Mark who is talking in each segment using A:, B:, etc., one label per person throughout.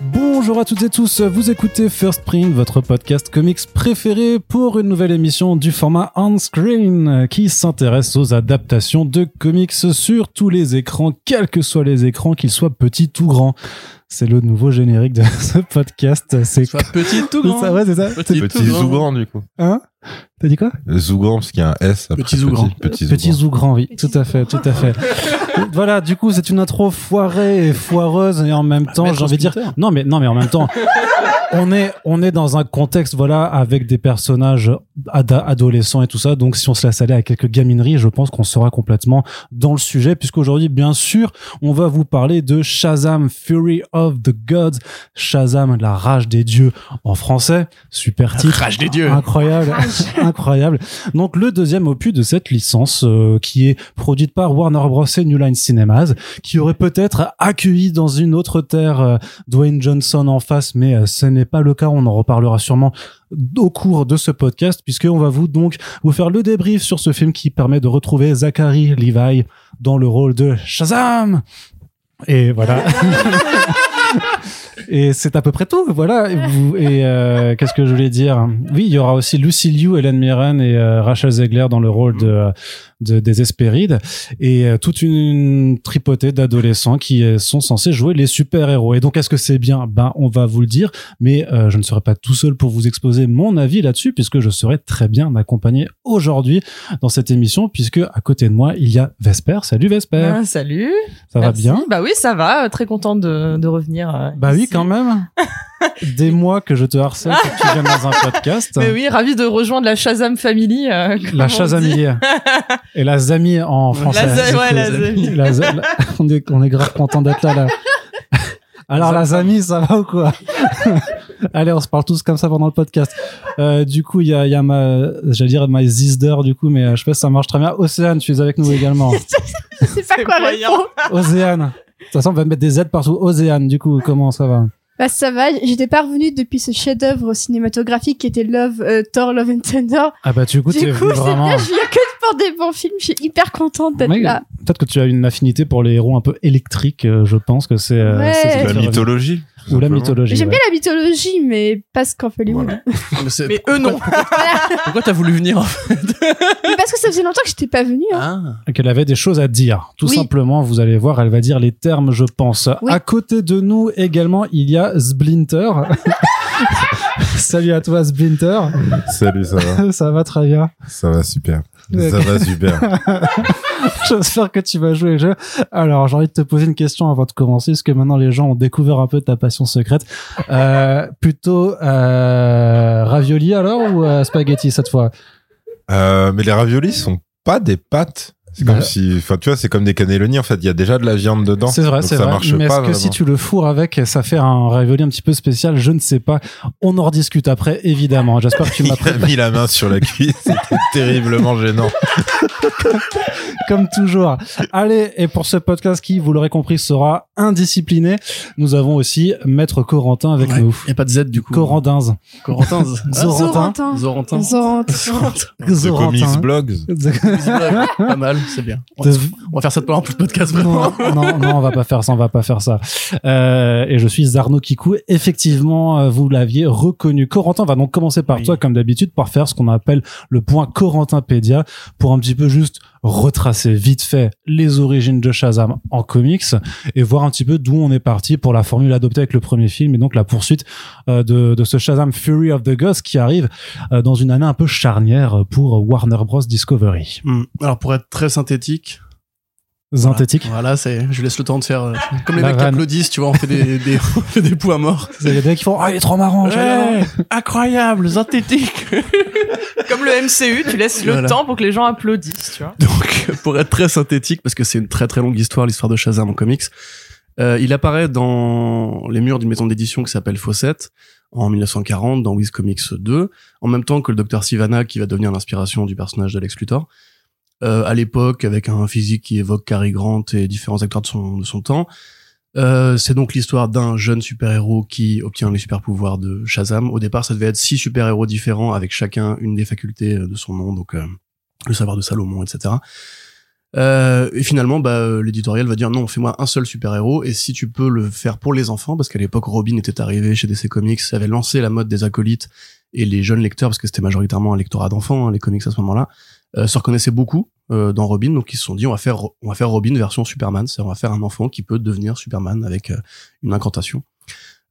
A: Bonjour à toutes et tous, vous écoutez First Print, votre podcast comics préféré pour une nouvelle émission du format On Screen euh, qui s'intéresse aux adaptations de comics sur tous les écrans, quels que soient les écrans, qu'ils soient petits ou grands. C'est le nouveau générique de ce podcast. C'est
B: Soit petit tout grand.
A: ça, ouais, c'est ça.
B: Petit,
C: Petit Zougran, du coup.
A: Hein T'as dit quoi
C: Zougran, parce qu'il y a un S après.
B: Petit Zougran.
C: Petit,
A: Petit
C: Zougran.
A: Zougran, oui,
D: Petit
A: tout à fait, tout à fait. voilà, du coup, c'est une intro foirée et foireuse et en même temps,
B: Maître
A: j'ai envie de dire
B: Splinter.
A: non mais non mais en même temps, on est on est dans un contexte voilà avec des personnages ada- adolescents et tout ça. Donc si on se laisse aller à quelques gamineries, je pense qu'on sera complètement dans le sujet puisqu'aujourd'hui, bien sûr, on va vous parler de Shazam Fury of the Gods, Shazam la rage des dieux en français, super titre.
B: Rage des dieux.
A: Incroyable, incroyable. Donc le deuxième opus de cette licence euh, qui est produite par Warner Bros et New Line Cinemas, qui aurait peut-être accueilli dans une autre terre euh, Dwayne Johnson en face, mais euh, ce n'est pas le cas. On en reparlera sûrement au cours de ce podcast, puisqu'on va vous donc vous faire le débrief sur ce film qui permet de retrouver Zachary Levi dans le rôle de Shazam. Et voilà. Et c'est à peu près tout, voilà. Et, vous- et, euh, qu'est-ce que je voulais dire Oui, il y aura aussi Lucy Liu, Helen Mirren et euh, Rachel Zegler dans le rôle de, de des Hespérides et euh, toute une tripotée d'adolescents qui euh, sont censés jouer les super-héros. Et donc, est-ce que c'est bien Ben, on va vous le dire, mais euh, je ne serai pas tout seul pour vous exposer mon avis là-dessus, puisque je serai très bien accompagné aujourd'hui dans cette émission, puisque à côté de moi, il y a Vesper. Salut Vesper,
D: Ben, salut.
A: ça va
D: Merci.
A: bien
D: Bah oui, ça va. euh, Très contente de, de revenir. euh,
A: Bah oui,
D: ici.
A: quand même. Des mois que je te harcèle pour que tu viennes dans un podcast.
D: Mais oui, ravi de rejoindre la Shazam Family. euh, comme on
A: La
D: dit.
A: chasamillière. Et la zamie en français.
D: La za-
A: Du
D: ouais,
A: coup,
D: la zamie.
A: la za- la- on, est, on est grave content d'être là, là. Alors, la zamie, ça va ou quoi Allez, on se parle tous comme ça pendant le podcast. Euh, du coup, il y a, il y a ma, j'allais dire ma zizder, du coup, mais euh, je sais pas si ça marche très bien. Océane, tu es avec nous également.
D: C'est
E: pas quoi
D: moyen.
E: répondre.
A: Océane. De toute façon, on va mettre des Z partout. Océane, du coup, comment ça va
E: Bah ça va, j'étais pas revenue depuis ce chef-d'œuvre cinématographique qui était Love, euh, Thor, Love and Thunder.
A: Ah bah, du coup,
E: du
A: t'es
E: coup,
A: venu
E: c'est
A: vraiment...
E: bien, je viens que pour des bons films, je suis hyper contente d'être
A: Ouais,
E: là.
A: Peut-être que tu as une affinité pour les héros un peu électriques, euh, je pense que c'est euh,
E: Ouais.
A: c'est ce qui
C: La
A: fait revenir.
C: mythologie.
A: ou la
C: simplement.
A: mythologie.
E: J'aime
A: ouais.
E: bien la mythologie, mais pas ce qu'en fait Hollywood.
C: Voilà.
B: Mais, c'est-
D: Mais eux non.
B: Pourquoi t'as voulu venir en fait
E: Mais parce que ça faisait longtemps que j'étais pas venue. hein.
A: qu'elle avait des choses à dire. Tout
E: Oui.
A: simplement, vous allez voir, elle va dire les termes, je pense.
E: Oui.
A: À côté de nous également, il y a Splinter. Salut à toi Splinter,
C: Salut, ça va.
A: ça va très bien.
C: Ça va super.
A: Ouais.
C: Ça va super.
A: J'espère que tu vas jouer le jeu. Alors j'ai envie de te poser une question avant de commencer, parce que maintenant les gens ont découvert un peu ta passion secrète. Euh, plutôt euh, ravioli alors ou euh, spaghetti cette fois
C: Euh, mais les raviolis sont pas des pâtes. C'est comme
A: Bah.
C: si, enfin, tu vois, c'est comme des cannelloni, en fait. Il y a déjà de la viande dedans.
A: C'est vrai,
C: Donc
A: c'est
C: ça
A: vrai.
C: marche
A: mais est-ce
C: pas
A: que si
C: vraiment.
A: tu le fourres avec, ça fait un ravioli un petit peu spécial Je ne sais pas. On en rediscute après, évidemment. J'espère que tu
C: Il
A: m'as
C: a mis la main sur la cuisse. C'était terriblement gênant.
A: comme toujours. Allez, et pour ce podcast qui, vous l'aurez compris, sera indiscipliné, nous avons aussi Maître Corentin avec
B: Ouais.
A: nous.
B: Y a pas de Z du coup.
A: Corandins.
B: Corentin.
A: Zorantin.
B: Ah,
E: Zorantin.
B: Zorantin.
E: Zorantin.
C: The
A: hein.
C: Comics Blogs.
B: pas mal, c'est bien. On, on va faire ça pendant tout le podcast vraiment.
A: Non, non, non, on va pas faire ça, on va pas faire ça. Euh, et je suis Arnaud Kikou. Effectivement, euh, vous l'aviez reconnu. Corentin va donc commencer par
B: Oui.
A: toi, comme d'habitude, par faire ce qu'on appelle le point Corentinpédia, pour un petit peu juste retracer vite fait les origines de Shazam en comics et voir un petit peu d'où on est parti pour la formule adoptée avec le premier film et donc la poursuite euh, de, de ce Shazam Fury of the Ghost qui arrive euh, dans une année un peu charnière pour Warner Bros. Discovery.
B: Hmm. Alors pour être très synthétique, voilà.
A: Synthétique.
B: Voilà, c'est. Je laisse le temps de faire. euh, Comme les
A: La
B: mecs qui
A: vanne.
B: applaudissent, tu vois, on fait des, des, on fait des poux à mort.
A: Il y a des mecs qui font Ah, il est trop marrant, j'adore.
B: Ouais, incroyable, synthétique.
D: Comme le MCU, tu laisses le
B: Voilà.
D: temps pour que les gens applaudissent, tu vois.
B: Donc, pour être très synthétique, parce que c'est une très très longue histoire, l'histoire de Shazam en comics, euh, il apparaît dans les murs d'une maison d'édition qui s'appelle Fawcett en 1940 dans Wiz Comics 2, en même temps que le docteur Sivana qui va devenir l'inspiration du personnage d'Alex Luthor. Euh, à l'époque, avec un physique qui évoque Cary Grant et différents acteurs de son, de son temps. Euh, c'est donc l'histoire d'un jeune super-héros qui obtient les super-pouvoirs de Shazam. Au départ, ça devait être six super-héros euh, différents avec chacun une des facultés de son nom, donc euh, le savoir de Salomon, etc. Euh, et finalement, bah, euh, l'éditorial va dire non, fais-moi un seul super-héros, et si tu peux le faire pour les enfants, parce qu'à l'époque, Robin était arrivé chez DC Comics, avait lancé la mode des acolytes, et les jeunes lecteurs, parce que c'était majoritairement un lectorat d'enfants, hein, les comics à ce moment-là, euh, se reconnaissaient beaucoup euh, dans Robin, donc ils se sont dit on va faire, on va faire Robin version Superman, c'est-à-dire on va faire un enfant qui peut devenir Superman avec euh, une incantation.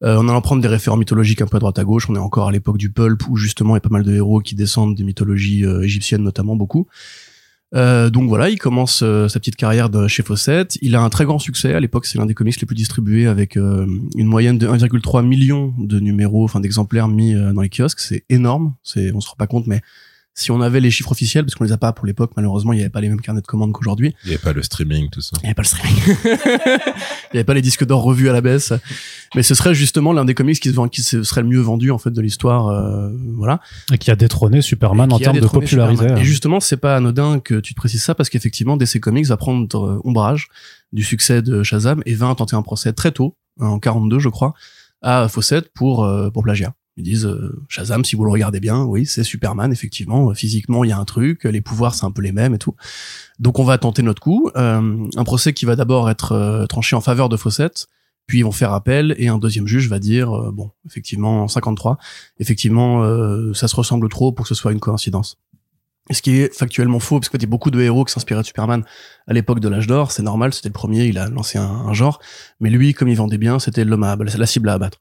B: Euh, en allant prendre des référents mythologiques un peu à droite à gauche, on est encore à l'époque du pulp où justement il y a pas mal de héros qui descendent des mythologies euh, égyptiennes notamment beaucoup. Euh, donc voilà, il commence euh, sa petite carrière de chez Fawcett. Il a un très grand succès. À l'époque, c'est l'un des comics les plus distribués avec euh, une moyenne de 1,3 million de numéros, enfin d'exemplaires mis euh, dans les kiosques. C'est énorme. C'est, on se rend pas compte, mais si on avait les chiffres officiels, parce qu'on les a pas pour l'époque, malheureusement, il n'y avait pas les mêmes carnets de commandes qu'aujourd'hui.
C: Il n'y avait pas le streaming, tout ça.
B: Il n'y avait pas le streaming. Il n'y avait pas les disques d'or revus à la baisse. Mais ce serait justement l'un des comics qui, se vend- qui se- serait le mieux vendu en fait de l'histoire. euh, voilà.
A: Et qui a détrôné Superman en
B: Qui a
A: termes de
B: détrôné Superman.
A: popularité.
B: Et justement, c'est pas anodin que tu te précises ça parce qu'effectivement, DC Comics va prendre euh, ombrage du succès de Shazam et va tenter un procès très tôt, hein, en 42 je crois, à Fawcett pour euh, pour plagiat. Ils disent euh, Shazam, si vous le regardez bien, oui, c'est Superman effectivement. euh, Physiquement, il y a un truc, les pouvoirs c'est un peu les mêmes et tout. Donc on va tenter notre coup. Euh, un procès qui va d'abord être euh, tranché en faveur de Fawcett, puis ils vont faire appel et un deuxième juge va dire euh, bon, effectivement en 53, effectivement euh, ça se ressemble trop pour que ce soit une coïncidence. Et ce qui est factuellement faux, parce qu'il y a beaucoup de héros qui s'inspiraient de Superman à l'époque de l'âge d'or, c'est normal, c'était le premier, il a lancé un, un genre, mais lui, comme il vendait bien, c'était l'homme à, la cible à abattre.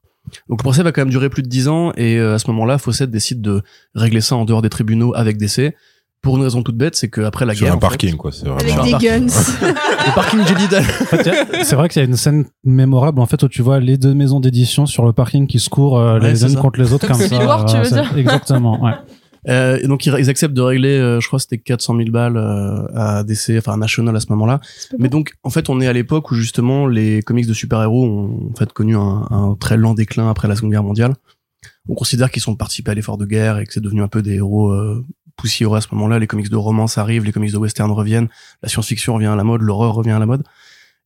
B: Donc le procès va quand même durer plus de 10 ans, et euh, à ce moment-là, Fawcett décide de régler ça en dehors des tribunaux avec DC, pour une raison toute bête, c'est qu'après la
C: Sur
B: guerre...
C: un
B: en fait,
C: parking, quoi. C'est
E: Avec
C: vraiment.
B: Sur un
E: des guns.
B: le parking Jedi d'Al-
A: En fait, il y a- c'est vrai qu'il y a une scène mémorable en fait où tu vois les deux maisons d'édition sur le parking qui se courent euh,
B: Ouais,
A: les
B: c'est
A: unes
B: ça.
A: contre les autres comme ça.
D: Civil War, tu veux
A: c'est-
D: dire
A: Exactement. Ouais.
B: Euh, et donc ils, ils acceptent de régler, euh, je crois que c'était 400 000 balles euh, à DC, enfin à National à ce moment-là. Mais donc en fait on est à l'époque où justement les comics de super-héros ont en fait connu un, un très lent déclin après la Seconde Guerre mondiale. On considère qu'ils sont participés à l'effort de guerre et que c'est devenu un peu des héros euh, poussiéreux à ce moment-là. Les comics de romance arrivent, les comics de western reviennent, la science-fiction revient à la mode, l'horreur revient à la mode.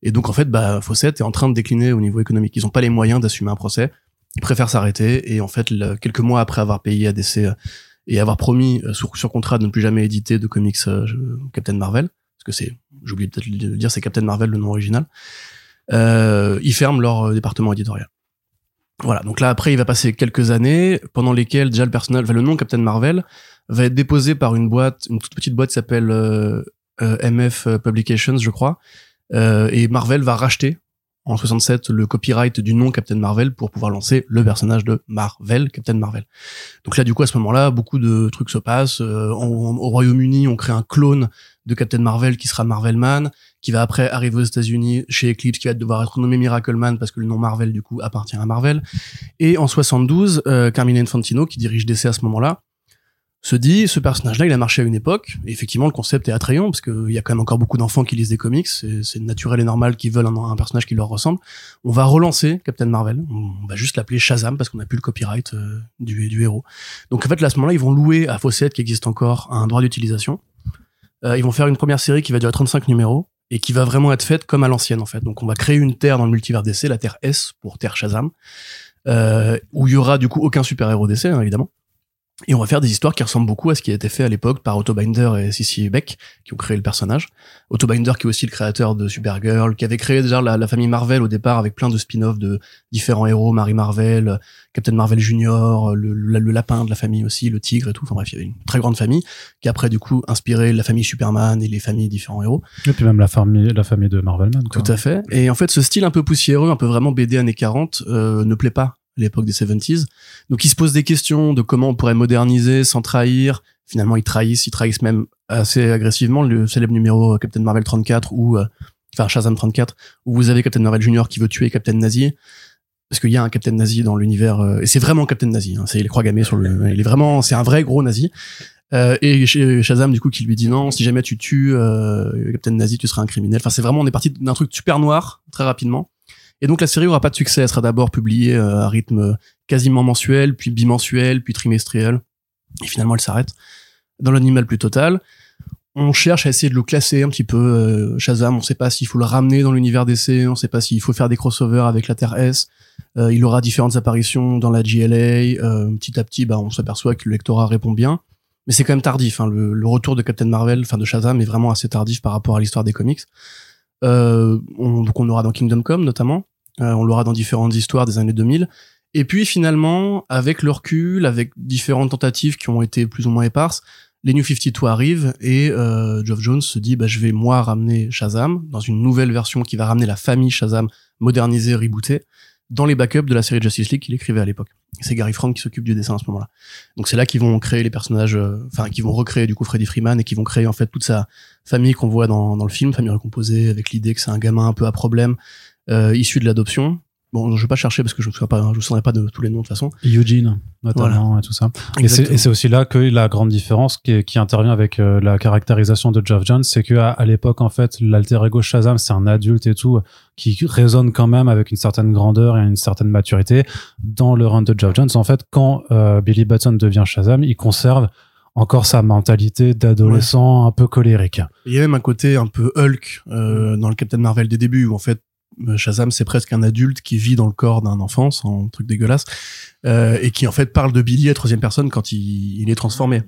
B: Et donc en fait bah Fawcett est en train de décliner au niveau économique. Ils n'ont pas les moyens d'assumer un procès. Ils préfèrent s'arrêter et en fait le- quelques mois après avoir payé à DC euh, et avoir promis euh, sur, sur contrat de ne plus jamais éditer de comics euh, je- Captain Marvel, parce que c'est, j'oublie peut-être de le dire, c'est Captain Marvel le nom original, euh, ils ferment leur euh, département éditorial. Voilà, donc là après il va passer quelques années pendant lesquelles déjà le personnage, enfin, le nom Captain Marvel va être déposé par une boîte, une toute petite boîte qui s'appelle euh, euh, MF Publications je crois, euh, et Marvel va racheter en 67 le copyright du nom Captain Marvel pour pouvoir lancer le personnage de Marvel, Captain Marvel. Donc là, du coup, à ce moment-là, beaucoup de trucs se passent. Euh, en- en- au Royaume-Uni, on crée un clone de Captain Marvel qui sera Marvelman, qui va après arriver aux États-Unis chez Eclipse, qui va devoir être nommé Miracleman parce que le nom Marvel, du coup, appartient à Marvel. Et en 72, euh, Carmine Infantino, qui dirige DC à ce moment-là, se dit, ce personnage-là, il a marché à une époque. Et effectivement, le concept est attrayant parce qu'il y a quand même encore beaucoup d'enfants qui lisent des comics. C'est c'est naturel et normal qu'ils veulent un, un personnage qui leur ressemble. On va relancer Captain Marvel. On va juste l'appeler Shazam parce qu'on n'a plus le copyright euh, du, du héros. Donc en fait, là, à ce moment-là, ils vont louer à Fawcett, qui existe encore, un droit d'utilisation. Euh, ils vont faire une première série qui va durer 35 numéros et qui va vraiment être faite comme à l'ancienne, en fait. Donc on va créer une Terre dans le multivers DC, la Terre S pour Terre Shazam, euh, où il y aura du coup aucun super-héros DC, hein, évidemment. Et on va faire des histoires qui ressemblent beaucoup à ce qui a été fait à l'époque par Otto Binder et Cissy Beck, qui ont créé le personnage. Otto Binder, qui est aussi le créateur de Supergirl, qui avait créé déjà la, la famille Marvel au départ avec plein de spin-offs de différents héros, Marie Marvel, euh, Captain Marvel Junior, euh, le, le- le lapin de la famille aussi, le tigre et tout. Enfin bref, il y avait une très grande famille qui après du coup inspiré la famille Superman et les familles différents héros.
A: Et puis même la famille, la famille de Marvelman. Quoi.
B: Tout à fait. Et en fait, ce style un peu poussiéreux, un peu vraiment BD années 40, euh, ne plaît pas à l'époque des 70s. Donc, ils se posent des questions de comment on pourrait moderniser sans trahir. Finalement, ils trahissent, ils trahissent même assez agressivement le célèbre numéro euh, Captain Marvel 34 ou, euh, enfin, Shazam 34, où vous avez Captain Marvel Junior qui veut tuer Captain Nazi. Parce qu'il y a un Captain Nazi dans l'univers, euh, et c'est vraiment Captain Nazi, hein, c'est les croix gammées sur le, il est vraiment, c'est un vrai gros Nazi. Euh, et Sh- Shazam du coup qui lui dit non, si jamais tu tues euh, Captain Nazi, tu seras un criminel. Enfin, c'est vraiment on est parti d'un truc super noir très rapidement. Et donc la série aura pas de succès, elle sera d'abord publiée euh, à rythme quasiment mensuel, puis bimensuel, puis trimestriel. Et finalement, elle s'arrête dans l'animal plus total. On cherche à essayer de le classer un petit peu euh, Shazam. On sait pas s'il faut le ramener dans l'univers DC, on sait pas s'il faut faire des crossovers avec la Terre S. Euh, il aura différentes apparitions dans la GLA. Euh, petit à petit, bah, on s'aperçoit que le lectorat répond bien mais c'est quand même tardif. hein. Le, le retour de Captain Marvel, enfin de Shazam, est vraiment assez tardif par rapport à l'histoire des comics. Euh, on, donc on l'aura dans Kingdom Come notamment, Euh, on l'aura dans différentes histoires des années 2000. Et puis finalement, avec le recul, avec différentes tentatives qui ont été plus ou moins éparses, les New 52 arrivent et euh, Geoff Jones se dit bah, je vais moi ramener Shazam dans une nouvelle version qui va ramener la famille Shazam modernisée, rebootée, dans les backups de la série Justice League qu'il écrivait à l'époque. C'est Gary Frank qui s'occupe du dessin à ce moment-là. Donc c'est là qu'ils vont créer les personnages, euh, enfin qu'ils vont recréer du coup Freddy Freeman et qu'ils vont créer en fait toute sa famille qu'on voit dans, dans le film, famille recomposée, avec l'idée que c'est un gamin un peu à problème, euh, issu de l'adoption. Bon, je vais pas chercher parce que je me souviens pas, je me souviens pas de tous les noms de toute façon.
A: Eugene, notamment, et tout ça. Et c'est- Et c'est aussi là que la grande différence qui, est- qui intervient avec euh, la caractérisation de Geoff Jones, c'est que à, à l'époque, en fait, l'alter ego Shazam, c'est un adulte et tout, qui résonne quand même avec une certaine grandeur et une certaine maturité. Dans le run de Geoff Jones, en fait, quand euh, Billy Batson devient Shazam, il conserve encore sa mentalité d'adolescent un peu colérique.
B: Il y a même un côté un peu Hulk euh, dans le Captain Marvel des débuts où en fait euh, Shazam c'est presque un adulte qui vit dans le corps d'un enfant, c'est un truc dégueulasse, euh, et qui en fait parle de Billy à troisième personne quand il, il est transformé.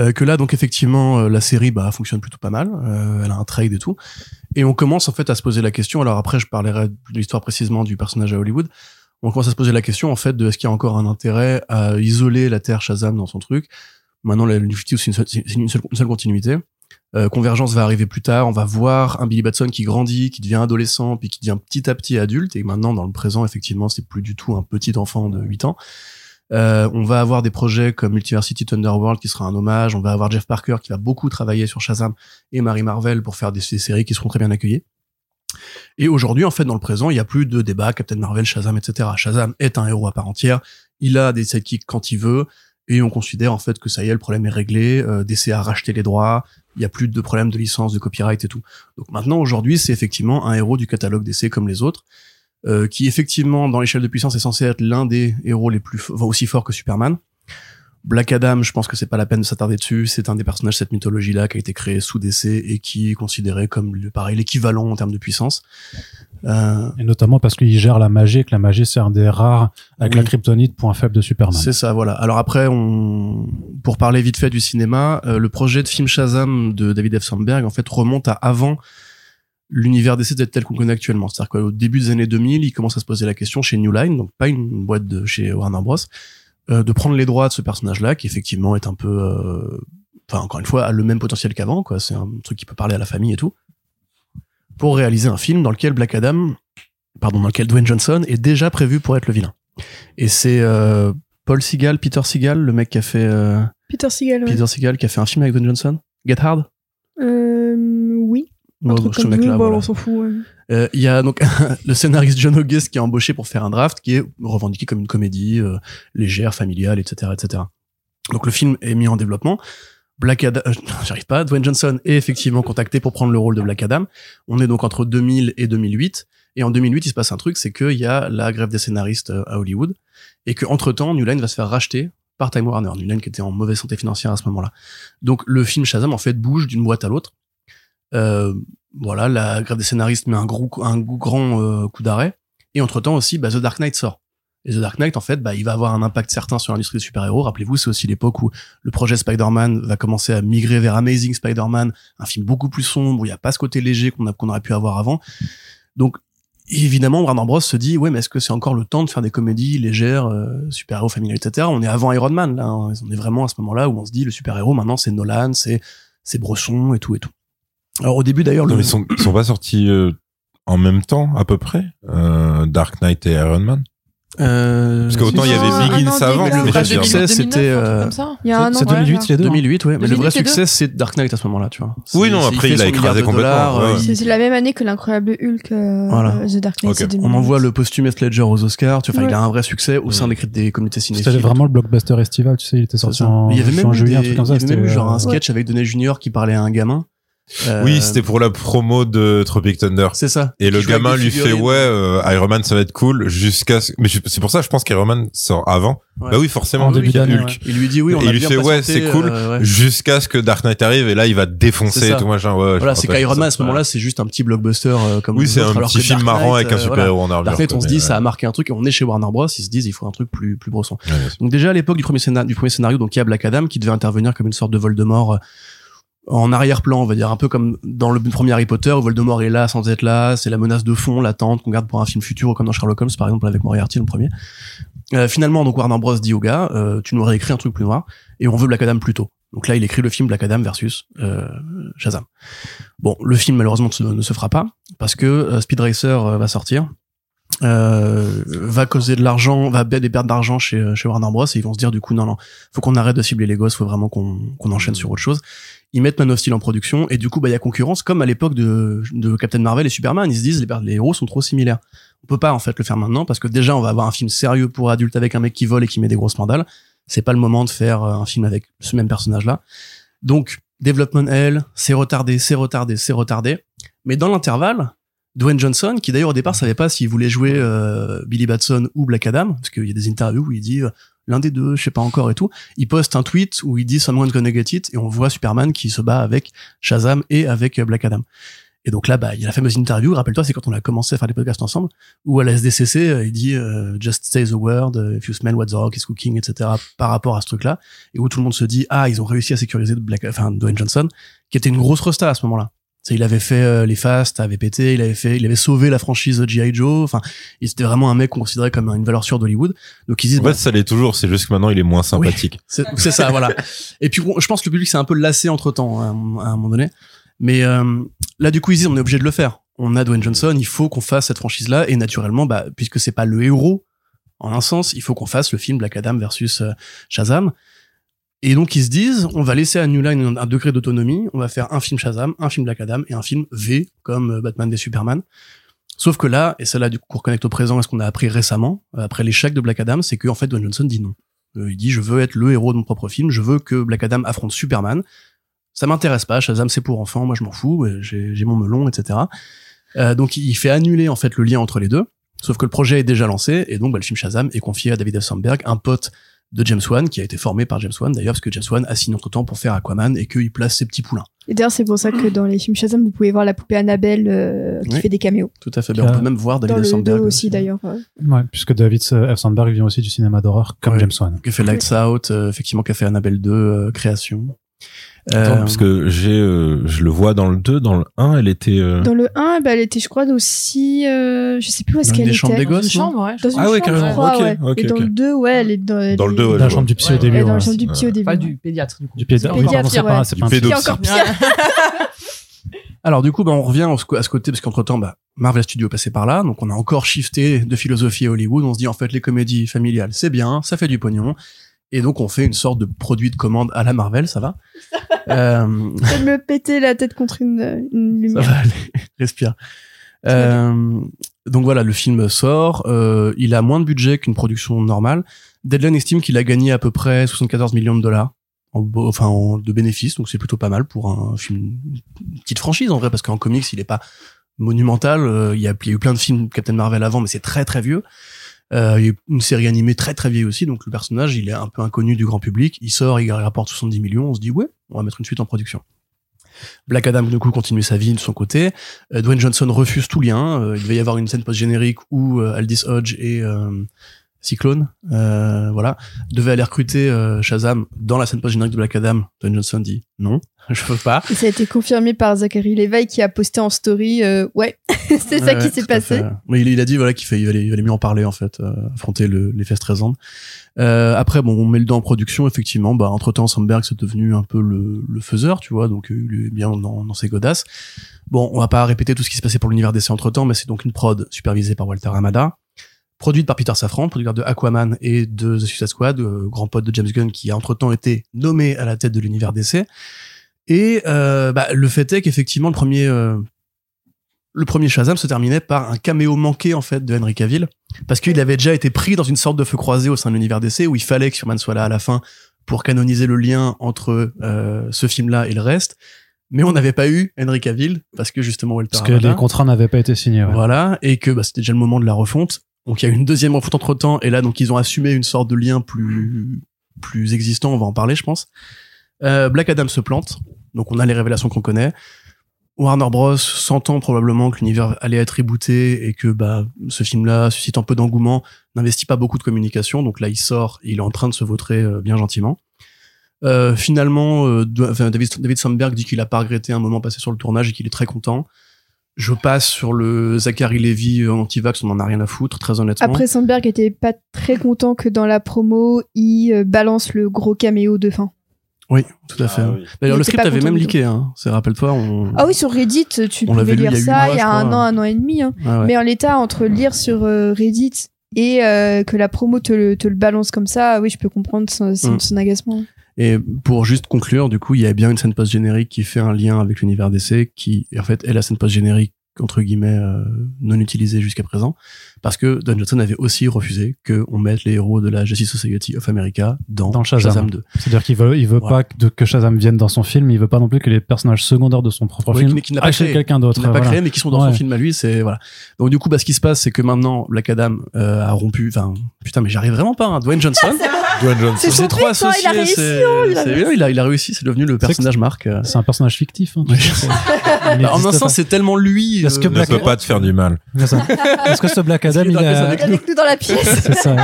B: Euh, que là donc effectivement euh, la série bah fonctionne plutôt pas mal, euh, elle a un trade et tout, et on commence en fait à se poser la question. Alors après je parlerai de l'histoire précisément du personnage à Hollywood. On commence à se poser la question en fait de est-ce qu'il y a encore un intérêt à isoler la Terre Shazam dans son truc. Maintenant la New 52, c'est une seule- c'est une seule- une seule continuité. Euh, Convergence va arriver plus tard. On va voir un Billy Batson qui grandit, qui devient adolescent, puis qui devient petit à petit adulte. Et maintenant, dans le présent, effectivement, c'est plus du tout un petit enfant de 8 ans. Euh, on va avoir des projets comme Multiversity Thunderworld qui sera un hommage. On va avoir Jeff Parker qui va beaucoup travailler sur Shazam et Mary Marvel pour faire des, des séries qui seront très bien accueillies. Et aujourd'hui, en fait, dans le présent, il n'y a plus de débat Captain Marvel, Shazam, etc. Shazam est un héros à part entière. Il a des sidekicks quand il veut. Et on considère en fait que ça y est, le problème est réglé. Euh, DC a racheté les droits il n'y a plus de problème de licence, de copyright et tout. Donc maintenant, aujourd'hui, c'est effectivement un héros du catalogue d'essai comme les autres, euh, qui effectivement, dans l'échelle de puissance, est censé être l'un des héros les plus, fo- enfin, aussi forts que Superman. Black Adam, je pense que c'est pas la peine de s'attarder dessus. C'est un des personnages de cette mythologie-là qui a été créé sous DC et qui est considéré comme le, pareil, l'équivalent en termes de puissance. Euh,
A: Et notamment parce qu'il gère la magie et que la magie, c'est un des rares, avec
B: Oui.
A: la kryptonite, point faible de Superman.
B: C'est ça, voilà. Alors après, on... pour parler vite fait du cinéma, euh, le projet de film Shazam de David F. Sandberg, en fait, remonte à avant l'univers d'essai d'être tel qu'on connaît actuellement. C'est-à-dire qu'au début des années 2000, il commence à se poser la question chez New Line, donc pas une boîte de chez Warner Bros, euh, de prendre les droits de ce personnage-là, qui effectivement est un peu... euh, Enfin, encore une fois, a le même potentiel qu'avant, quoi. C'est un truc qui peut parler à la famille et tout. Pour réaliser un film dans lequel Black Adam... Pardon, dans lequel Dwayne Johnson est déjà prévu pour être le vilain. Et c'est euh, Paul Seagal, Peter Seagal, le mec qui a fait euh,
E: Peter Seagal, ouais.
B: Peter Seagal qui a fait un film avec Dwayne Johnson, Get Hard.
E: Euh, oui.
B: Ouais,
E: Un truc
B: donc, ce
E: comme
B: mec-là,
E: ça, bon,
B: voilà.
E: on s'en fout. ouais.
B: Euh, Il y a donc le scénariste John August qui est embauché pour faire un draft qui est revendiqué comme une comédie euh, légère, familiale, etc., etc. Donc le film est mis en développement. Black Adam, euh, j'arrive pas. Dwayne Johnson est effectivement contacté pour prendre le rôle de Black Adam. On est donc entre 2000 et 2008. Et en 2008, il se passe un truc, c'est qu'il y a la grève des scénaristes euh, à Hollywood et que entre temps, New Line va se faire racheter par Time Warner. New Line qui était en mauvaise santé financière à ce moment-là. Donc le film Shazam en fait bouge d'une boîte à l'autre. Euh, voilà, la grève des scénaristes met un gros, coup- un gros- grand euh, coup d'arrêt. Et entre-temps aussi, bah, The Dark Knight sort. Et The Dark Knight, en fait, bah, il va avoir un impact certain sur l'industrie des super-héros. Rappelez-vous, c'est aussi l'époque où le projet Spider-Man va commencer à migrer vers Amazing Spider-Man, un film beaucoup plus sombre, où il n'y a pas ce côté léger qu'on a- qu'on aurait pu avoir avant. Donc, évidemment, Warner Bros se dit, ouais, mais est-ce que c'est encore le temps de faire des comédies légères, euh, super-héros familiales, etc. On est avant Iron Man, là. hein. On est vraiment à ce moment-là où on se dit, le super-héros, maintenant, c'est Nolan, c'est, c'est Bresson et tout et tout. Alors, au début, d'ailleurs,
C: Non,
B: le,
C: mais ils sont, ils sont pas sortis euh, en même temps, à peu près, euh, Dark Knight et Iron Man.
B: Euh,
C: Parce qu'autant il y
E: Non, un
C: avait Begins
E: an
C: avant.
E: décalé.
C: mais
B: Le vrai
C: je veux dire,
B: succès, c'était, euh,
E: Il y a un an.
A: C'est 2008,
E: Ah, voilà.
A: les deux. hein.
B: 2008, ouais. Mais le
D: Devine
B: vrai
D: tes deux.
B: succès, c'est Dark Knight à ce moment-là, tu vois.
C: Oui,
B: C'est-
C: non,
B: c'est-
C: après,
B: fait
C: il a
B: son
C: écrasé
B: milliard de
C: complètement,
B: dollars,
C: ouais,
B: euh,
C: ouais.
B: il-
E: C'est c'est la même année que l'incroyable Hulk, euh,
B: Voilà.
E: euh, The Dark Knight.
C: Ok.
E: c'est 2008.
B: On envoie le posthume Heath Ledger aux Oscars, tu vois. enfin,
E: Ouais.
B: Il a un vrai succès au sein des, crit- des comités
A: C'était
B: cinéphiles.
A: vraiment le blockbuster estival, tu sais, il était
B: C'est
A: sorti
B: ça.
A: en,
B: Mais Il y avait
A: en
B: même eu
A: juillet,
B: des-
A: un truc comme ça.
B: il y avait même eu
A: c'était,
B: genre
A: euh,
B: un sketch avec Downey Junior qui parlait à un gamin. Euh,
C: ah, Oui, c'était pour la promo de Tropic Thunder.
B: C'est ça.
C: Et le
B: Qui joue avec
C: gamin
B: des
C: lui fait
B: figurines.
C: ouais, euh, Iron Man ça va être cool jusqu'à ce... mais je- c'est pour ça je pense qu'Iron Man sort avant.
B: Ouais.
C: Bah oui, forcément.
A: En début
C: il y a
A: d'année,
C: Hulk.
A: ouais.
B: Il lui dit oui, on a
C: Et il lui
B: bien
C: fait, ouais,
B: patienté,
C: c'est cool.
B: euh, ouais.
C: Jusqu'à ce que Dark Knight arrive et là il va
B: C'est
C: défoncer
B: ça.
C: et tout machin. Ouais, je
B: Voilà,
C: me
B: c'est
C: rappelle
B: qu'Iron Man à
C: ça.
B: ce moment-là, c'est juste un petit blockbuster euh, comme
C: Oui,
B: les
C: c'est
B: autres,
C: un
B: alors
C: petit
B: que
C: film
B: Dark
C: marrant
B: Knight,
C: avec un
B: euh, voilà.
C: super héros en armure.
B: Dark Knight,
C: quoi,
B: on se
C: mais,
B: dit,
C: ouais.
B: ça a marqué un truc. On est chez Warner Bros. Ils se disent, il faut un truc plus, plus brosson.
C: Ouais, bien sûr.
B: Donc déjà à l'époque du premier scénario, du premier scénario, donc il y a Black Adam qui devait intervenir comme une sorte de Voldemort euh, en arrière-plan, on va dire un peu comme dans le premier Harry Potter où Voldemort est là sans être là, c'est la menace de fond, l'attente qu'on garde pour un film futur ou comme dans Sherlock Holmes par exemple avec Moriarty le premier. Euh, finalement donc Warner Bros dit au gars, euh, tu nous réécris un truc plus noir et on veut Black Adam plus tôt. Donc là il écrit le film Black Adam versus euh, Shazam. Bon le film malheureusement ne se, ne se fera pas parce que euh, Speed Racer euh, va sortir euh, va causer de l'argent, va perdre des pertes d'argent chez, euh, chez Warner Bros. Et ils vont se dire du coup non non, faut qu'on arrête de cibler les gosses, faut vraiment qu'on qu'on enchaîne sur autre chose. Ils mettent Man of Steel en production et du coup bah il y a concurrence comme à l'époque de, de Captain Marvel et Superman. Ils se disent les, per- les héros sont trop similaires. On peut pas en fait le faire maintenant parce que déjà on va avoir un film sérieux pour adultes avec un mec qui vole et qui met des grosses mandales. C'est pas le moment de faire euh, un film avec ce même personnage là. Donc Development Hell, c'est retardé, c'est retardé, c'est retardé. Mais dans l'intervalle, Dwayne Johnson, qui d'ailleurs au départ savait pas s'il voulait jouer euh, Billy Batson ou Black Adam, parce qu'il y a des interviews où il dit euh, l'un des deux, je sais pas encore et tout. Il poste un tweet où il dit Someone's gonna get it, et on voit Superman qui se bat avec Shazam et avec euh, Black Adam. Et donc là, bah, il y a la fameuse interview, rappelle-toi, c'est quand on a commencé à faire des podcasts ensemble, où à la SDCC, euh, il dit euh, Just say the word, euh, if you smell what the rock is cooking, etc., par rapport à ce truc-là, et où tout le monde se dit Ah, ils ont réussi à sécuriser Black, enfin, Dwayne Johnson, qui était une grosse resta à ce moment-là. Tu sais, il avait fait euh, les Fast, avait pété, il avait fait, il avait sauvé la franchise GI Joe. Enfin, il était vraiment un mec considéré comme une valeur sûre d'Hollywood. Donc ils disent,
C: En
B: bah,
C: fait, ça l'est toujours, c'est juste que maintenant il est moins sympathique.
B: c'est c'est ça, voilà. Et puis, bon, je pense que le public s'est un peu lassé entre temps, à, un- à un moment donné. Mais euh, là, du coup, ils disent, on est obligé de le faire. On a Dwayne Johnson, il faut qu'on fasse cette franchise-là. Et naturellement, bah, puisque c'est pas le héros, en un sens, il faut qu'on fasse le film Black Adam versus euh, Shazam. Et donc, ils se disent, on va laisser à New Line un, un degré d'autonomie. On va faire un film Shazam, un film Black Adam et un film V, comme euh, Batman des Superman. Sauf que là, et ça là, du coup, qu'on reconnecte au présent à ce qu'on a appris récemment, euh, après l'échec de Black Adam, c'est que, en fait, Dwayne Johnson dit non. Euh, il dit je veux être le héros de mon propre film, je veux que Black Adam affronte Superman. Ça m'intéresse pas, Shazam c'est pour enfants, moi je m'en fous, euh, j'ai j'ai mon melon, etc. Euh, donc il fait annuler en fait le lien entre les deux. Sauf que le projet est déjà lancé et donc bah, le film Shazam est confié à David F. Sandberg, un pote de James Wan qui a été formé par James Wan d'ailleurs parce que James Wan a signé entre temps pour faire Aquaman et qu'il place ses petits poulains.
E: Et d'ailleurs, c'est pour ça que dans les films Shazam, vous pouvez voir la poupée Annabelle euh, qui
B: Oui.
E: fait des caméos.
B: Tout à fait. Ben, on peut même voir
E: Dans
B: David F.
E: le 2
B: Sandberg
E: aussi, d'ailleurs. ouais.
A: Ouais, puisque David euh, F. Sandberg vient aussi du cinéma d'horreur comme
B: Ouais.
A: James Wan.
B: Qui a fait Lights Out, euh, effectivement qui a fait Annabelle 2, euh, création.
C: Attends,
B: Euh,
C: parce que j'ai, euh, je le vois dans le 2, dans le 1, elle était. euh,
E: Dans le 1, bah, elle était, je crois, aussi. euh, je sais plus où est-ce
B: Dans une
E: qu'elle
B: des chambres
E: était.
B: des
D: Dans une
B: gosses, non
D: chambre, ouais. je
E: Dans
D: crois.
E: une
C: Ah ouais,
E: chambre,
C: carrément.
E: je crois,
C: Ok,
E: ouais.
C: ok,
E: Et dans
C: ok.
E: le 2, ouais, elle est dans,
C: Dans le 2, ouais,
A: Dans
C: je
A: la
C: vois.
A: chambre du psy au
D: Ouais,
A: début.
E: Elle est dans
A: ouais.
E: le champ du psy au début.
D: Enfin,
E: ouais.
D: du pédiatre, du coup.
A: Du pied
E: Du
A: oui, pardon,
E: pédiatre,
A: c'est pas,
E: ouais.
A: c'est pas un
C: Du
E: C'est
C: pédo-
E: encore pire.
B: Alors du coup, bah, on revient au- à ce côté parce qu'entre temps, bah, Marvel Studios est passé par là, donc on a encore shifté de philosophie à Hollywood. On se dit en fait les comédies familiales, c'est bien, ça fait du pognon, et donc on fait une sorte de produit de commande à la Marvel, ça va. Euh,
E: Elle me péter la tête contre une, une
B: ça
E: lumière.
B: va aller, respire. Euh, donc voilà, le film sort. euh, il a moins de budget qu'une production normale. Deadline estime qu'il a gagné à peu près 74 millions de dollars. En, bo- enfin, en- de bénéfices, donc c'est plutôt pas mal pour un film, une petite franchise en vrai, parce qu'en comics, il est pas monumental. euh, Il y, a, il y a eu plein de films Captain Marvel avant, mais c'est très très vieux. Euh, il y a eu une série animée très très vieille aussi, donc le personnage, il est un peu inconnu du grand public. Il sort, il rapporte 70 millions, on se dit, ouais, on va mettre une suite en production. Black Adam, du coup, continue sa vie de son côté. Euh, Dwayne Johnson refuse tout lien. Euh, il devait y avoir une scène post-générique où euh, Aldis Hodge et euh, Cyclone, euh, voilà, devaient aller recruter euh, Shazam dans la scène post-générique de Black Adam. Dwayne Johnson dit non, je veux pas.
E: Et ça a été confirmé par Zachary Levi qui a posté en story euh, Ouais, c'est ça
B: Ouais,
E: qui
B: ouais,
E: s'est
B: tout à
E: passé.
B: fait. Mais il, il a dit voilà qu'il fait, il allait, il allait mieux en parler en fait, euh, affronter le, les fesses trésantes. Euh, après bon, on met le doigt en production effectivement. Bah entre temps, Sandberg c'est devenu un peu le, le faiseur, tu vois, donc euh, il est bien dans, dans ses godasses. Bon, on va pas répéter tout ce qui se passait pour l'univers d'essai entre temps, mais c'est donc une prod supervisée par Walter Hamada. Produite par Peter Safran, producteur de Aquaman et de The Suicide Squad, euh, grand pote de James Gunn qui a entre-temps été nommé à la tête de l'univers d'essai. Et euh, bah, le fait est qu'effectivement, le premier euh, le premier Shazam se terminait par un caméo manqué en fait de Henry Cavill parce qu'il avait déjà été pris dans une sorte de feu croisé au sein de l'univers DC où il fallait que Superman soit là à la fin pour canoniser le lien entre euh, ce film-là et le reste. Mais on n'avait pas eu Henry Cavill parce que justement Walter
A: Parce que
B: Hamada-
A: les contrats n'avaient pas été signés. ouais.
B: voilà, et que bah, c'était déjà le moment de la refonte. Donc il y a eu une deuxième refonte entre temps, et là donc ils ont assumé une sorte de lien plus plus existant. On va en parler, je pense. Euh, Black Adam se plante, donc on a les révélations qu'on connaît. Warner Bros s'entend probablement que l'univers allait être rebooté et que bah ce film-là suscite un peu d'engouement, n'investit pas beaucoup de communication, donc là il sort, et il est en train de se vautrer euh, bien gentiment. Euh, finalement, euh, de- enfin, David, David Sandberg dit qu'il a pas regretté un moment passé sur le tournage et qu'il est très content. Je passe sur le Zachary Levy euh, anti-vax, on en a rien à foutre, très honnêtement.
E: Après, Sandberg était pas très content que dans la promo, il euh, balance le gros caméo de fin.
B: oui, tout à fait. D'ailleurs,
E: Il
B: le
E: était
B: script
E: pas
B: avait
E: content
B: même
E: du
B: leaké, hein. C'est- rappelle-toi. On...
E: Ah oui, sur Reddit, tu
B: On l'avait lu
E: pouvais
B: il
E: lire
B: y a huit
E: ça
B: mois,
E: il y
B: je
E: a un
B: crois.
E: an, un an et demi. hein.
B: Ah Ouais, ouais.
E: Mais en l'état, entre lire sur euh, Reddit et euh, que la promo te le, te le balance comme ça, oui, je peux comprendre son, son-
B: Mm.
E: son agacement.
B: Et pour juste conclure, du coup, il y a bien une scène post-générique qui fait un lien avec l'univers d'essai, qui en fait est la scène post-générique entre guillemets euh, non utilisée jusqu'à présent, parce que Don Johnson avait aussi refusé qu'on mette les héros de la Justice Society of America dans,
A: Dans Shazam.
B: 2.
A: C'est-à-dire qu'il veut, il veut
B: Voilà.
A: pas que, que Shazam vienne dans son film, il veut pas non plus que les personnages secondaires de son propre
B: Ouais,
A: film
B: qui n'est- qui n'a pas
A: aillent chez
B: créé.
A: quelqu'un d'autre.
B: Qu'il n'a pas
A: voilà.
B: créé, mais qui sont dans son
A: Ouais.
B: film à lui, c'est voilà. Donc du coup, bah, ce qui se passe, c'est que maintenant Black Adam euh, a rompu. Enfin, putain, mais j'arrive vraiment pas. Hein, Dwayne Johnson,
C: Dwayne Johnson.
E: C'est son
B: ses trois
E: but, hein,
B: associés,
E: il a réussi,
B: c'est-
E: il a
B: c'est-
E: réussi.
B: oui, il a- il a réussi. C'est devenu le
A: que-
B: personnage marque. euh.
A: C'est un personnage fictif. hein, tu
B: Ouais.
A: sais, c'est- il
B: Bah, en un
A: n'existe
B: sens, c'est tellement lui. euh,
A: Parce que
C: ne
A: Black-
C: peut pas te faire du mal.
A: pas. C'est ça. Est-ce que ce Black
B: Est-ce
A: Adam,
B: qu'il
A: il
B: est dans
A: a...
B: les
E: Avec nous dans la pièce.
A: C'est ça.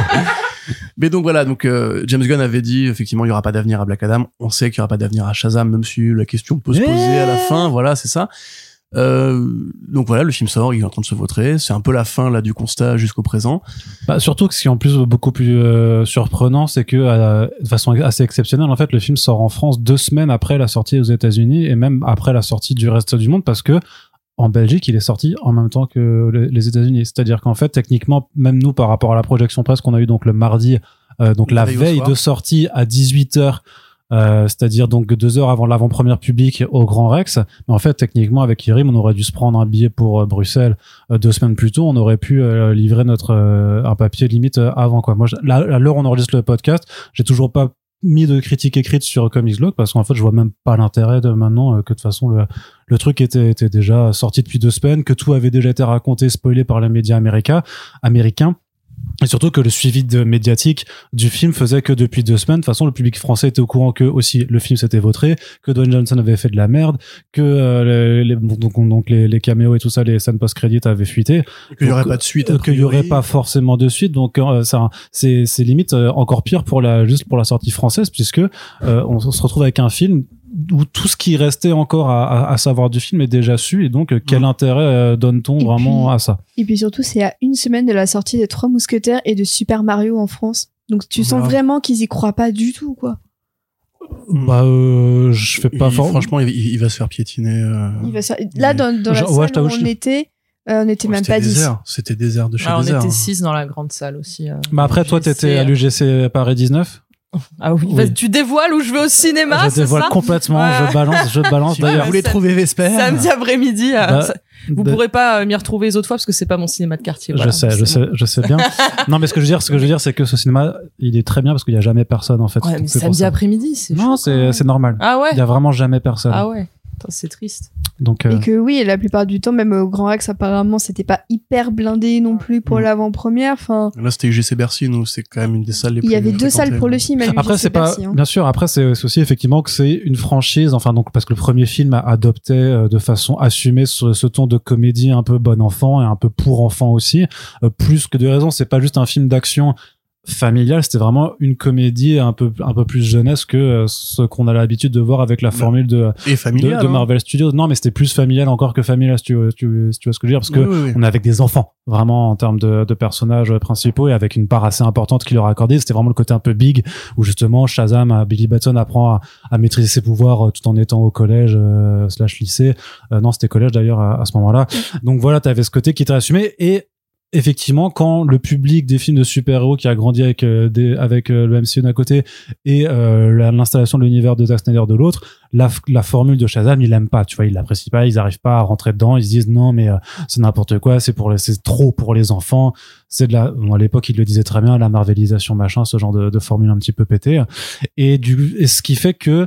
B: Mais donc voilà, donc euh, James Gunn avait dit effectivement il y aura pas d'avenir à Black Adam. On sait qu'il y aura pas d'avenir à Shazam, même si la question peut se
A: Eh
B: poser à la fin. Voilà, c'est ça. Euh, donc voilà, le film sort, il est en train de se vautrer. C'est un peu la fin là du constat jusqu'au présent.
A: Bah, surtout que ce qui est en plus beaucoup plus euh, surprenant, c'est que euh, de façon assez exceptionnelle, en fait, le film sort en France deux semaines après la sortie aux États-Unis et même après la sortie du reste du monde, parce que en Belgique, il est sorti en même temps que le- les États-Unis. C'est-à-dire qu'en fait, techniquement, même nous, par rapport à la projection presse qu'on a eu donc le mardi, euh, donc la
B: La veille au
A: veille
B: soir.
A: de sortie à 18h. Euh, c'est-à-dire donc deux heures avant l'avant-première publique au Grand Rex. Mais en fait, techniquement, avec Irim, on aurait dû se prendre un billet pour euh, Bruxelles euh, deux semaines plus tôt. On aurait pu euh, livrer notre euh, un papier limite euh, avant quoi. Moi, je- là, à l'heure où on enregistre le podcast, j'ai toujours pas mis de critique écrite sur Comics Blog parce qu'en fait, je vois même pas l'intérêt de maintenant euh, que de toute façon le le truc était était déjà sorti depuis deux semaines, que tout avait déjà été raconté, spoilé par les médias américains américains. Et surtout que le suivi de médiatique du film faisait que depuis deux semaines, de toute façon, le public français était au courant que aussi le film s'était vautré, que Dwayne Johnson avait fait de la merde, que euh, les, les- donc, donc les, les caméos et tout ça, les scènes post-crédit avaient fuité,
B: Qu'il y aurait
A: Donc,
B: pas de suite. a
A: euh, qu'il y aurait
B: priori.
A: pas forcément de suite. Donc euh, ça, c'est c'est limite euh, encore pire pour la juste pour la sortie française puisque euh, on se retrouve avec un film où tout ce qui restait encore à, à- à savoir du film est déjà su et donc euh, quel
B: Mhm.
A: intérêt euh, donne-t-on
E: Et
A: vraiment
E: puis-
A: à ça
E: Et puis surtout, c'est à une semaine de la sortie des Trois Mousquetaires et de Super Mario en France. Donc tu sens
B: Voilà.
E: vraiment qu'ils y croient pas du tout, quoi.
B: Hmm.
A: Bah euh, je fais pas
B: Il-
A: fort.
B: Franchement, il, il- il va se faire piétiner. euh,
E: Il va se- Là, dans, dans la
A: Genre, ouais, je
E: salle où
A: t'avoue,
E: on
A: je-
E: était, euh, on n'était
B: ouais,
E: même
B: Oh, c'était
E: pas 10.
B: désert. C'était désert de chez hein.
D: Ah, on
B: désert.
A: hein.
D: était 6 dans la grande salle aussi. euh,
A: Mais après toi
D: GC,
A: t'étais à
D: euh.
A: l'UGC Paris 19.
D: Ah oui,
A: Oui.
D: vas-y, tu dévoiles où je vais au cinéma,
A: je
D: Ah, c'est
A: dévoile
D: ça
A: complètement,
D: Ouais.
A: je balance, je balance
B: Si vous
A: d'ailleurs.
B: voulez
D: Sam-
B: trouver Vesper,
D: Samedi après-midi. euh,
A: Bah,
D: ça- vous
A: de-
D: pourrez pas euh, m'y retrouver les autres fois parce que c'est pas mon cinéma de quartier. voilà.
A: je sais, je
D: C'est-
A: sais, je sais bien. non, mais ce que je veux dire, ce que je veux dire, c'est que ce cinéma, il est très bien parce qu'il y a jamais personne en fait.
D: Ouais,
A: Donc,
D: mais
A: c'est pour
D: samedi
A: ça.
D: après-midi, c'est.
A: Non,
D: chaud, quand
A: c'est
D: même.
A: c'est normal.
D: Ah ouais.
A: Il y a vraiment jamais personne.
D: Ah ouais. Putain, C'est triste.
A: Donc, euh,
E: Et que oui, la plupart du temps, même au Grand Rex, apparemment, c'était pas hyper blindé non plus pour
B: Mm.
E: l'avant-première. Enfin,
B: Là, c'était UGC Bercy, nous, c'est quand même une des salles les plus.
E: il y avait deux salles pour le film. à
A: après,
E: l'UGC
A: c'est pas,
E: Bercy, hein.
A: bien sûr. Après, c'est c'est aussi effectivement que c'est une franchise. Enfin, donc parce que le premier film a adopté euh, de façon assumée ce, ce ton de comédie un peu bon enfant et un peu pour enfant aussi. Euh, plus que de raison, c'est pas juste un film d'action familial. C'était vraiment une comédie un peu un peu plus jeunesse que euh, ce qu'on a l'habitude de voir avec la formule de
B: Et
A: de,
B: familial.
A: de
B: hein.
A: Marvel Studios. Non, mais c'était plus familial encore que familial. Si tu, si tu, si tu vois ce que je veux dire, parce que
B: Oui, oui, oui.
A: on est avec des enfants, vraiment en termes de, de personnages principaux et avec une part assez importante qu'il leur a accordée. C'était vraiment le côté un peu big où justement Shazam, euh, Billy Batson apprend à, à maîtriser ses pouvoirs euh, tout en étant au collège euh, slash lycée. Euh, non, c'était collège d'ailleurs à, à ce moment-là. Donc voilà, t'avais ce côté qui était assumé et Effectivement, quand le public des films de super-héros qui a grandi avec, euh, des, avec euh, le MCU d'un côté et euh, la- l'installation de l'univers de Zack Snyder de l'autre, la, f- la formule de Shazam, ils l'aiment pas, tu vois, ils l'apprécient pas, ils n'arrivent pas à rentrer dedans, ils se disent non mais euh, c'est n'importe quoi, c'est pour les- c'est trop pour les enfants, c'est de la, bon, à l'époque ils le disaient très bien, la marvelisation machin, ce genre de, de formule un petit peu pétée, et du, et ce qui fait que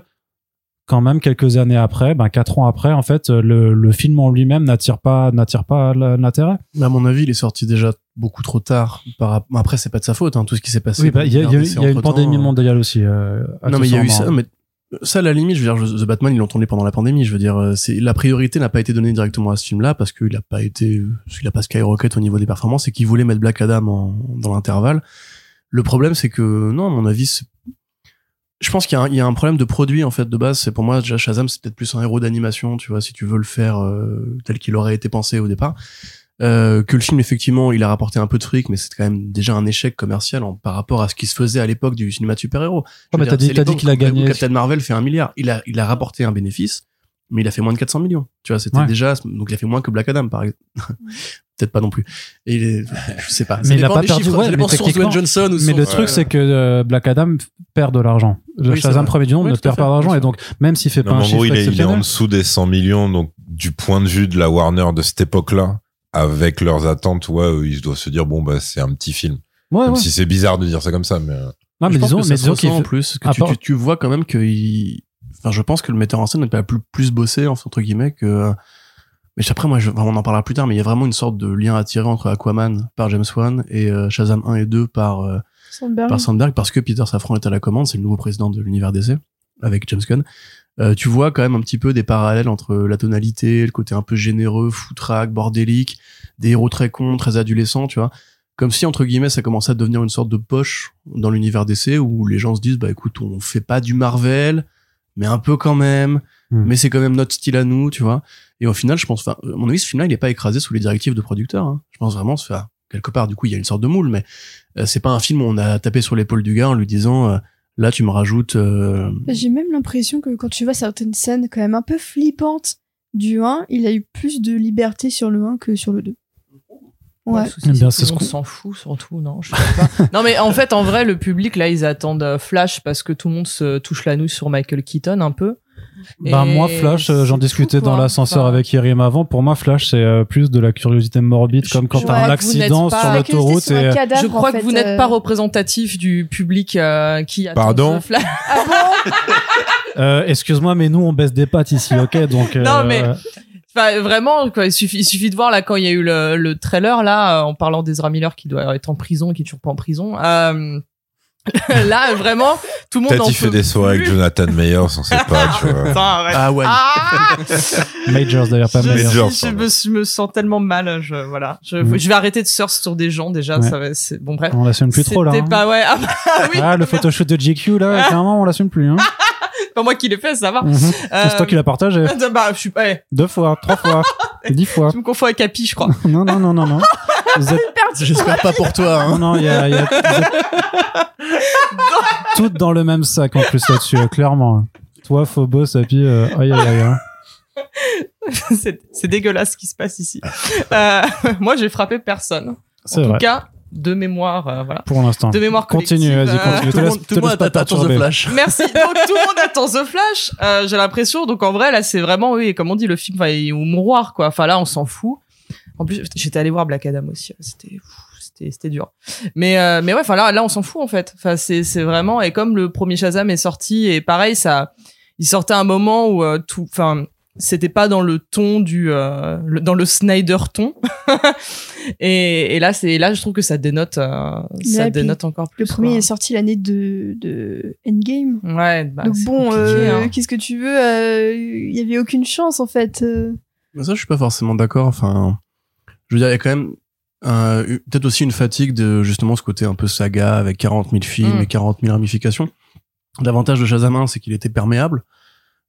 A: quand même quelques années après, ben quatre ans après, en fait, le, le film en lui-même n'attire pas n'attire pas l- l'intérêt.
B: Mais à mon avis, il est sorti déjà beaucoup trop tard. Par... rapp- Après, c'est pas de sa faute, hein, tout ce qui s'est passé.
A: Oui, bah, il y a, il y a eu- il y a une
B: Entre-temps,
A: pandémie
B: euh,
A: mondiale aussi. euh,
B: Non, mais il y a eu ça,
A: accessoirement.
B: mais ça, à la limite, je veux dire, The Batman, ils l'ont tourné pendant la pandémie. Je veux dire, euh, c'est la priorité n'a pas été donnée directement à ce film-là parce qu'il a pas été, parce qu'il a pas skyrocket au niveau des performances et qu'ils voulaient mettre Black Adam en- dans l'intervalle. Le problème, c'est que non, à mon avis, c'est- je pense qu'il y, a un- il y a un problème de produit en fait de base. C'est pour moi, déjà, Shazam, c'est peut-être plus un héros d'animation, tu vois, si tu veux le faire euh, tel qu'il aurait été pensé au départ. Euh, que le film effectivement il a rapporté un peu de fric mais c'est quand même déjà un échec commercial en- par rapport à ce qui se faisait à l'époque du cinéma de super-héros
A: Ah, mais
B: je
A: t'as
B: veux dire,
A: dit,
B: c'est
A: t'as dit
B: l'époque
A: qu'il a
B: où
A: gagné.
B: Captain Marvel fait un milliard. Il a, il a rapporté un bénéfice, mais il a fait moins de 400 millions. Tu vois, c'était
A: Ouais.
B: déjà, donc il a fait moins que Black Adam, par exemple. Peut-être pas non plus. Et il est- je sais pas.
A: Mais il
B: Ça
A: a
B: dépend
A: pas
B: des
A: perdu,
B: chiffres,
A: ouais,
B: ça
A: mais
B: dépend source
A: techniquement-
B: Dwayne Johnson ou
A: Mais le
B: source-
A: truc, c'est que euh, Black Adam f- perd de l'argent. Le
B: Oui, c'est
A: Shazam
B: vrai.
A: premier du nom
B: Oui,
A: ne
B: tout à
A: perd
B: fait,
A: pas d'argent.
B: bien
A: Et
B: sûr.
A: donc, même s'il fait
C: Non,
A: pas un
C: mais en
A: chiffre
C: gros, il est, il est en
A: exceptionnel,
C: dessous des 100 millions, donc du point de vue de la Warner de cette époque-là, avec leurs attentes, ouais, eux, ils doivent se dire bon bah c'est un petit film.
A: ouais,
C: Même
A: ouais.
C: si c'est bizarre de dire ça comme ça, mais euh,
A: Non, ah,
B: Je
A: mais
B: pense
A: disons,
B: que ça
A: mais
B: se
A: disons
B: ressent
A: qu'il
B: en
A: fait-
B: plus que
A: à
B: tu,
A: part-
B: tu- tu vois quand même que il- enfin je pense que le metteur en scène n'a pas plus, plus bossé en fait, entre guillemets que mais après moi je- enfin, on en parlera plus tard mais il y a vraiment une sorte de lien à tirer entre Aquaman par James Wan et euh, Shazam 1 et 2 par euh,
E: Sandberg.
B: par Sandberg parce que Peter Safran est à la commande, c'est le nouveau président de l'univers DC avec James Gunn. Euh, tu vois quand même un petit peu des parallèles entre la tonalité, le côté un peu généreux, foutraque, bordélique, des héros très cons, très adolescents, tu vois. Comme si entre guillemets ça commençait à devenir une sorte de poche dans l'univers DC où les gens se disent bah écoute on fait pas du Marvel mais un peu quand même,
A: Hmm.
B: mais c'est quand même notre style à nous, tu vois. Et au final, je pense, enfin, à mon avis, ce film-là, il est pas écrasé sous les directives de producteurs. hein. Je pense vraiment, enfin, quelque part, du coup, il y a une sorte de moule, mais euh, c'est pas un film où on a tapé sur l'épaule du gars en lui disant, euh, là, tu me rajoutes. euh,
E: J'ai même l'impression que quand tu vois certaines scènes quand même un peu flippantes du 1, il a eu plus de liberté sur le 1 que sur le 2. Ouais.
D: Le souci,
A: Eh bien,
D: c'est
A: c'est
D: que
A: ce
D: tout le
A: qu'on-
D: monde s'en fout surtout, non je sais pas. Non mais en fait, en vrai, le public là, ils attendent euh, Flash parce que tout le monde se touche la nouille sur Michael Keaton un peu.
A: Bah,
D: Et
A: moi, Flash,
D: c'est
A: euh, j'en
D: tout,
A: discutais
D: quoi.
A: dans l'ascenseur
D: Enfin,
A: avec Irim avant. Pour moi, Flash, c'est euh, plus de la curiosité morbide,
B: Je-
A: comme quand
B: je-
A: t'as un
D: Ouais, que vous n'êtes
A: accident
D: pas-
A: sur
D: La
A: l'autoroute et. euh,
D: Je crois que vous n'êtes pas représentatif du public euh, qui attend
C: Pardon
D: The Flash.
A: euh, Excuse-moi, mais nous, on baisse des pattes ici, ok Donc.
D: Non, mais-
A: euh,
D: Enfin, vraiment, quoi, il, suffit, il suffit de voir là quand il y a eu le, le trailer là, euh, en parlant d'Ezra Miller qui doit être en prison, qui est toujours pas en prison. Euh, là, vraiment, tout le monde
C: peut-être
D: en
C: il fait
D: peut
C: des soirées avec
D: plus.
C: Jonathan Meyers, on sait pas, tu vois.
D: Putain, arrête.
B: Ah ouais.
D: Ah
A: Majors, d'ailleurs, pas
D: je,
C: Majors,
A: Majors.
D: suis-
C: pardon.
D: je me, je me sens tellement mal. hein, Je, voilà. je,
A: Mhm.
D: je vais arrêter de surfer sur des gens déjà.
A: Ouais.
D: Ça va, c'est- bon, bref.
A: On l'assume plus trop, là.
D: C'était
A: hein.
D: pas, ouais. Ah, bah, oui, Ah.
A: Ah, le photoshoot de GQ, là, clairement, on l'assume plus. Hein.
D: c'est pas moi qui l'ai fait, ça va.
A: Mhm. C'est toi qui l'as partagé
D: Euh, bah, je suis pas. eh,
A: deux fois, trois fois, dix fois.
D: tu me confonds avec Happy, je crois.
A: Non, non, non, non, non. Vous êtes
B: J'espère pas pour
A: Non, Oh
B: toi. Hein.
A: non, il y a. il y a- vous êtes Toutes dans le même sac en plus là-dessus, euh, clairement. Toi, Phobos, et puis. euh, aïe, aïe, aïe. hein.
D: c'est c'est dégueulasse ce qui se passe ici. Euh, moi, j'ai frappé personne.
A: C'est
D: en
A: vrai.
D: tout cas, de mémoire, euh, voilà.
A: Pour l'instant.
D: De mémoire collective.
A: Continue, vas-y,
D: euh,
A: continue.
B: Tout le
A: laisse-
B: monde,
A: te
B: tout le
A: laisse
B: monde
A: pas
B: attend The
A: perturber.
B: Flash.
D: Merci. Donc tout le monde attend The Flash. Euh, J'ai l'impression. Donc en vrai, là, c'est vraiment oui. Comme on dit, le film va au mouroir, quoi. Enfin là, on s'en fout. En plus, j'étais allé voir Black Adam aussi. C'était pff, c'était c'était dur. Mais euh, mais ouais. Enfin là, là, on s'en fout en fait. Enfin c'est c'est vraiment. Et comme le premier Shazam est sorti et pareil, ça, il sortait à un moment où euh, tout. Enfin. C'était pas dans le ton du euh, le- dans le Snyder ton et, et là c'est là je trouve que ça dénote euh, ça
E: puis,
D: dénote encore plus
E: Le premier
D: quoi.
E: est sorti l'année de, de Endgame.
D: ouais bah,
E: Donc
D: c'est
E: bon,
D: compliqué,
E: euh,
D: hein.
E: qu'est-ce que tu veux euh, Il y avait aucune chance en fait. euh.
B: Mais Bah, ça, je suis pas forcément d'accord. Enfin, je veux dire, il y a quand même euh, eu- peut-être aussi une fatigue de justement ce côté un peu saga avec 40 000 films
D: Mm.
B: et 40 000 ramifications. L'avantage de Shazam 1, c'est qu'il était perméable.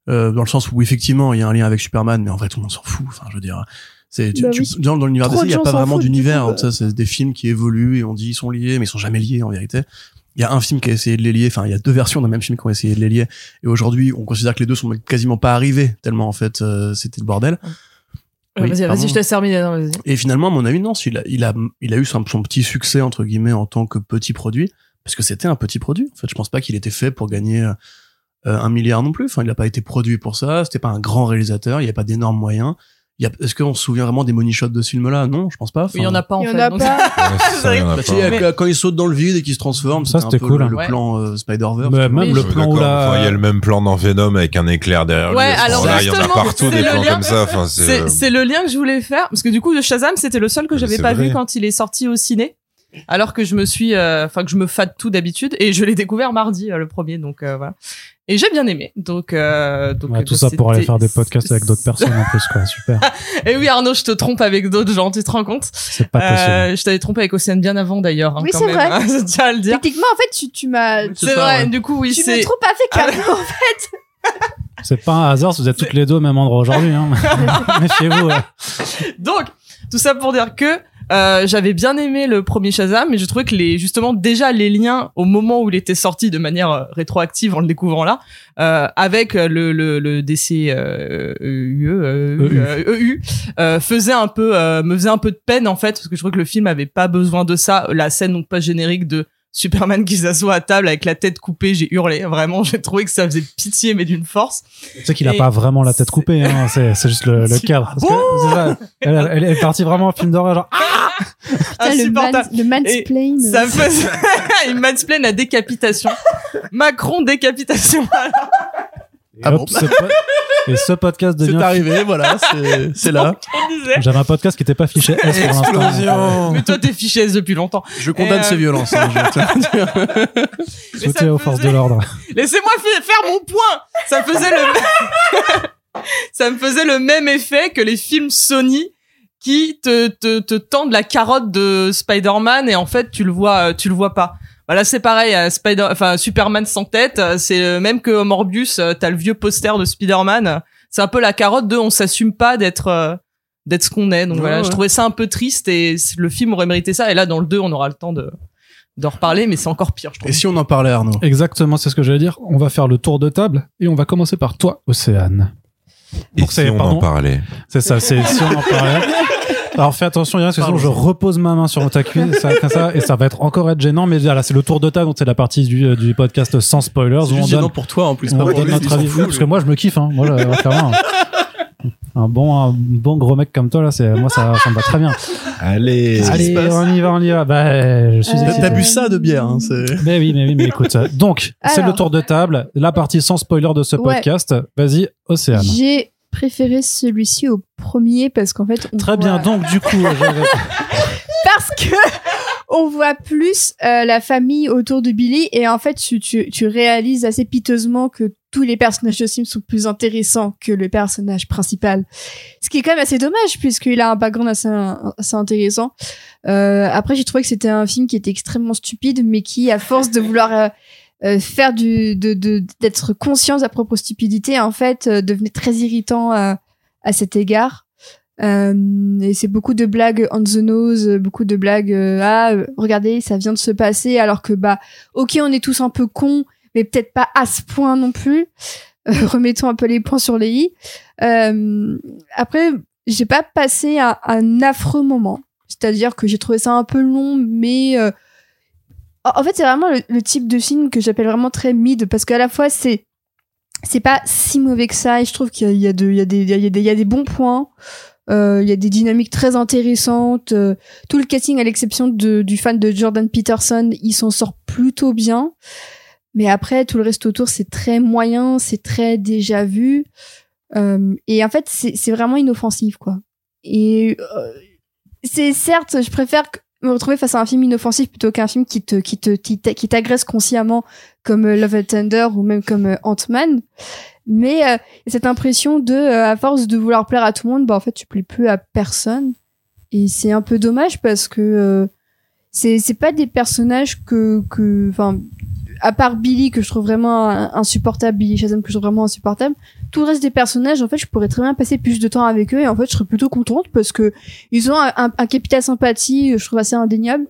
B: euh, dans le sens où effectivement il y a un lien avec Superman, mais en vrai tout le monde s'en fout. Enfin, je veux dire, c'est tu-
E: Bah
B: tu-
E: oui.
B: dans, dans l'univers
E: Trop
B: DC, il
E: de
B: y a
E: gens
B: pas
E: s'en
B: vraiment
E: foutent du
B: d'univers.
E: tout, euh.
B: hein, ça, c'est des films qui évoluent et on dit ils sont liés, mais ils sont jamais liés en vérité. Il y a un film qui a essayé de les lier. Enfin, il y a deux versions d'un même film qui ont essayé de les lier. Et aujourd'hui, on considère que les deux sont quasiment pas arrivés tellement en fait euh, c'était le bordel. Oui,
D: vas-y,
B: pardon.
D: vas-y, je te laisse terminer. non, vas-y.
B: Et finalement, à mon avis, non, il a, il a, il a eu son, son petit succès, entre guillemets, en tant que petit produit, parce que c'était un petit produit. En fait, je pense pas qu'il était fait pour gagner euh, un milliard non plus. Enfin, il n'a pas été produit pour ça, c'était pas un grand réalisateur, il n'y avait pas d'énormes moyens. il y a- Est-ce qu'on se souvient vraiment des money shots de ce film-là Non, je pense pas.
D: Oui, il y en a pas en
E: Il y
D: fait.
E: en a
D: donc-
E: pas.
C: Ouais, c'est ça, il y en a
B: Bah,
C: pas.
B: tu sais, quand- Quand ils sautent dans le vide et qu'ils se transforment,
A: Ça,
B: c'était un
A: c'était
B: peu
A: cool. hein. Bah,
B: le, le
D: Ouais.
B: plan euh, Spider-Verse.
A: Mais
D: Oui,
A: même
D: je
A: le
C: Je suis
A: plan où
C: d'accord.
A: la...
C: Enfin, il y a le même plan dans Venom avec un éclair derrière
D: Ouais,
C: lui. à ce
D: alors
C: moment-là, il y en a
D: justement,
C: partout
D: c'est
C: des
D: le
C: plans
D: lien.
C: comme ça. Enfin, c'est-
D: C'est c'est le lien que je voulais faire parce que du coup, Shazam, c'était le seul que
C: Mais
D: j'avais
C: c'est
D: pas
C: vrai.
D: vu quand il est sorti au ciné. Alors que je me suis, euh, enfin que je me fade tout d'habitude et je l'ai découvert mardi euh, le premier, donc euh, voilà. Et j'ai bien aimé, donc, euh, donc
A: Ouais, tout
D: donc,
A: ça pour aller
D: c'était-
A: faire des podcasts avec d'autres personnes en plus, quoi. Super.
D: Et oui, Arnaud, je te trompe avec d'autres gens, tu te rends compte
A: C'est pas possible.
D: Euh, Je t'avais trompé avec Océane bien avant d'ailleurs, hein,
E: Oui,
D: quand
E: c'est
D: même.
E: vrai.
D: hein, je tiens à le dire.
E: Techniquement, en fait, tu, tu m'as.
B: Oui,
E: Tu
B: c'est
D: C'est
B: ça,
D: vrai.
B: ouais.
D: Du coup, oui,
E: me
D: c'est.
E: trop pas fait cadeau.
A: C'est pas un hasard si vous êtes toutes les deux au même endroit aujourd'hui. Hein. Méfiez-vous. ouais.
D: Donc, tout ça pour dire que euh, j'avais bien aimé le premier Shazam, mais je trouvais que les justement déjà les liens au moment où il était sorti de manière euh, rétroactive en le découvrant là, euh, avec le le, le DC euh, UE, euh,
A: EU.
D: euh, EU, euh, faisait un peu euh, me faisait un peu de peine en fait parce que je trouvais que le film avait pas besoin de ça. La scène donc pas générique de Superman qui s'assoit à table avec la tête coupée, j'ai hurlé vraiment, j'ai trouvé que ça faisait pitié mais d'une force.
A: Tu sais qu'il a
D: Et
A: pas vraiment la tête coupée. Hein. C'est, c'est juste le, le cadre. Parce que, c'est ça. Elle, elle est partie vraiment en film d'horreur. Genre, ah
E: Putain, le,
D: Insupportable.
E: man, le mansplain. euh,
D: Ça faisait une mansplain à décapitation. Macron décapitation.
B: Ah
A: Hop,
B: bon
A: ce po- Et ce podcast
B: C'est
A: devient.
B: arrivé, voilà, c'est- c'est là.
D: On disait.
A: J'avais un podcast qui était pas fiché S pour l'instant.
B: Explosion.
D: Mais toi, t'es fiché S depuis longtemps.
B: Je condamne
D: euh,
B: ces violences. hein, je tiens à dire.
D: Mais ça
A: Tout est aux forces de
D: faisait-
A: l'ordre.
D: Laissez-moi fa- faire mon point. Ça me faisait le ça me faisait le même effet que les films Sony qui te te, te tendent la carotte de Spider-Man et en fait tu le vois euh, tu le vois pas. Voilà, c'est pareil, euh, Spider enfin Superman sans tête, euh, c'est le même que Morbius, euh, t'as le vieux poster de Spider-Man, c'est un peu la carotte de on s'assume pas d'être euh, d'être ce qu'on est. Donc
B: Ouais,
D: voilà, je
B: ouais.
D: trouvais ça un peu triste et c- le film aurait mérité ça et là dans le 2, on aura le temps de d'en reparler mais c'est encore pire, je trouve.
B: Et si on en parlait, Arnaud
A: Exactement, c'est ce que j'allais dire. On va faire le tour de table et on va commencer par toi, Océane.
C: euh, Et
A: Pour que ça-
C: si on
A: pardon.
C: en parlait
A: C'est ça, c'est si on en parlait. Alors fais attention, Yann, parce que sinon je
B: Pardon.
A: repose ma main sur ta cuisse, ça, comme ça, et ça va être encore être gênant. Mais là, c'est le tour de table, donc c'est la partie du, euh, du podcast sans spoilers
B: C'est
A: où on
B: juste
A: donne,
B: gênant pour toi en plus.
A: on
B: pas pour
A: donne
B: lui, il
A: notre
B: s'en
A: avis.
B: fout,
A: Oui, parce que moi, je me kiffe, hein. Moi, je- clairement. hein. Un bon, un bon gros mec comme toi, là, c'est, moi, ça, ça me va très bien.
C: Allez
B: Qu'est-ce qui se
A: Allez,
B: passe
A: on y va, on y va. Bah, je suis
E: Euh,
B: T'as
A: excité.
B: t'as bu ça de bière. hein, c'est-
A: Mais oui, mais oui, mais écoute. euh, Donc, c'est
E: Alors.
A: le tour de table, la partie sans spoiler de ce
E: Ouais.
A: podcast. Vas-y, Océane.
E: J'ai préféré celui-ci au premier parce qu'en fait. on
A: Très bien,
E: voit-
A: donc, du coup, j'avais-
E: Parce que on voit plus euh, la famille autour de Billy et en fait, tu, tu, tu réalises assez piteusement que tous les personnages de Sims sont plus intéressants que le personnage principal. Ce qui est quand même assez dommage puisqu'il a un background assez, assez intéressant. Euh, après, j'ai trouvé que c'était un film qui était extrêmement stupide, mais qui, à force de vouloir euh, euh, faire du, de, de- d'être conscient de sa propre stupidité, en fait, euh, devenait très irritant à, à cet égard. Euh, et c'est beaucoup de blagues on the nose, euh, beaucoup de blagues euh, ah euh, regardez ça vient de se passer alors que bah ok on est tous un peu cons mais peut-être pas à ce point non plus. Euh, remettons un peu les points sur les i. Euh, après j'ai pas passé un, un affreux moment. C'est-à-dire que j'ai trouvé ça un peu long, mais euh, en en fait, c'est vraiment le, le type de film que j'appelle vraiment très mid, parce qu'à la fois, c'est c'est pas si mauvais que ça, et je trouve qu'il y a, il y, a de- il y, a des- il y, a des- il y a des bons points, euh, il y a des dynamiques très intéressantes, euh, tout le casting, à l'exception de- du fan de Jordan Peterson, il s'en sort plutôt bien, mais après, tout le reste autour, c'est très moyen, c'est très déjà vu, euh, et en fait, c'est c'est vraiment inoffensif, quoi. Et euh, c'est certes, je préfère que- me retrouver face à un film inoffensif plutôt qu'un film qui te qui te qui t'a- qui t'agresse consciemment comme euh, Love and Thunder ou même comme euh, Ant-Man. Mais euh, cette impression de euh, à force de vouloir plaire à tout le monde, bah en fait tu plais plus à personne et c'est un peu dommage parce que euh, c'est c'est pas des personnages que que enfin à part Billy que je trouve vraiment euh, insupportable, Billy Shazam que je trouve vraiment insupportable, tout le reste des personnages en fait je pourrais très bien passer plus de temps avec eux et en fait je serais plutôt contente parce que ils ont un, un- un capital sympathie, euh, je trouve assez indéniable.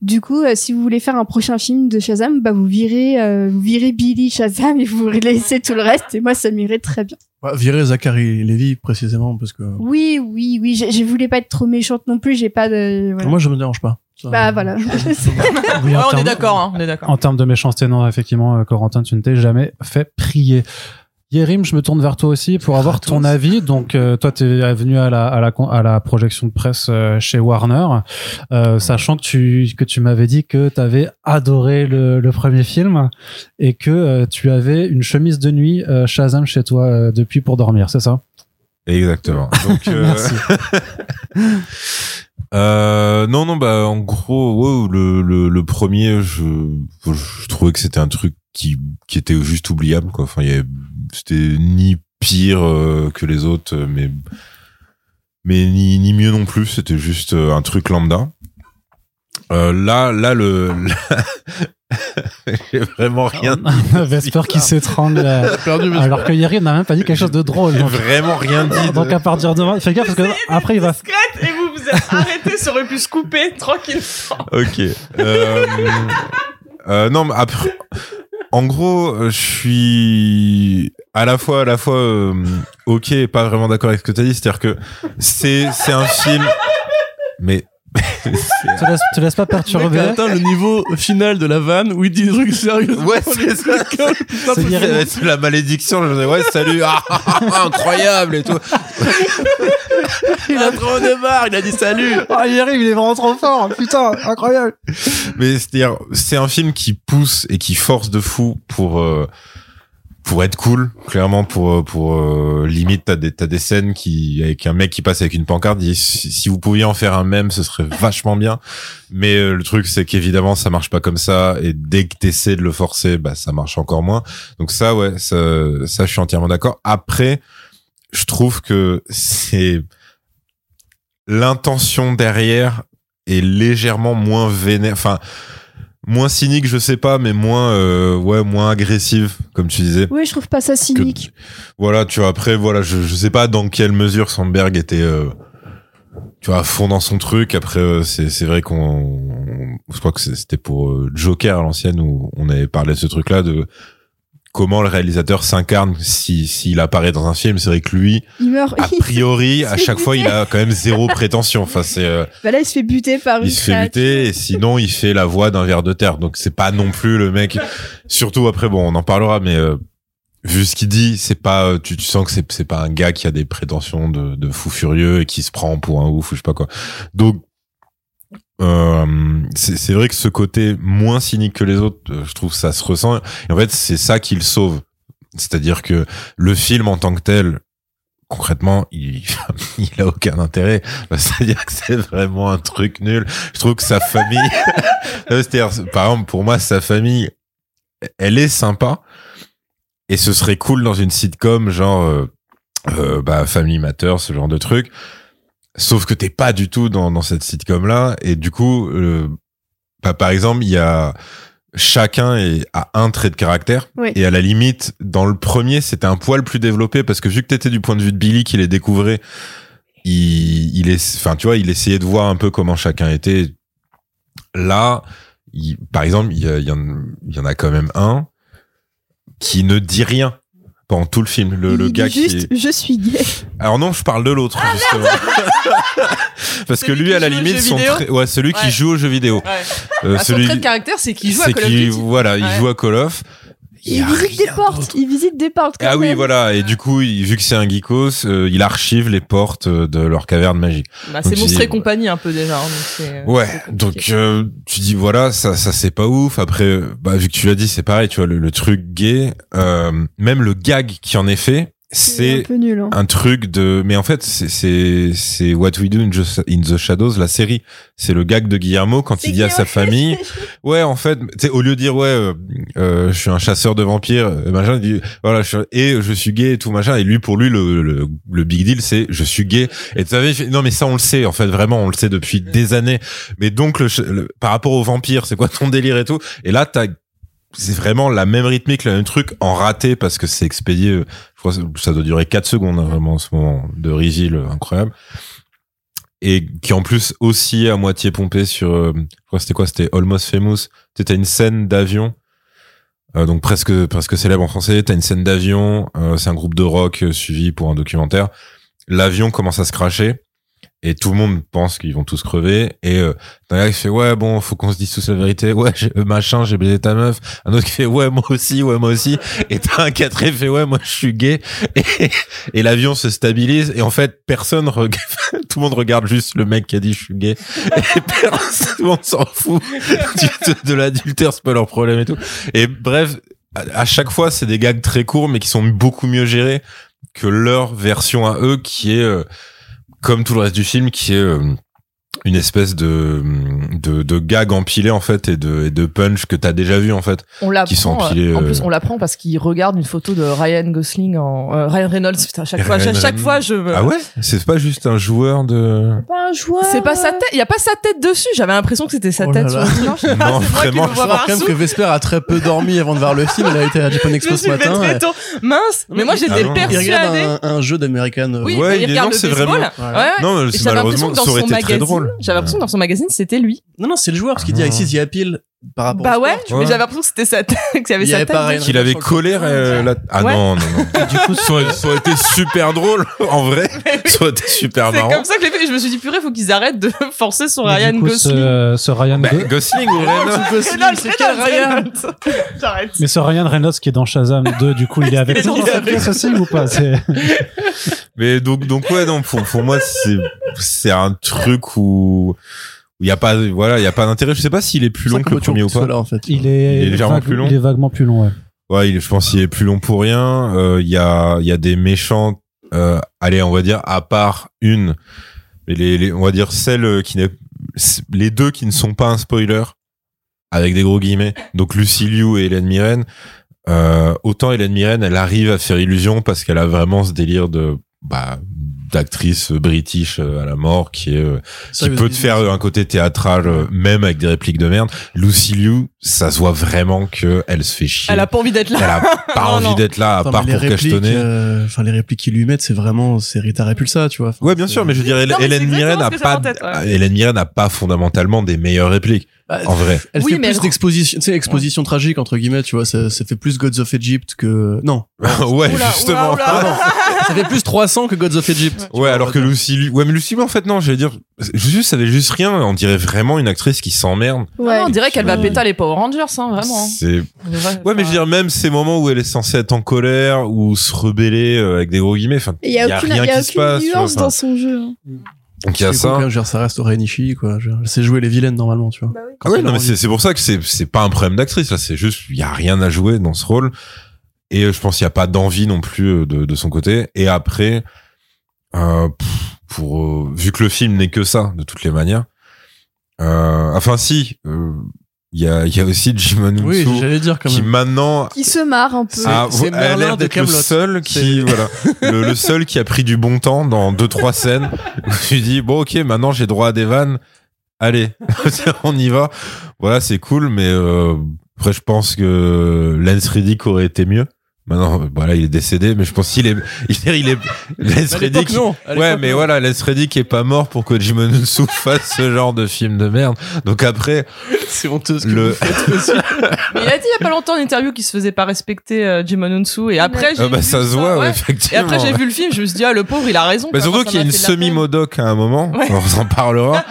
E: Du coup, euh, si vous voulez faire un prochain film de Shazam, bah vous virez, euh, vous virez Billy Shazam et vous laissez tout le reste. Et moi, ça m'irait très bien.
B: Ouais, Virer Zachary Lévy précisément parce que
E: Oui, oui, oui. Je, je voulais pas être trop méchante non plus. J'ai pas de. voilà.
B: moi je me dérange pas. Ça-
E: bah voilà.
A: Oui, en
D: Ouais, on est
A: termes-
D: d'accord, hein, on est d'accord.
A: En termes de méchanceté, non, effectivement, euh, Corentin, tu ne t'es jamais fait prier. Yérim, je me tourne vers toi aussi pour avoir
B: Vers toi
A: ton
B: aussi.
A: avis. Donc, euh, toi, tu es venu à la, à, la, con- à la projection de presse euh, chez Warner, euh, sachant que tu, que tu m'avais dit que tu avais adoré le, le premier film et que euh, tu avais une chemise de nuit euh, Shazam chez toi euh, depuis pour dormir, c'est ça
C: Exactement. Donc, euh,
A: Merci.
C: Euh, non, non, bah en gros, wow, le, le, le premier, je, je trouvais que c'était un truc qui, qui était juste oubliable. Quoi. Enfin, il y avait- c'était ni pire euh, que les autres, euh, mais, mais ni, ni mieux non plus. C'était juste euh, un truc lambda. Euh, là, là, le, j'ai vraiment rien.
A: Vesper qui s'étrangle. euh,
B: perdu, mais
A: alors que Yérim n'a même pas dit quelque chose de drôle.
C: J'ai
A: Donc,
C: vraiment rien dit. de-
A: donc à partir de fais gaffe parce que après il va.
D: Discrète, et vous vous êtes arrêté, ça aurait pu se couper tranquille.
C: Ok. Euh, euh, non, mais après, en gros, euh, je suis à la fois, à la fois, euh, ok, et pas vraiment d'accord avec ce que t'as dit. C'est-à-dire que c'est, c'est un film, mais
A: Te laisse, te laisse pas
B: Mec,
A: perturber.
B: a atteint le niveau final de la vanne où il dit des trucs sérieux.
C: Ouais, c'est ça.
A: C'est
C: c'est
A: Yérim.
C: c'est la malédiction. Je dis ouais, salut, ah, ah, ah, incroyable et tout.
B: Il a trop démarre, il a dit salut.
A: Ah, Yérim, il est vraiment trop fort. Putain, incroyable.
C: Mais c'est-à-dire, c'est un film qui pousse et qui force de fou pour euh, pour être cool, clairement pour euh, pour euh, limite t'as des t'as des scènes qui avec un mec qui passe avec une pancarte, il dit si si vous pouviez en faire un même, ce serait vachement bien. Mais euh, le truc c'est qu'évidemment ça marche pas comme ça et dès que t'essaies de le forcer, bah ça marche encore moins. Donc ça ouais, ça, ça je suis entièrement d'accord. Après, je trouve que c'est l'intention derrière est légèrement moins vénère, enfin moins cynique, je sais pas, mais moins euh, ouais moins agressive comme tu disais.
E: Oui, je trouve pas ça
C: Que-
E: cynique.
C: Voilà, tu vois, après, voilà, je, je sais pas dans quelle mesure Sandberg était, euh, tu vois, à fond dans son truc. Après, euh, c'est, c'est vrai qu'on, je crois que c'est- c'était pour euh, Joker à l'ancienne où on avait parlé de ce truc-là de comment le réalisateur s'incarne si, s'il apparaît dans un film. C'est vrai que lui,
E: Il meurt.
C: a priori, à chaque fois, il a quand même zéro prétention. Enfin, c'est, euh,
E: Bah là, il se fait buter par une
C: il se fait
E: créature.
C: buter et sinon il fait la voix d'un verre de terre. Donc c'est pas non plus le mec. Surtout après bon, on en parlera, mais euh, vu ce qu'il dit, c'est pas euh, tu, tu sens que c'est c'est pas un gars qui a des prétentions de, de fou furieux et qui se prend pour un ouf ou je sais pas quoi. Donc euh, c'est c'est vrai que ce côté moins cynique que les autres, euh, je trouve que ça se ressent. Et en fait, c'est ça qui le sauve. C'est-à-dire que le film en tant que tel, concrètement, il, il a aucun intérêt. Bah, C'est-à-dire que c'est vraiment un truc nul. Je trouve que sa famille, Non, mais c'est-à-dire, par exemple, pour moi, sa famille, elle est sympa. Et ce serait cool dans une sitcom, genre, euh, euh, bah, Family Matter, ce genre de truc. Sauf que t'es pas du tout dans, dans cette sitcom-là. Et du coup, euh, bah, par exemple, il y a, chacun est- a un trait de caractère.
E: Oui.
C: Et à la limite, dans le premier, c'était un poil plus développé parce que vu que t'étais du point de vue de Billy qui les découvrait, il, il est, enfin, tu vois, il essayait de voir un peu comment chacun était. Là, il- par exemple, il y, a- il y en, il y en a quand même un qui ne dit rien pendant tout le film. Le,
E: Il
C: le
E: dit
C: gars qui est-
E: juste, je suis gay.
C: alors non, je parle de l'autre justement. Parce que
D: Ah, Celui
C: lui,
D: qui
C: à la
D: joue aux
C: limite,
D: jeux
C: son
D: vidéo
C: trait- ouais, celui qui
D: Ouais.
C: joue aux jeux vidéo,
D: Ouais.
C: Euh,
D: Ah,
C: celui
D: Son trait de caractère, c'est qu'il joue à
C: c'est
D: Call of
C: qui,
D: Duty.
C: voilà, il
D: Ouais.
C: joue à Call of. Il y
E: Il
C: a
E: visite des
C: rien
E: portes.
C: d'autre.
E: Il visite des portes. quand
C: Ah oui,
E: même.
C: voilà. Et du coup, il- vu que c'est un geekos, euh, il archive les portes euh, de leur caverne magique.
D: Bah, c'est
C: Donc,
D: monstre
C: j'ai-
D: et compagnie un peu déjà. hein, donc c'est-
C: Ouais.
D: c'est compliqué.
C: Donc euh, tu dis voilà, ça, ça c'est pas ouf. Après, euh, bah, vu que tu l'as dit, c'est pareil. Tu vois le, le truc gay, euh, même le gag qui en est fait,
E: C'est un
C: c'est
E: peu nul. hein.
C: un truc de mais en fait c'est c'est c'est What We Do in, Just- in the Shadows la série c'est le gag de Guillermo quand
E: C'est
C: il dit à sa famille ouais en fait tu sais au lieu de dire ouais euh, euh, je suis un chasseur de vampires euh, machin il dit voilà je suis- et je suis gay et tout machin et lui pour lui le le, le big deal c'est je suis gay et tu savais il fait, non mais ça on le sait en fait vraiment on le sait depuis
E: Mm.
C: des années mais donc le, ch- le- par rapport aux vampires c'est quoi ton délire et tout et là t'as c'est vraiment la même rythmique, le même truc en raté parce que c'est expédié. euh, Je crois que ça doit durer 4 secondes hein, vraiment ce moment de reveal euh, incroyable. Et qui en plus aussi à moitié pompé sur, euh, je crois que c'était quoi, c'était Almost Famous. T'as une scène d'avion, euh, donc presque presque célèbre en français. T'as une scène d'avion, euh, c'est un groupe de rock euh, suivi pour un documentaire. L'avion commence à se cracher et tout le monde pense qu'ils vont tous crever et euh, t'as un gars qui fait ouais bon faut qu'on se dise tous la vérité ouais j'ai- euh, machin j'ai baisé ta meuf un autre qui fait ouais moi aussi ouais moi aussi et t'as un quatrième qui fait ouais moi je suis gay et, et l'avion se stabilise et en fait personne reg- tout le monde regarde juste le mec qui a dit je suis gay et personne tout le monde s'en fout du- de, de l'adultère c'est pas leur problème et tout et bref à, à chaque fois c'est des gags très courts mais qui sont beaucoup mieux gérés que leur version à eux qui est euh, comme tout le reste du film, qui est euh, une espèce de, de, de gag empilé, en fait, et de, et de punch que t'as déjà vu, en fait.
D: On l'apprend.
C: sont empilés,
D: euh, En
C: euh,
D: plus, on l'apprend parce qu'il regarde une photo de Ryan Gosling en euh, Ryan Reynolds. Putain, à chaque fois,
C: Ryan
D: à chaque
C: Reynolds.
D: fois, je. me-
C: Ah ouais? C'est pas juste un joueur de...
E: Pas un joueur.
D: C'est pas sa tête. Il y a pas sa tête dessus. J'avais l'impression que c'était sa
B: Oh là
D: tête.
B: là.
D: sur le- Non, je sais pas,
C: Non,
D: c'est moi
C: vraiment,
D: qui le
B: Je
D: vois
B: faut
D: par
B: savoir quand même
D: sous.
B: que Vesper a très peu dormi avant de voir le film. Il a été à Japan
D: Je me
B: Expo ce
D: suis fait
B: matin.
D: très tôt. Mince. Mais moi, j'étais
C: Ah non.
B: Il regarde
D: persuadée.
B: un, un jeu euh, d'américaine.
D: Oui,
C: Ouais,
D: mais
C: il est-
D: il regarde
C: non,
D: le
C: c'est
D: baseball.
C: vraiment-
D: Ouais, ouais.
C: Non, mais
D: Et
C: c'est
D: j'avais l'impression
C: malheureusement,
D: que dans
C: ça aurait
D: son
C: été très
D: magazine,
C: drôle.
D: J'avais l'impression que dans son magazine, c'était lui.
B: Non, non, c'est le joueur, parce qu'il dit
C: Ah.
B: Ici, il y a pile par rapport
D: Bah
B: au
D: ouais,
B: sport, tu
D: mais
B: vois.
D: j'avais l'impression que c'était sa tête, qu'il y avait
B: Il y
D: sa
B: avait
D: tête.
B: pareil.
C: Qu'il avait collé euh, la... Ah
D: Ouais.
C: non, non, non. Du coup, ça aurait, ça aurait été super drôle, en vrai. Ça aurait été super
D: C'est
C: Ah, marrant.
D: comme ça que j'ai fait. Je me suis dit, purée, faut qu'ils arrêtent de forcer sur
A: Mais
D: Ryan
A: du coup,
D: Gosling.
A: ce, ce Ryan
C: Bah,
A: Go-
C: Gosling ou Reynolds
B: Oh, Tu peux
D: C'est
B: signer, c'est quel Ryan
D: J'arrête.
A: mais ce Ryan Reynolds qui est dans Shazam 2, du coup, il est avec
D: Il est
A: nous dans cette
D: avec
A: pièce aussi ou pas C'est-
C: Mais donc, donc ouais, non, pour, pour moi, c'est, c'est un truc où il n'y a pas, voilà, il y a pas d'intérêt. Je sais pas s'il est plus long que le premier ou pas.
B: Là, en fait.
A: Il est,
C: Il est légèrement plus long.
A: Il est vaguement plus long, ouais.
C: Ouais, il, je pense qu'il est plus long pour rien. Euh, Il y a, il y a des méchants. euh, allez, on va dire à part une, mais les, les- on va dire celle euh, qui n'est, les deux qui ne sont pas un spoiler, avec des gros guillemets. Donc Lucy Liu et Hélène Mirren. Euh, autant Hélène Mirren, elle arrive à faire illusion parce qu'elle a vraiment ce délire de, bah, d'actrice british euh, à la mort qui est euh, qui peut te faire un côté théâtral euh, même avec des répliques de merde. Lucy Liu, ça se voit vraiment que elle se fait chier.
D: Elle a pas envie d'être
C: Elle
D: là.
C: a pas
D: Non, non.
C: envie d'être là à part pour cachetonner.
B: euh, Enfin, les répliques qu'ils lui mettent, c'est vraiment, c'est Rita Repulsa, tu vois. Enfin,
C: Ouais, bien
B: c'est-
C: sûr, mais je dirais
D: Non, mais c'est
C: Hélène
D: exactement
C: Mirren n'a
D: ce que j'avais
C: pas
D: en tête, ouais.
C: Hélène Mirren n'a pas fondamentalement des meilleures répliques
B: Bah,
C: en vrai.
B: Elle
D: Oui,
B: fait
D: mais
B: plus
D: elle-
B: d'exposition, tu sais, exposition tragique, entre guillemets, tu vois. Ça, ça fait plus Gods of Egypt que, non.
C: ouais,
D: Oula,
C: justement. Ah
D: oula, Ah oula.
B: ça fait plus 300 que Gods of Egypt.
C: Ouais, alors que Lucy Liu, ouais, mais Lucy Liu en fait non, je vais dire juste ça avait juste rien, on dirait vraiment une actrice qui s'emmerde.
E: Ouais.
D: Non, on dirait qu'elle va
C: Ouais.
D: péter les Power Rangers, hein, vraiment.
C: C'est
D: Ouais,
C: Ouais, mais je veux dire, même ces moments où elle est censée être en colère ou se rebeller euh, avec des gros guillemets, enfin,
E: Il y a, aucune,
C: rien
E: il y a
C: qui se
E: aucune
C: passe. tu vois,
E: nuance
C: enfin.
E: dans son jeu. hein.
C: Donc il y a
B: Du coup, quand
C: ça.
B: même, genre, ça reste au Nishi, quoi. Je- Elle sait jouer les vilaines, normalement, tu
D: Bah
B: vois.
C: Ah ouais, non, mais c'est c'est pour ça que c'est c'est pas un problème d'actrice, là, c'est juste, il y a rien à jouer dans ce rôle. Et euh, je pense qu'il n'y a pas d'envie non plus euh, de, de son côté. Et après, euh, pff, pour, euh, vu que le film n'est que ça, de toutes les manières, euh, enfin, si, euh, il y, a, il y a aussi Jim
B: Oui,
C: Henson
B: j'allais dire, quand
C: qui
B: même.
C: maintenant
E: Qui se marre un peu.
B: C'est-
C: Ah,
B: c'est
C: elle a
B: Merlin
C: l'air
B: de
C: d'être le
B: Kaamelott.
C: seul qui,
B: C'est-
C: voilà, le, le seul qui a pris du bon temps dans deux trois scènes. Où tu dis bon ok, maintenant j'ai droit à des vannes. Allez, on y va. Voilà, c'est cool, mais euh, après je pense que Lance Reddick aurait été mieux. Maintenant, voilà, il est décédé, mais je pense qu'il est, il est, il est Lance
B: À l'époque,
C: Reddick.
B: non. À
C: Ouais,
B: l'époque,
C: mais
B: non.
C: voilà, Lance Reddick est pas mort pour que Jim Henson fasse ce genre de film de merde. Donc après,
B: C'est honteux. ce que
C: le,
B: vous faites aussi.
D: Mais il a dit il y a pas longtemps en interview qu'il se faisait pas respecter euh, Jim Ononsu. Et après, j'ai
C: Ah bah,
D: vu
C: ça se voit, ouais,
D: ouais. Et
C: effectivement.
D: après, j'ai vu le film, je me suis dit, ah, le pauvre, il a raison.
C: Bah
D: quoi.
C: surtout
D: Enfin,
C: qu'il y a une
D: ça m'a fait de la peine.
C: semi-modoc à un moment,
D: Ouais.
C: on en parlera.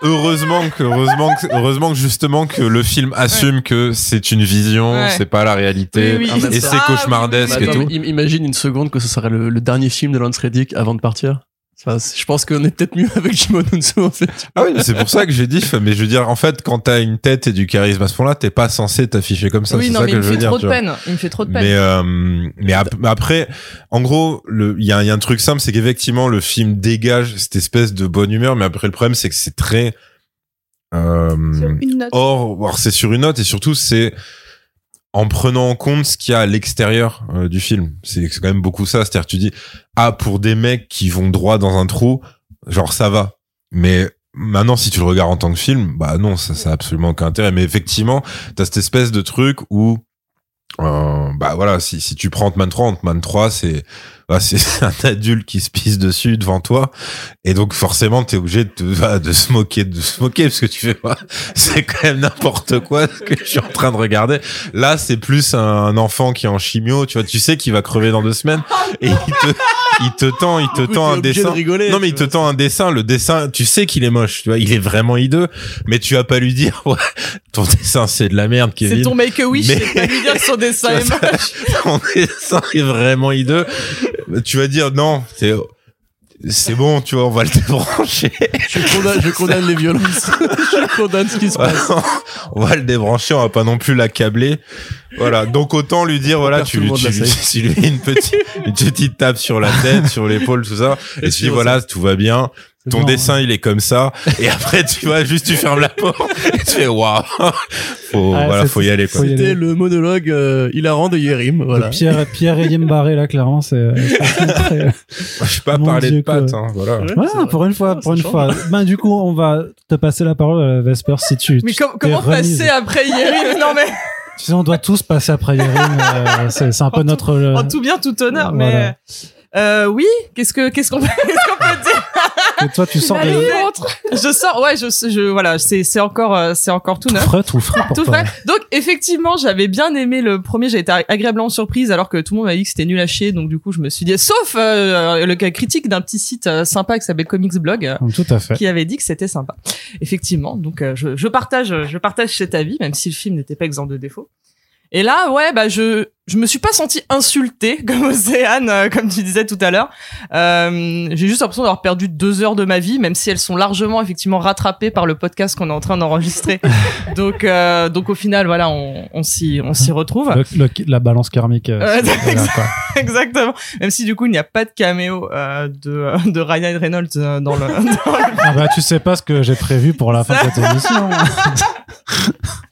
C: heureusement que, heureusement que, heureusement que justement que le film assume que c'est une vision,
D: Ouais.
C: c'est pas la réalité,
D: Oui,
B: oui.
C: et
B: Ah,
C: c'est
D: oui,
C: cauchemardesque et
D: oui, oui. Bah,
B: Attends,
C: tout.
B: mais im- imagine une seconde que ce serait le, le dernier film de Lance Reddick avant de partir. Enfin, c'est- je pense qu'on est peut-être mieux avec Jimon Onsu, en fait.
C: Ah oui, mais c'est pour ça que j'ai dit, mais je veux dire, en fait, quand t'as une tête et du charisme à ce point-là, t'es pas censé t'afficher comme ça,
D: Oui,
C: c'est
D: non,
C: ça
D: mais
C: que
D: il me
C: je veux
D: fait
C: dire.
D: trop
C: tu
D: de
C: vois.
D: peine. Il me fait trop de peine.
C: Mais, euh, mais ap- mais après, en gros, le- il y a, il y a un truc simple, c'est qu'effectivement, le film dégage cette espèce de bonne humeur, mais après, le problème, c'est que c'est très...
E: Sur
C: Euh,
E: une note.
C: Or, alors, c'est sur une note et surtout c'est en prenant en compte ce qu'il y a à l'extérieur euh, du film. C'est c'est quand même beaucoup ça. C'est-à-dire que tu dis, ah, pour des mecs qui vont droit dans un trou, genre ça va. Mais maintenant, si tu le regardes en tant que film, bah non, ça ça a absolument aucun intérêt. Mais effectivement, t'as cette espèce de truc où... euh, bah voilà, si, si tu prends Ant-Man 3, Ant-Man 3, c'est bah, c'est un adulte qui se pisse dessus devant toi. Et donc, forcément, t'es obligé de, te- bah, de se moquer, de se moquer, parce que tu fais, bah, c'est quand même n'importe quoi ce que je suis en train de regarder. Là, c'est plus un enfant qui est en chimio, tu vois, tu sais qu'il va crever dans deux semaines. Et il te, il te tend, il te
B: Du coup,
C: tend
B: t'es
C: un
B: obligé de
C: dessin.
B: rigoler,
C: Non, mais
B: tu
C: il te
B: vois.
C: tend un dessin. Le dessin, tu sais qu'il est moche, tu vois, il est vraiment hideux. Mais tu vas pas lui dire, ouais, ton dessin, c'est de la merde, Kevin.
D: C'est ton make-a-wish,
C: Mais-
D: c'est pas lui dire que son dessin
C: Tu
D: est
C: vois,
D: moche.
C: Ton dessin est vraiment hideux. Tu vas dire, non, c'est, c'est bon, tu vois, on va le débrancher.
B: Je condamne, je condamne les violences. je condamne ce qui se passe.
C: on va le débrancher, on va pas non plus l'accabler. Voilà. Donc autant lui dire, voilà,
B: perd
C: tu
B: tout le
C: lui,
B: monde
C: tu,
B: la
C: lui-
B: safe.
C: tu lui mets une petite, une petite tape sur la tête, sur l'épaule, tout ça. Et tu dis, voilà, tout va bien.
A: C'est
C: Ton
A: bon,
C: dessin, il est comme ça. Et après, tu vois, juste, tu fermes la porte. Et tu fais, waouh. Faut,
A: Ah,
C: voilà,
A: c'est-
C: faut y aller, quoi.
A: Faut y aller.
B: C'était le monologue euh, hilarant de Yérim.
A: De
B: Voilà.
A: Pierre, Pierre et Barré, là, clairement, c'est, euh, c'est très-
C: Je peux pas
A: Mon
C: parler de
A: Dieu, quoi.
C: pattes, hein, voilà.
B: Ouais,
A: Ouais,
B: c'est vrai.
A: pour une fois,
B: Ah,
A: pour
B: ça
A: une
B: change.
A: fois. Ben, du coup, on va te passer la parole à la Vesper si tu.
D: Mais
A: tu
D: com-
A: t'es
D: comment
A: remise.
D: passer après Yeri Non mais
A: Tu sais, on doit tous passer après Yérim. euh, c'est c'est un peu
D: En tout-
A: notre. euh,
D: en tout bien, tout honneur.
A: Voilà.
D: Mais euh, oui, qu'est-ce que qu'est-ce qu'on peut, qu'est-ce qu'on peut dire
A: que toi, tu sors
D: Bah,
E: Allez,
A: de.
E: on rentre.
D: Je sors, ouais, je, je voilà, c'est c'est encore euh, c'est encore tout
A: Tout
D: neuf.
A: frais, tout frais pour
D: Tout
A: toi.
D: frais. Donc effectivement, j'avais bien aimé le premier, j'ai été agréablement surprise alors que tout le monde m'a dit que c'était nul à chier, donc du coup je me suis dit, sauf euh, le cas critique d'un petit site euh, sympa qui s'appelle Comics Blog, euh,
A: Tout à fait.
D: qui avait dit que c'était sympa. Effectivement, donc euh, je, je partage je partage cet avis, même si le film n'était pas exempt de défauts. Et là, ouais, bah je je me suis pas senti insultée comme Océane, euh, comme tu disais tout à l'heure. Euh, J'ai juste l'impression d'avoir perdu deux heures de ma vie, même si elles sont largement effectivement rattrapées par le podcast qu'on est en train d'enregistrer. donc euh, donc au final, voilà, on, on s'y on s'y retrouve.
A: Le- le- la balance karmique. euh,
D: Ouais,
A: c'est- voilà, quoi.
D: Exactement. Même si du coup il n'y a pas de caméo euh, de euh, de Ryan Reynolds euh, dans le dans le
A: Ah bah, tu sais pas ce que j'ai prévu pour la fin de cette émission.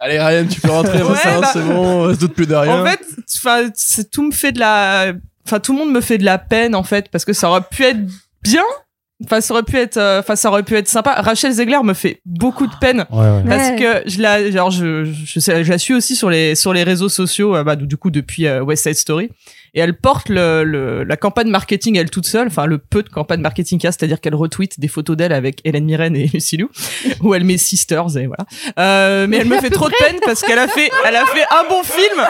B: Allez, Ryan, tu peux rentrer.
D: Ouais,
B: ça,
D: bah-
B: C'est bon, on se doute plus de rien.
D: En fait, enfin, c'est- tout me fait de la, enfin, tout le monde me fait de la peine en fait parce que ça aurait pu être bien. Enfin, ça aurait pu être, euh, enfin, ça aurait pu être sympa. Rachel Zegler me fait beaucoup de peine.
A: Ouais, ouais.
D: Parce
E: Ouais.
D: que je la, genre je, je, sais- je la suis aussi sur les sur les réseaux sociaux, euh, bah, du coup depuis euh, West Side Story, et elle porte le, le- la campagne marketing elle toute seule, enfin le peu de campagne marketing qu'il y a, c'est-à-dire qu'elle retweet des photos d'elle avec Hélène Mirren et Lucy Liu, où elle met Sisters et voilà. Euh, mais elle me fait trop de peine parce qu'elle a fait elle a fait un bon film.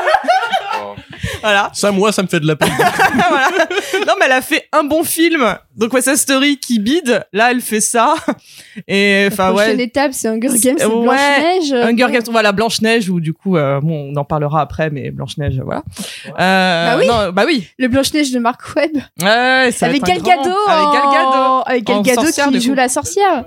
D: Voilà.
B: Ça, moi, ça me fait de la peine.
D: Voilà. Non, mais elle a fait un bon film. Donc, West Side Story qui bide. Là, elle fait ça. Et,
E: La
D: enfin, ouais.
E: prochaine étape, c'est Hunger Games, c'est
D: Ouais.
E: Blanche-Neige.
D: Hunger Games, voilà, Blanche-Neige, ou du coup, euh, bon, on en parlera après, mais Blanche-Neige, voilà. Euh, bah
E: oui.
D: Non, bah oui.
E: Le Blanche-Neige de Marc Webb.
D: Ouais, ça va
E: Avec
D: être un
E: Gal
D: grand-
E: Gadot. Oh.
D: Avec Gal Gadot.
E: en- Avec
D: en
E: Gal Gadot
D: sorcière,
E: qui
D: du
E: joue
D: coup.
E: la sorcière.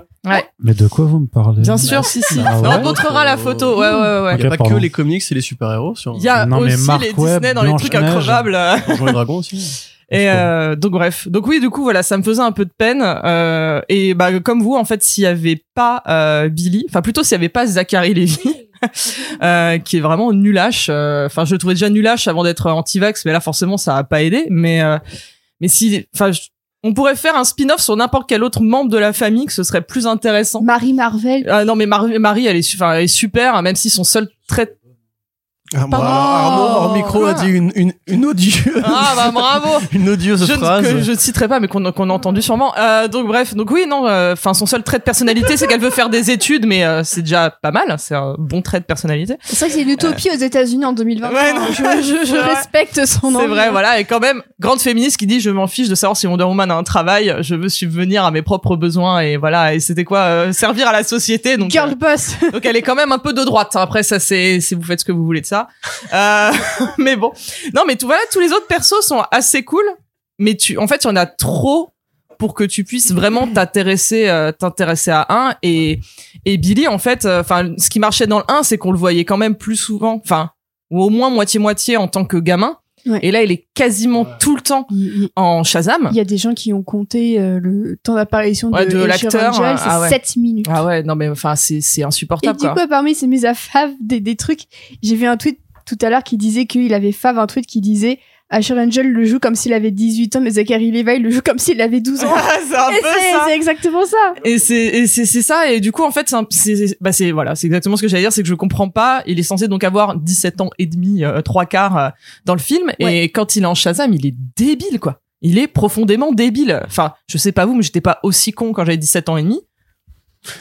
A: Mais de quoi vous me parlez
D: Bien sûr, si, si.
A: Ah ouais.
D: on montrera la photo, ouais, ouais, ouais.
B: Il n'y
A: Ok,
B: a pas
A: pardon.
B: que les comics et les super-héros sur
D: Il y a
A: Non, mais
D: aussi
A: Marc
D: les
A: Webb,
D: Disney dans les trucs
A: Blanche-Neige.
D: incroyables.
B: Donjons et Dragons aussi.
A: Parce
D: Et
A: que-
D: euh, donc bref, donc oui, du coup voilà, ça me faisait un peu de peine. Euh, et bah comme vous, en fait, s'il y avait pas euh, Billy, enfin plutôt s'il y avait pas Zachary Levy, euh, qui est vraiment nulache. euh, Enfin, je le trouvais déjà nulache avant d'être anti-vax, mais là forcément ça a pas aidé. Mais euh, mais si, enfin, je- on pourrait faire un spin-off sur n'importe quel autre membre de la famille, que ce serait plus intéressant.
E: Marie Marvel.
D: Ah non, mais Mar- Marie, elle est, su- enfin, elle est super, hein, même si son seul trait.
B: Armand,
D: Pardon.
B: Armand, Ah, hors micro, a dit une, une, une odieuse.
D: Ah bah bravo.
B: Une odieuse
D: je,
B: phrase.
D: Que je ne citerai pas, mais qu'on qu'on a entendu sûrement. Euh, donc bref, donc oui, non, euh, enfin son seul trait de personnalité, c'est qu'elle veut faire des études, mais euh, c'est déjà pas mal. C'est un bon trait de personnalité.
E: C'est vrai que c'est une utopie aux États-Unis en 2020.
D: Ouais, non,
E: je, je- je
D: c'est vrai.
E: respecte son nom.
D: C'est vrai, voilà. Et quand même, grande féministe qui dit je m'en fiche de savoir si Wonder Woman a un travail, je veux subvenir à mes propres besoins et voilà. Et c'était quoi euh, servir à la société. Donc
E: Girl boss.
D: euh, donc elle est quand même un peu de droite. hein. Après ça, c'est c'est- vous faites ce que vous voulez de ça. Euh, mais bon, non, mais tout voilà, tous les autres persos sont assez cool. mais tu en fait il y en a trop pour que tu puisses vraiment t'intéresser euh, t'intéresser à un et et Billy en fait euh, enfin ce qui marchait dans le 1 c'est qu'on le voyait quand même plus souvent enfin ou au moins moitié moitié en tant que gamin
E: Ouais.
D: et là il est quasiment tout le temps
E: Il
D: en Shazam
E: il y a des gens qui ont compté euh, le temps d'apparition
D: Ouais,
E: de,
D: de
E: Asher
D: l'acteur,
E: Angel, c'est
D: ah ouais.
E: 7 minutes.
D: ah ouais non mais enfin c'est c'est
E: Et
D: insupportable
E: du
D: quoi.
E: coup, parmi ces mises à fave, des, des trucs, j'ai vu un tweet tout à l'heure qui disait qu'il avait fave un tweet qui disait Asher Angel le joue comme s'il avait 18 ans, mais Zachary Levi le joue comme s'il avait 12 ans.
D: c'est un
E: Et c'est c'est exactement ça.
D: Et c'est et c'est c'est ça et du coup en fait c'est un- c'est bah c'est voilà c'est exactement ce que j'allais dire c'est que je comprends pas il est censé donc avoir 17 ans et demi euh, trois quarts euh, dans le film et quand il est en Shazam il est débile quoi Il est profondément débile. Enfin, je sais pas vous, mais j'étais pas aussi con quand j'avais 17 ans et demi.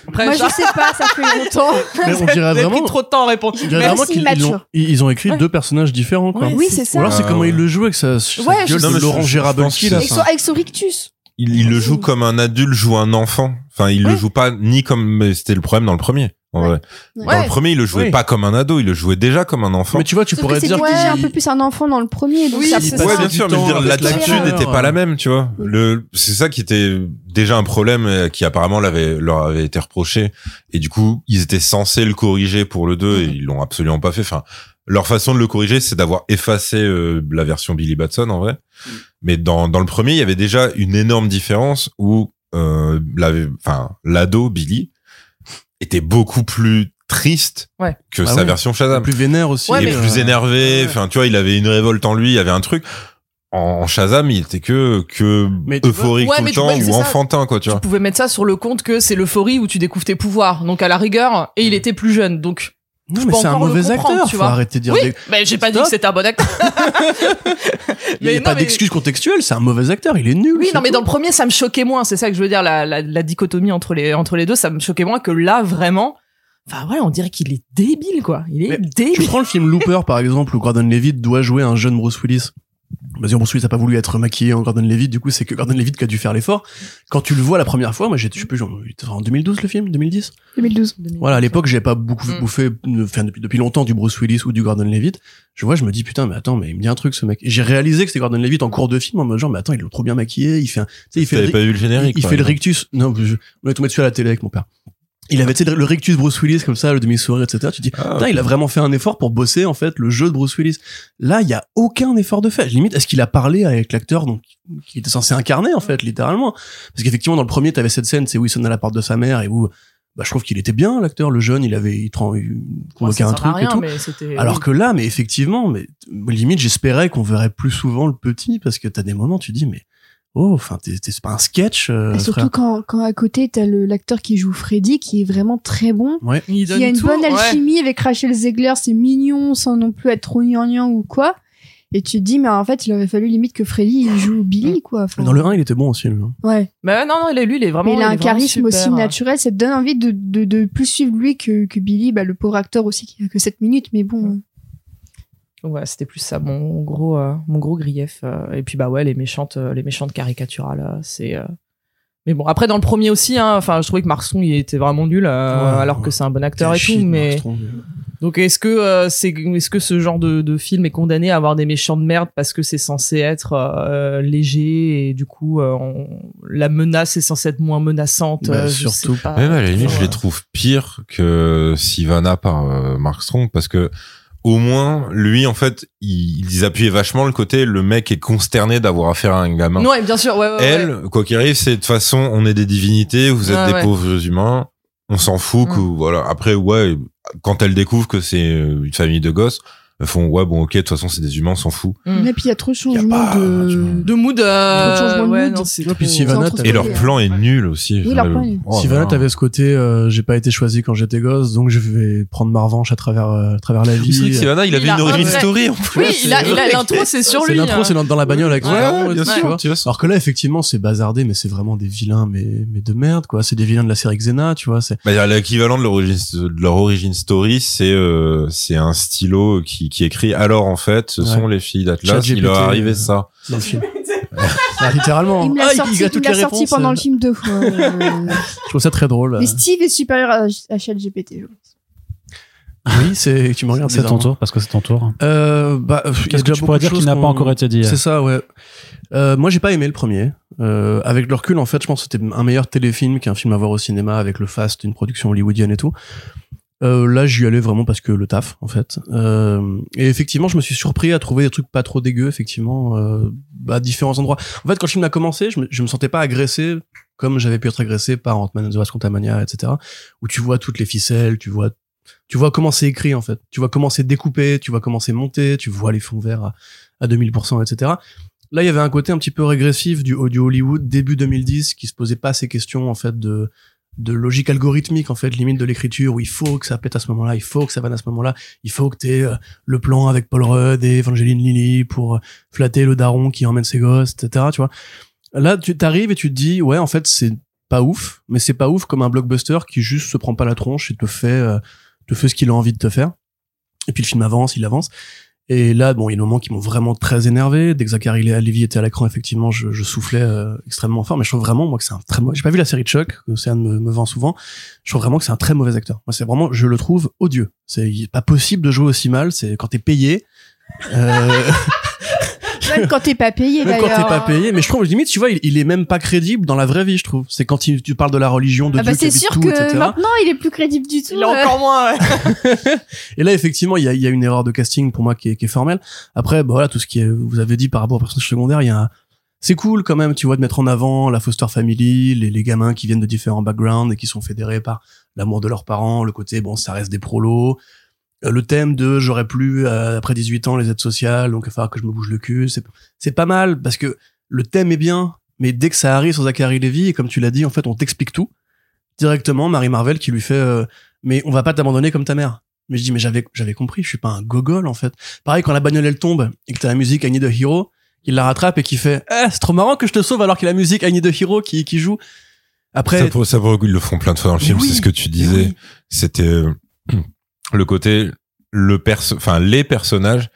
D: Après,
E: Moi,
D: ça-
E: je sais pas, ça fait longtemps.
B: Mais on dirait
D: vous avez pris
B: vraiment,
D: trop de temps à répondre.
B: on dirait vraiment
E: Merci,
B: qu'ils ils
E: Mathieu.
B: ont, ils- ils ont écrit
D: Ouais.
B: deux personnages différents, quoi.
D: Ouais,
E: oui, c'est ça.
B: Ou alors c'est
C: Ah,
B: comment
C: ouais.
B: il le joue avec sa, sa
E: Ouais,
B: gueule
E: je
B: de
C: sais.
B: Laurent
C: Je- je
B: Gérabowski,
C: pense
B: là.
C: que
E: avec,
B: ça.
E: son, avec son rictus.
C: Il, il le joue comme un adulte joue un enfant. Enfin, il le
E: Ouais.
C: joue pas ni comme mais c'était le problème dans le premier. en
E: Ouais.
C: vrai.
E: Ouais.
C: Dans le premier, il le jouait
B: Oui.
C: pas comme un ado, il le jouait déjà comme un enfant.
B: Mais tu vois, tu
E: Sauf
B: pourrais
E: que c'est
B: dire
E: dirigé un
B: qu'il-
E: peu plus un enfant dans le premier. Donc
D: Oui,
E: ça
D: c'est
E: peut
B: ça.
C: Ouais,
E: pas-
C: bien sûr, mais je veux dire,
E: Ouais,
C: l'attitude
E: ouais.
C: n'était pas la même, tu vois. Le, c'est ça qui était déjà un problème euh, qui apparemment l'avait, leur avait été reproché. Et du coup, ils étaient censés le corriger pour le 2 et ils l'ont absolument pas fait. Enfin, leur façon de le corriger, c'est d'avoir effacé euh, la version Billy Batson, en vrai. Mais dans, dans le premier, il y avait déjà une énorme différence où, euh, la, enfin, l'ado, Billy, était beaucoup plus triste
D: Ouais.
C: que
B: Ah
C: sa
B: ouais.
C: version Shazam
B: plus vénère aussi. euh.
D: Ouais,
C: il
D: mais-
C: est plus énervé. Enfin, tu vois, il avait une révolte en lui, il y avait un truc. En Shazam, il était que que
B: Mais tu
C: euphorique
D: vois- Ouais,
C: tout
D: mais
C: le
D: tu vois,
C: temps
D: c'est
C: ou
D: ça.
C: enfantin, quoi, tu
D: Tu
C: vois.
D: pouvais mettre ça sur le compte que c'est l'euphorie où tu découvres tes pouvoirs. Donc à la rigueur, et il était plus jeune. Donc
B: Non,
D: Je
B: mais
D: peux
B: c'est un
D: encore le
B: mauvais
D: comprendre,
B: acteur.
D: tu
B: Faut
D: vois.
B: arrêter de dire
D: oui,
B: des-
D: mais Bah, j'ai pas dit
B: Stop.
D: que c'était un bon acteur.
B: Il n'y a
D: non,
B: pas d'excuse contextuelle, c'est un mauvais acteur, il est nul.
D: Oui,
B: c'est
D: non, mais
B: tout.
D: dans le premier, ça me choquait moins. C'est ça que je veux dire, la, la, la dichotomie entre les, entre les deux, ça me choquait moins que là, vraiment. Enfin, voilà, on dirait qu'il est débile, quoi. Il est
B: Mais Tu
D: débile.
B: prends le film Looper, par exemple, où Gordon Levitt doit jouer un jeune Bruce Willis. Vas-y, Bruce Willis n'a pas voulu être maquillé en Gordon Levitt, du coup, c'est que Gordon Levitt qui a dû faire l'effort. Quand tu le vois la première fois, moi, j'ai, je sais plus, genre, il était en 2012, le film, 2010.
E: 2012.
B: Voilà, à l'époque, j'ai pas beaucoup
D: Mm.
B: bouffé, euh, enfin, depuis, depuis longtemps du Bruce Willis ou du Gordon Levitt. Je vois, je me dis, putain, mais attends, mais il me dit un truc, ce mec. Et J'ai réalisé que c'était Gordon Levitt en cours de film, en mode genre, mais attends, il est trop bien maquillé, il fait un, tu sais, il fait le-
C: T'avais pas vu le générique.
B: il
C: par
B: fait le
C: exemple.
B: rictus. Non, je, on a tout mettre dessus à la télé avec mon père. Il avait tu sais, le rictus Bruce Willis comme ça, le demi-sourire, etc. Tu dis,
C: Ah,
B: putain, il a vraiment fait un effort pour bosser en fait le jeu de Bruce Willis. Là, il y a aucun effort de fait. Limite, est-ce qu'il a parlé avec l'acteur donc qui était censé incarner en fait littéralement Parce qu'effectivement, dans le premier, t'avais cette scène, c'est où il sonne à la porte de sa mère et où bah, je trouve qu'il était bien l'acteur, le jeune, il avait il, tran- il convoquait un truc et tout. Alors que là, mais effectivement, mais limite, j'espérais qu'on verrait plus souvent le petit parce que t'as des moments, tu dis mais oh, enfin, t'es- t'es- c'est pas un sketch. euh, frère.
E: Et Bah, surtout quand, quand à côté, t'as le- l'acteur qui joue Freddy, qui est vraiment très bon.
D: il
E: Il y a une bonne alchimie avec Rachel Zegler, c'est mignon sans non plus être trop gnangnan ou quoi. Et tu te dis, mais en fait, il aurait fallu limite que Freddy il joue Billy, quoi. Enfin,
B: Mais Dans le 1, il était bon aussi. lui, hein.
E: Ouais.
D: Mais non, non, il est- lui, il est vraiment.
E: mais il a un
D: est vraiment
E: charisme aussi
D: super. hein.
E: naturel, ça te donne envie de, de, de plus suivre lui que, que Billy, bah, le pauvre acteur aussi qui a que 7 minutes, mais bon.
D: Ouais, c'était plus ça, mon gros, euh, mon gros grief. euh. et puis, bah ouais, les méchantes, euh, les méchantes caricaturales, euh, c'est. euh. Mais bon, après, dans le premier aussi, hein, enfin, je trouvais que Marson, il était vraiment nul, euh,
B: Ouais,
D: alors
B: ouais.
D: que c'est un bon acteur
B: Quel
D: et tout,
B: shit,
D: mais.
B: Mark Strong.
D: Donc est-ce que euh, c'est est-ce que ce genre de, de film est condamné à avoir des méchants de merde parce que c'est censé être euh, léger et du coup euh, on- la menace est censée être moins menaçante
B: Bah,
D: euh, je
B: surtout.
D: sais pas.
C: Même à la limite,
D: Ouais.
C: je les trouve pires que Sivana par euh, Mark Strong parce que au moins, lui, en fait, il- ils appuyaient vachement le côté le mec est consterné d'avoir affaire à un gamin.
D: Ouais, bien sûr. Ouais, ouais, ouais.
C: Elle, quoi qu'il arrive, c'est de toute façon, on est des divinités, vous êtes
D: Ah Ouais, Mm.
C: des
D: ouais.
C: pauvres humains, on s'en fout que, voilà. Après, ouais, quand elle découvre que c'est euh, une famille de gosses, elles font, ouais, bon, ok, de toute façon, c'est des humains, on s'en fout.
D: Mm.
E: Et puis il y a trop de changements
B: pas-
E: de.
D: de mood. euh,
E: Trop de changement de
D: ouais,
E: mood.
D: non, c'est
B: Tu vois, puis
D: trop-
B: Sylvana,
E: Ils sont trop
B: t'avais-
C: Et leur plan est nul aussi.
E: Oui, leur plan est nul.
C: Oh,
B: Sylvana,
C: voilà.
B: t'avais ce côté, euh, j'ai pas été choisi quand j'étais gosse, donc je vais prendre ma revanche à travers, euh, à travers la
C: Oui, c'est vrai que
B: vie.
C: Sylvana, il avait
D: a
C: une
D: un
C: origin
D: vrai-
C: story, en plus.
D: Oui,
B: Ouais,
D: il a-
B: c'est-
D: il a- l'intro, c'est sur
B: C'est
D: lui.
B: l'intro,
D: hein.
B: c'est dans, dans la bagnole avec son
C: Ouais,
B: parent et
C: bien
B: tout,
C: sûr,
B: tu vois.
C: tu vois.
B: Alors que là, effectivement, c'est bazardé, mais c'est vraiment des vilains, mais, mais de merde, quoi. C'est des vilains de la série Xena, tu vois. C'est
C: Bah, dire, L'équivalent de leur origin, de leur origin story, c'est euh, c'est un stylo qui, qui écrit alors en fait, ce
B: Ouais.
C: sont les filles d'Atlas,
B: ChatGPT,
C: il leur est arrivé
B: euh,
C: ça.
B: dans le film. Ah, littéralement.
E: Il me l'a
B: Ah,
E: sorti,
B: a
E: il
B: toutes
E: me l'a
B: les
E: sorti
B: réponses,
E: pendant
B: euh,
E: le film deux fois. euh.
B: Je trouve ça très drôle. euh.
E: mais Steve est supérieur à, à ChatGPT. je pense.
B: Oui, c'est, tu me regardes, hein.
A: C'est ton
B: bizarrement.
A: tour, parce que c'est ton tour.
B: Euh, bah, pff, il y a
A: Qu'est-ce que
B: déjà
A: tu pourrais
B: beaucoup de
A: dire qui
B: choses
A: n'a pas
B: qu'on-
A: encore été dit
B: C'est ça, ouais. Euh, moi, j'ai pas aimé le premier. Euh, avec le recul, en fait, je pense que c'était un meilleur téléfilm qu'un film à voir au cinéma avec le fast, une production hollywoodienne et tout. Euh, là, j'y allais vraiment parce que le taf, en fait. Euh, et effectivement, je me suis surpris à trouver des trucs pas trop dégueux, effectivement, euh, à différents endroits. En fait, quand le film a commencé, je me, je me sentais pas agressé comme j'avais pu être agressé par Ant-Man and the Wasp Quantumania, etc. Où tu vois toutes les ficelles, tu vois, tu vois comment c'est écrit, en fait. Tu vois comment c'est découpé, tu vois comment c'est monté, tu vois les fonds verts à, à 2000%, etc. Là, il y avait un côté un petit peu régressif du, du Hollywood début 2010 qui se posait pas ces questions, en fait, de, de logique algorithmique en fait limite de l'écriture où il faut que ça pète à ce moment-là il faut que ça va à ce moment-là il faut que t'aies euh, le plan avec Paul Rudd et Evangeline Lilly pour euh, flatter le daron qui emmène ses gosses etc tu vois là tu t'arrives et tu te dis ouais en fait c'est pas ouf mais c'est pas ouf comme un blockbuster qui juste se prend pas la tronche et te fait euh, te fait ce qu'il a envie de te faire et puis le film avance il avance et là, bon, il y a des moments qui m'ont vraiment très énervé. Dès que Zachary Lévy était à l'écran, effectivement, je, je soufflais euh, extrêmement fort. Mais je trouve vraiment, moi, que c'est un très mauvais... J'ai pas vu la série de Choc, que c'est un me, me vend souvent. Je trouve vraiment que c'est un très mauvais acteur. Moi, c'est vraiment... Je le trouve odieux. C'est il est pas possible de jouer aussi mal. C'est quand t'es payé... euh,
E: Même quand t'es pas payé,
B: même quand
E: d'ailleurs.
B: t'es pas payé, mais je trouve limite, tu vois, il, il est même pas crédible dans la vraie vie, je trouve. C'est quand il- tu parles de la religion de
E: Ah bah
B: Dieu qui
E: c'est
B: habite
E: sûr
B: tout,
E: que
B: etc.
E: maintenant il est plus crédible du tout.
D: Il est
E: euh.
D: encore moins. ouais.
B: Et là, effectivement, il y a, il y a une erreur de casting pour moi qui est, qui est formelle. Après, bah voilà, tout ce qui est, vous avez dit par rapport aux personnages secondaires, il y a un- c'est cool quand même, tu vois, de mettre en avant la foster family, les, les gamins qui viennent de différents backgrounds et qui sont fédérés par l'amour de leurs parents, le côté, bon, ça reste des prolos. Euh, Le thème de j'aurais plus euh, après 18 ans les aides sociales, donc il va falloir que je me bouge le cul. C'est c'est pas mal parce que le thème est bien, mais dès que ça arrive sur Zachary Levy, et comme tu l'as dit, en fait, on t'explique tout directement. Marie Marvel qui lui fait, euh, mais on va pas t'abandonner comme ta mère. Mais je dis, mais j'avais, j'avais compris, je suis pas un gogol en fait. Pareil, quand la bagnole elle tombe et que t'as la musique I Need a Hero, il la rattrape et qui fait, eh, c'est trop marrant que je te sauve alors qu'il y a la musique I Need a Hero qui, qui joue.
C: Ça
B: Après,
C: pour, ça pour le coup, ils le font plein de fois dans le
B: Mais
C: film,
B: oui,
C: c'est ce que tu disais.
B: oui.
C: C'était euh, le côté, le perso, enfin, les personnages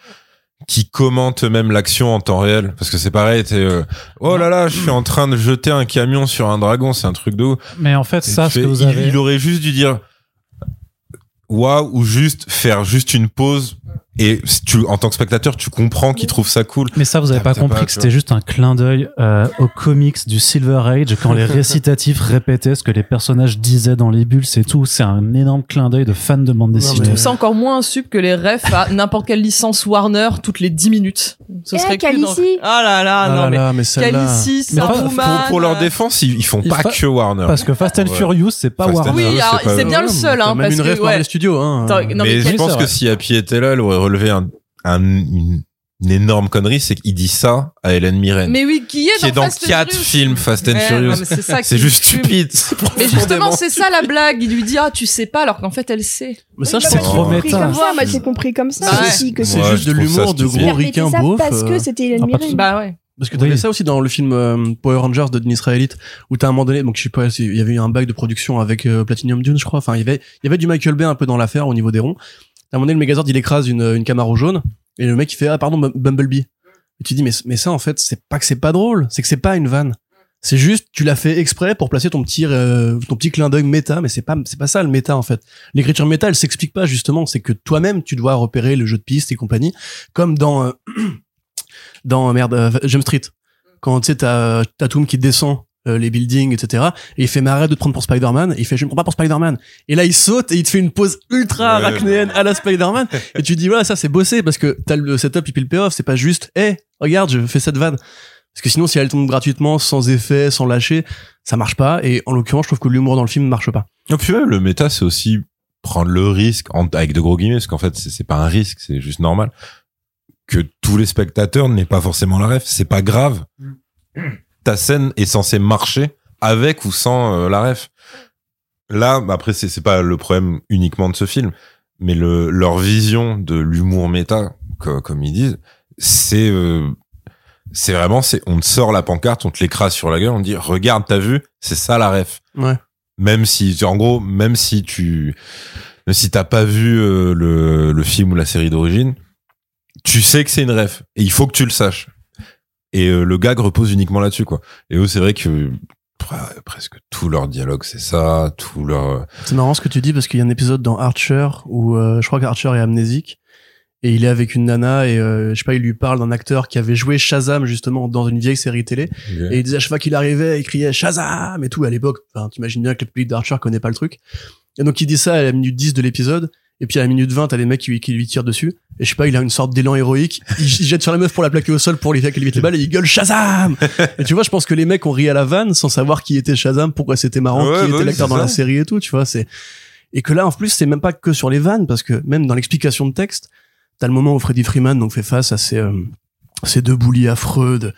C: qui commentent même l'action en temps réel. Parce que c'est pareil, t'es, euh, oh là là, je suis en train de jeter un camion sur un dragon, c'est un truc de ouf.
A: Mais en fait, ça,
C: Tu
A: ce
C: fais-
A: que vous
C: il,
A: avez.
C: il aurait juste dû dire waouh ou juste faire juste une pause et si tu en tant que spectateur tu comprends qu'il trouve ça cool
A: Mais ça, vous avez
C: T'as-
A: pas
C: t'as
A: compris
C: pas,
A: que
C: tu
A: c'était
C: vois.
A: juste un clin d'œil euh, aux comics du Silver Age quand les récitatifs répétaient ce que les personnages disaient dans les bulles, c'est tout. C'est un énorme clin d'œil de fan de bande dessinée.
B: mais-
D: C'est encore moins un sub que les refs à n'importe quelle licence Warner toutes les 10 minutes. Ce
E: Eh,
D: serait que dans-
E: Khaleesi.
D: Ah là là,
B: ah
D: non
B: là
D: mais.
B: là, mais celle-là.
D: Calici,
A: Mais pas-
C: pour,
D: Saruman.
C: pour leur
D: euh,
C: défense ils, ils font
A: Ils
C: pas
A: fa-
C: que Warner
A: Parce que Fast and
C: Ouais.
A: Furious, c'est pas
C: Fast and
A: Warner.
C: Furious.
D: Oui,
C: c'est
D: alors,
C: pas-
D: c'est bien le
B: Ouais,
D: seul,
B: t'as
D: hein,
B: même
D: parce
B: une rêve
D: que.
B: par
D: ouais.
B: les studios, hein.
D: Attends, non,
C: mais,
D: mais
C: je
A: quel-
C: pense
A: Oui,
C: que
A: c'est
C: si Happy était là elle aurait relevé un- un- une, une énorme connerie c'est qu'il dit ça à Hélène Mirren
D: Mais oui, qui est
C: qui est
D: dans
C: dans
D: Fast and
C: quatre
D: Furious.
C: films Fast and
D: Ouais, non,
C: Furious
D: mais C'est ça
C: c'est
D: qui
C: juste
D: fume.
C: stupide
D: Mais justement,
C: Profondément
D: c'est ça la blague. Il lui dit Ah, tu sais pas, alors qu'en fait, elle sait.
B: Mais ça,
E: Oui,
B: je
A: C'est
E: bah, moi,
B: pense
E: j'ai
A: trop
E: compris
A: méta.
E: comme ça, moi j'ai compris comme ça
D: Bah,
E: aussi que
B: c'est
C: Ouais,
B: juste
C: je
B: de
C: trouve ça
B: l'humour de
C: stupide.
B: gros ricains
E: ça
B: beaufs.
E: parce
B: euh.
E: que c'était Hélène
A: Ah, pas tout-
E: Mirren.
D: Bah ouais.
B: Parce que t'avais
A: Oui.
B: ça aussi dans le film euh, Power Rangers de Denis Israelite, où t'as un moment donné, donc je sais pas, c'est- il y avait eu un bac de production avec euh, Platinum Dune, je crois. Enfin, il y avait, il y avait du Michael Bay un peu dans l'affaire au niveau des ronds. À un moment donné, le Megazord il écrase une, une Camaro jaune, et le mec il fait ah pardon Bum- Bumblebee. Et tu dis mais mais ça en fait c'est pas que c'est pas drôle, c'est que c'est pas une vanne. C'est juste tu l'as fait exprès pour placer ton petit euh, ton petit clin d'œil méta, mais c'est pas c'est pas ça le méta en fait. L'écriture méta elle s'explique pas justement, c'est que toi-même tu dois repérer le jeu de piste et compagnie, comme dans euh, dans euh, merde euh, Jump Street quand tu sais t'as Tatum qui descend euh, les buildings etc et il fait mais arrête de te prendre pour Spider-Man et il fait je me prends pas pour Spider-Man et là il saute et il te fait une pose ultra
C: Ouais.
B: arachnéenne à la Spider-Man et tu te dis voilà ça c'est bossé parce que t'as le setup et puis le payoff c'est pas juste hé regarde je fais cette vanne parce que sinon si elle tombe gratuitement sans effet sans lâcher ça marche pas et en l'occurrence je trouve que l'humour dans le film marche pas
C: Non, puis même, le méta, c'est aussi prendre le risque, en- avec de gros guillemets, parce qu'en fait, c'est c'est pas un risque, c'est juste normal, que tous les spectateurs n'aient pas forcément la ref. C'est pas grave. Ta scène est censée marcher avec ou sans euh, la ref. Là, bah, après, c'est c'est pas le problème uniquement de ce film, mais le, leur vision de l'humour méta, co- comme ils disent, c'est euh, c'est vraiment, c'est on te sort la pancarte, on te l'écrase sur la gueule, on te dit regarde, t'as vu, c'est ça la ref
B: ouais
C: même si en gros même si tu même si t'as pas vu euh, le, le film ou la série d'origine tu sais que c'est une ref et il faut que tu le saches et euh, le gag repose uniquement là-dessus quoi et eux c'est vrai que euh, pre- presque tout leur dialogue c'est ça tout leur
B: C'est marrant ce que tu dis parce qu'il y a un épisode dans Archer où euh, je crois qu'Archer est amnésique et il est avec une nana et euh, je sais pas, il lui parle d'un acteur qui avait joué Shazam justement dans une vieille série télé et il disait à chaque fois qu'il arrivait, il criait Shazam et tout à l'époque. Enfin, t'imagines bien que le public d'Archer connaît pas le truc. Et donc il dit ça à la minute 10 de l'épisode. Et puis à la minute 20, t'as les mecs qui, lui- qui lui tirent dessus. Et je sais pas, il a une sorte d'élan héroïque. Il, il jette sur la meuf pour la plaquer au sol pour lui faire qu'elle évite les balles et il gueule Shazam! Et tu vois, je pense que les mecs ont ri à la vanne sans savoir qui était Shazam, pourquoi c'était marrant,
C: Ouais,
B: qui
C: bah
B: était
C: oui,
B: l'acteur
C: c'est
B: dans la
C: ça.
B: série et tout, tu vois, c'est, et que là, en plus, c'est même pas que sur les vannes parce que même dans l'explication de texte, t'as le moment où Freddy Freeman, donc, fait face à ces, euh, ces deux boulis affreux de,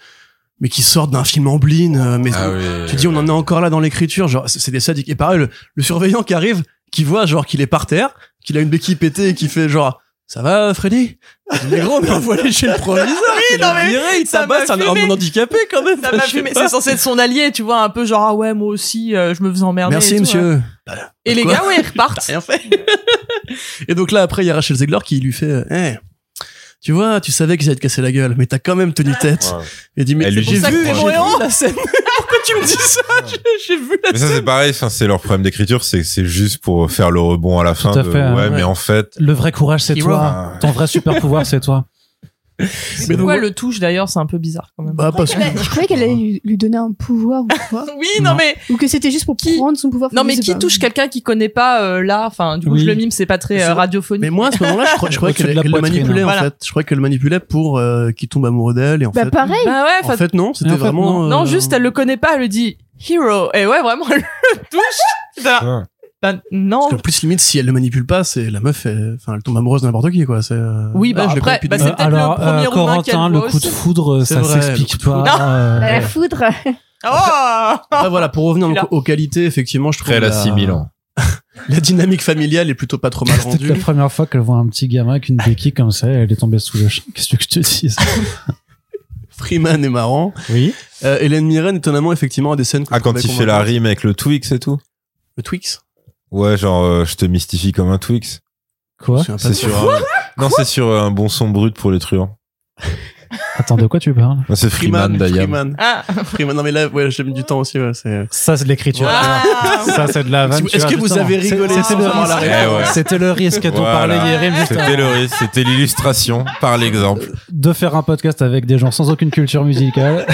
B: mais qui sortent d'un film en bline, euh, mais
C: Ah oui.
B: tu dis on en est encore là dans l'écriture, genre c'est c'est des sadiques. Et pareil, le, le surveillant qui arrive, qui voit genre qu'il est par terre, qu'il a une béquille pétée et qui fait genre ça va Freddy Mais gros, mais envoie-les chez le proviseur. il
D: non,
B: est
D: mais
B: viré, il
D: ça m'a
B: tabasse un
D: fumé.
B: homme handicapé quand même.
D: Ça m'a
B: Je sais
D: fumé.
B: pas.
D: C'est censé être son allié, tu vois, un peu genre, ah ouais, moi aussi, euh, je me faisais emmerder. et
B: Merci
D: tout, hein. ouais.
B: monsieur.
D: Et les
B: Quoi
D: gars, ouais, ils repartent.
B: rien fait. et donc là, après, il y a Rachel Zegler qui lui fait, eh, tu vois, tu savais qu'ils allaient te casser la gueule, mais t'as quand même
D: Ah.
B: tenu tête.
C: Ouais.
B: Et dit, mais
C: Elle hein,
B: c'est
C: lui
B: pour
C: dit,
B: ça que
C: c'est
B: t'es
C: pour
B: bon
C: ça.
B: héros, la scène. Pourquoi tu me dis ça? J'ai- J'ai vu la
C: Mais ça c'est pareil, enfin, c'est leur problème d'écriture, c'est c'est juste pour faire le rebond à la fin.
A: à
C: de,
A: fait,
C: ouais,
A: hein,
B: ouais.
C: mais en fait,
A: Le vrai courage, c'est
B: Hero.
A: toi.
C: Ah.
A: Ton vrai super pouvoir, c'est toi.
B: Mais donc,
D: Pourquoi
B: ouais.
D: le touche d'ailleurs, c'est un peu bizarre quand même.
B: Bah, parce
E: Je
B: que.
E: croyais qu'elle- je croyais qu'elle allait lui, lui donner un pouvoir ou quoi.
D: oui, non,
A: Non.
D: mais
E: Ou que c'était juste pour
D: Qui-
E: prendre son pouvoir.
D: non mais
E: Je sais
D: qui
E: pas.
D: touche quelqu'un qui connaît pas euh, là, enfin du coup
A: Oui.
D: je le mime, c'est pas très
B: C'est-
D: euh, radiophonique.
B: Mais moi, à ce moment-là, je, crois- je croyais
A: Au-dessus
B: qu'elle
A: de la
B: qu'elle le
A: poitrine,
B: manipulait,
A: hein.
B: en
D: Voilà.
B: fait. Je croyais qu'elle le manipulait pour euh, qu'il tombe amoureux d'elle, et en
E: Bah
B: fait.
E: pareil.
D: Bah ouais,
B: En
D: enfin,
B: fait, non, c'était
A: en fait,
B: vraiment.
A: non.
B: euh,
D: non juste elle le connaît pas, elle lui dit hero et ouais vraiment elle le touche. Bah,
C: ouais.
D: bah, non.
B: Parce qu'en plus, limite, si elle le manipule pas, c'est la meuf, elle, enfin, elle tombe amoureuse de n'importe qui, quoi. c'est, euh,
D: Oui, bah,
B: je le
D: après,
B: connais depuis
D: bah,
B: des
D: c'est
A: Euh,
B: années.
D: peut-être le premier Roumain
A: Corentin,
D: qu'elle
A: le
D: voit
A: coup de
D: aussi.
A: foudre,
B: C'est
A: ça
B: vrai, le
A: s'explique
B: coup de
A: pas.
B: foudre.
A: euh,
E: Bah, La foudre.
D: Oh
B: Après, voilà, pour revenir donc,
D: Celui-là.
B: aux qualités, effectivement, je trouve.
C: après elle hein.
B: la-
C: a 6000 ans.
B: La dynamique familiale est plutôt pas trop mal
A: C'est
B: rendue.
A: la première fois qu'elle voit un petit gamin avec une béquille comme ça, elle est tombée sous le champ. Qu'est-ce que je te dis
B: Freeman est marrant.
A: Oui.
B: Euh, Hélène Mirren, étonnamment, effectivement, a des scènes. qu'on
C: Ah, quand
B: trouvait
C: il fait la
B: convaincantes.
C: rime avec le Twix et tout.
B: Le Twix.
C: Ouais, genre euh, je te mystifie comme un Twix.
A: Quoi
B: Je me souviens
C: C'est
B: pas
C: sur euh, un... non, c'est sur euh, un bon son brut pour les truands.
A: Attends, de quoi tu parles
C: Non, C'est
B: de- Freeman,
C: Freeman Dayam.
B: Freeman.
D: Ah.
B: Freeman. Non, mais là, ouais, j'ai mis du temps aussi, ouais, c'est.
A: Ça, c'est de l'écriture.
D: Ah.
A: Ça, c'est de la vanne.
B: Est-ce que vous avez rigolé
A: C'était
D: sans
A: le
D: savoir la
A: risque.
C: réponse Eh ouais.
A: C'était le risque dont
C: Voilà.
A: parlait Yérim juste avant.
C: C'était le risque, c'était l'illustration par l'exemple.
A: de faire un podcast avec des gens sans aucune culture musicale.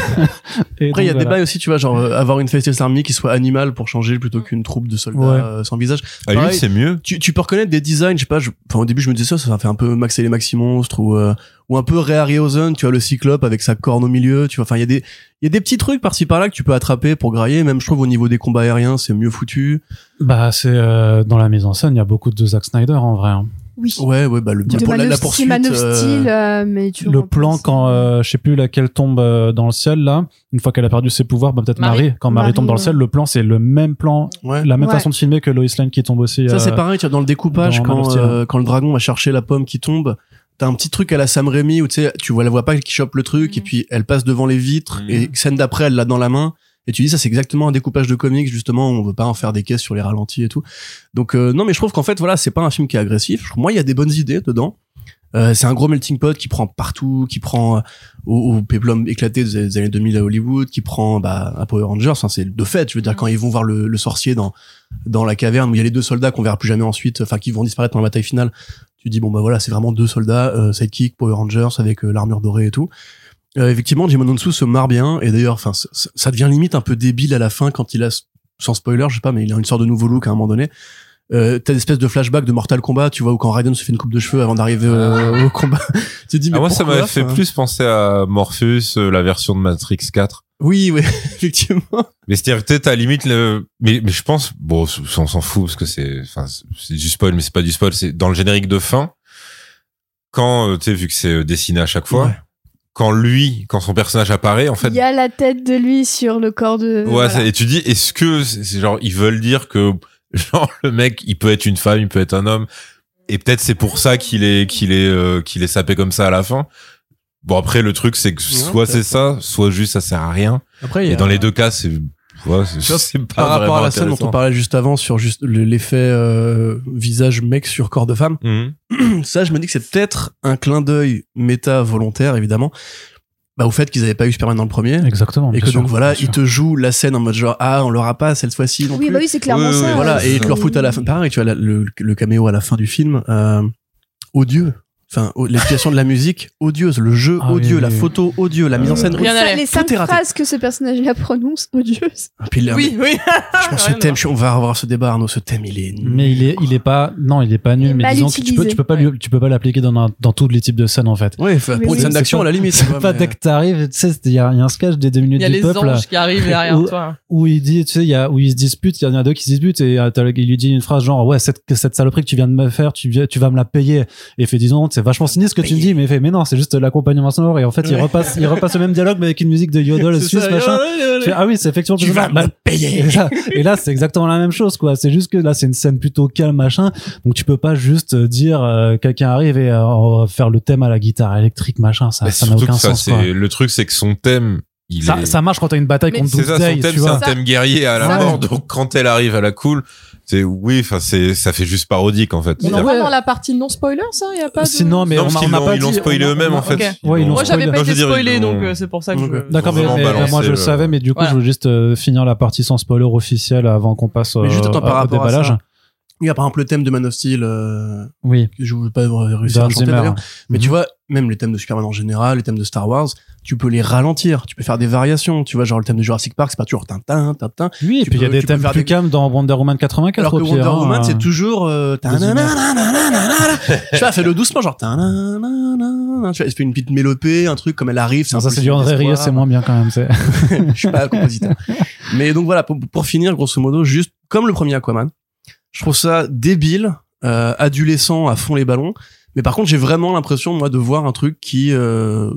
A: Et
B: Après, il y a
A: donc,
B: des
A: voilà.
B: bails aussi, tu vois, genre, euh, avoir une Faceless Army qui soit animale pour changer plutôt qu'une troupe de soldats
A: Ouais.
B: euh, sans visage.
C: Ah lui
B: Pareil.
C: c'est mieux.
B: Tu, tu peux reconnaître des designs, je sais pas, je- enfin, au début, je me disais ça, ça fait un peu Max et les Maxi Monstres ou, euh, ou un peu Ray Harryhausen, tu vois, le cyclope avec sa corne au milieu, tu vois, enfin, il y a des, il y a des petits trucs par-ci par-là que tu peux attraper pour grailler, même je trouve au niveau des combats aériens, c'est mieux foutu.
A: Bah, c'est euh, dans la mise en scène, il y a beaucoup de Zack Snyder en vrai. hein.
E: Oui.
B: Ouais, ouais, bah, le,
E: De
B: pour
E: Man
B: la,
E: of
B: la
E: Steel,
B: poursuite.
E: Man of
B: euh,
E: Steel, euh, mais tu
A: Le
E: remplaces-
A: plan quand euh, je sais plus laquelle tombe euh, dans le ciel là, une fois qu'elle a perdu ses pouvoirs, bah, peut-être Marie.
D: Marie.
A: Quand Marie,
E: Marie,
A: tombe dans le
E: ouais.
A: ciel, le plan c'est le même plan,
B: Ouais.
A: la même
E: Ouais.
A: façon de filmer que Lois Lane qui tombe aussi.
B: Ça,
A: euh,
B: c'est pareil, tu vois, dans le découpage,
A: dans Man of
B: quand,
A: Steel.
B: euh, quand le dragon va chercher la pomme qui tombe, t'as un petit truc à la Sam Raimi où tu sais, tu vois, la vois pas qui chope le truc,
D: Mhm.
B: et puis elle passe devant les vitres,
C: Mhm.
B: et scène d'après, elle l'a dans la main, et tu dis, ça, c'est exactement un découpage de comics, justement, où on veut pas en faire des caisses sur les ralentis et tout. Donc, euh, non, mais je trouve qu'en fait, voilà, c'est pas un film qui est agressif. Je trouve- Moi, il y a des bonnes idées dedans. Euh, c'est un gros melting pot qui prend partout, qui prend euh, au, au péplum éclaté des, des années 2000 à Hollywood, qui prend bah, à Power Rangers. Enfin, c'est de fait, je veux dire, quand ils vont voir le, le sorcier dans dans la caverne où il y a les deux soldats qu'on verra plus jamais ensuite, enfin qui vont disparaître dans la bataille finale, tu dis bon bah voilà, c'est vraiment deux soldats, euh, sidekick, Power Rangers avec euh, l'armure dorée et tout. Euh, effectivement, Jimon Onsu se marre bien et d'ailleurs, enfin, c- c- ça devient limite un peu débile à la fin quand il a, sans spoiler, je sais pas, mais il a une sorte de nouveau look à un moment donné. Euh, t'as des espèces de flashbacks de Mortal Kombat, tu vois, où quand Raiden se fait une coupe de cheveux avant d'arriver euh, au combat. tu te dis, mais
C: Ah, moi ça
B: pourquoi, hein
C: m'avait fait
B: enfin
C: plus penser à Morpheus, euh, la version de Matrix 4.
B: Oui, oui, effectivement.
C: Mais c'est-à-dire peut-être à la limite le mais, mais je pense bon on s'en fout parce que c'est enfin c'est du spoil mais c'est pas du spoil c'est dans le générique de fin quand euh, tu sais vu que c'est euh, dessiné à chaque fois
B: Ouais.
C: quand lui quand son personnage apparaît en fait
E: Il y a la tête de lui sur le corps de.
C: ouais
E: voilà.
C: ça- et tu dis est-ce que c'est c'est genre ils veulent dire que genre le mec il peut être une femme il peut être un homme et peut-être c'est pour ça qu'il est qu'il est euh, qu'il est sapé comme ça à la fin bon après le truc c'est que
B: Non,
C: soit c'est
B: peut-être
C: ça soit juste ça sert à rien
B: Après, il y
C: et
B: a-
C: dans les deux cas c'est ouais, c'est-
B: Tu vois,
C: c'est pas
B: par rapport à
C: vraiment
B: la scène dont on
C: intéressant.
B: parlait juste avant sur juste le- l'effet euh, visage mec sur corps de femme,
C: Mhm.
B: ça je me dis que c'est peut-être un clin d'œil méta volontaire évidemment bah, au fait qu'ils n'avaient pas eu Superman dans le premier
A: Exactement.
B: et
A: bien
B: que
A: sûr,
B: donc voilà
A: bien sûr.
B: ils te jouent la scène en mode genre ah on l'aura pas cette fois-ci non
E: Oui,
B: plus
E: bah oui, c'est clairement
C: Oui, oui,
E: ça.
C: oui,
B: voilà
E: euh,
B: et ils te leur foutent à la fin pareil tu vois la- le, le caméo à la fin du film euh, odieux enfin au- l'application de la musique odieuse le jeu
A: Ah oui,
B: odieux
A: oui,
B: la
A: oui. Euh,
B: photo odieux la mise en scène
E: Les,
D: Rien
B: odieuse.
D: à
E: cin-
D: l'air.
E: les
B: Tout
E: cinq
B: est raté.
E: phrases que ce personnage-là prononce, odieuse.
B: Et Ah, puis là,
D: Oui, Ah, oui.
B: je pense que ce thème je- on va revoir ce débat Arnaud ce thème il est nul.
A: Mais il est, il est pas, non, il est pas
E: Il
A: nul.
E: est
A: Mais
E: mal
A: disons que tu peux,
E: utilisé.
A: tu peux pas, lui- tu peux pas l'appliquer dans, un- dans tous les types de scènes en fait.
B: ouais enfin,
E: Mais
B: pour une
E: oui.
B: scène d'action à la limite
A: C'est
B: ouais,
A: pas
B: mais-
A: dès que t'arrives, tu sais, il y, a il y a un sketch des deux
D: Il
A: minutes
D: y a
A: du
D: les
A: peuple là,
D: anges qui arrivent derrière
A: Ou-
D: toi.
A: où il dit, tu sais, il y a, où ils se disputent, il y en a deux qui se disputent et euh, t'as le- il lui dit une phrase genre, ouais, cette, que cette saloperie que tu viens de me faire, tu, viens- tu vas me la payer. Et il fait, disons, c'est vachement sinistre ce que tu me dis, mais il fait, mais non, c'est juste l'accompagnement sonore. Et en fait, il
B: Ouais.
A: repasse, il repasse le même dialogue, mais avec une musique de yodel
B: C'est
A: suisse,
B: ça,
A: machin.
B: allez, allez,
A: Tu fais, ah oui, c'est effectivement
B: Tu
A: plus-
B: vas
A: bah,
B: me payer.
A: et là, et là, c'est exactement la même chose, quoi. C'est juste que là, c'est une scène plutôt calme, machin. Donc, tu peux pas juste euh, dire euh, quelqu'un arrive et euh, on va faire le thème à la guitare électrique, machin. Ça,
C: Mais
A: ça n'a
C: Bah, surtout
A: aucun
C: que ça,
A: sens. quoi.
C: c'est le truc, c'est que son thème, il
A: Ça,
C: est.
A: ça marche quand t'as une bataille
E: Mais-
A: contre
C: c'est
A: 12
C: ça, son
A: days,
C: thème,
A: tu
C: c'est un
A: vois.
E: Ça-
C: thème guerrier à la
E: ça-
C: mort. Donc quand elle arrive à la cool, c'est oui, enfin c'est ça fait juste parodique en fait.
D: Mais
A: non,
D: non,
A: ouais.
D: vraiment la partie non spoiler, ça, y a pas de.
A: Sinon, mais
C: non,
A: on
C: parce
A: m'a- on
C: qu'ils
A: n'a
C: l'ont-
A: pas
C: ils l'ont
A: dit-
C: spoilé
A: on-
C: eux-mêmes en
A: on-
C: fait.
D: ok.
A: Ouais, ils l'ont
D: Moi, j'avais
A: spoilé.
C: Non,
D: pas
C: je
D: été
C: veux dire, ils
D: spoilé,
C: l'ont-
D: donc euh, c'est pour ça que
B: Ok.
D: je.
A: D'accord,
C: Ils
A: mais,
C: ont
A: mais
C: balancé
A: moi je le
C: le-
A: savais, mais du coup
D: Voilà.
A: je voulais juste euh, finir la partie sans spoiler officiel avant qu'on passe euh,
B: Mais juste attends, par
A: au- au
B: rapport à
A: déballage.
B: ça. Il y a par exemple le thème de Man of Steel, euh,
A: Oui,
B: que je ne veux pas réussir à
A: Hans
B: chanter
A: Zimmer.
B: d'ailleurs. Mais tu vois, même les thèmes de Superman en général, les thèmes de Star Wars, tu peux les ralentir, tu peux faire des variations. Tu vois, genre le thème de Jurassic Park, c'est pas toujours tintin, tintin.
A: Oui, et
B: Tu
A: puis il y a
B: peux-
A: des
B: tu peux
A: thèmes
B: faire
A: plus
B: des-
A: calmes dans Wonder Woman 84
B: Alors que
A: au pire.
B: Wonder
A: hein.
B: Woman, c'est toujours. euh, tananananananana. Tu vois, elle fait le doucement, genre. tananananana. Tu vois, elle fait une petite mélopée, un truc comme elle arrive.
A: Non,
B: un
A: ça
B: peu
A: c'est du
B: une
A: André Rieu,
B: espoir.
A: c'est moins bien quand même. c'est-
B: Je suis pas Bah, compositeur. Mais donc voilà, pour, pour finir, grosso modo, juste comme le premier Aquaman, je trouve ça débile, euh, adolescent à fond les ballons. Mais par contre, j'ai vraiment l'impression, moi, de voir un truc qui euh,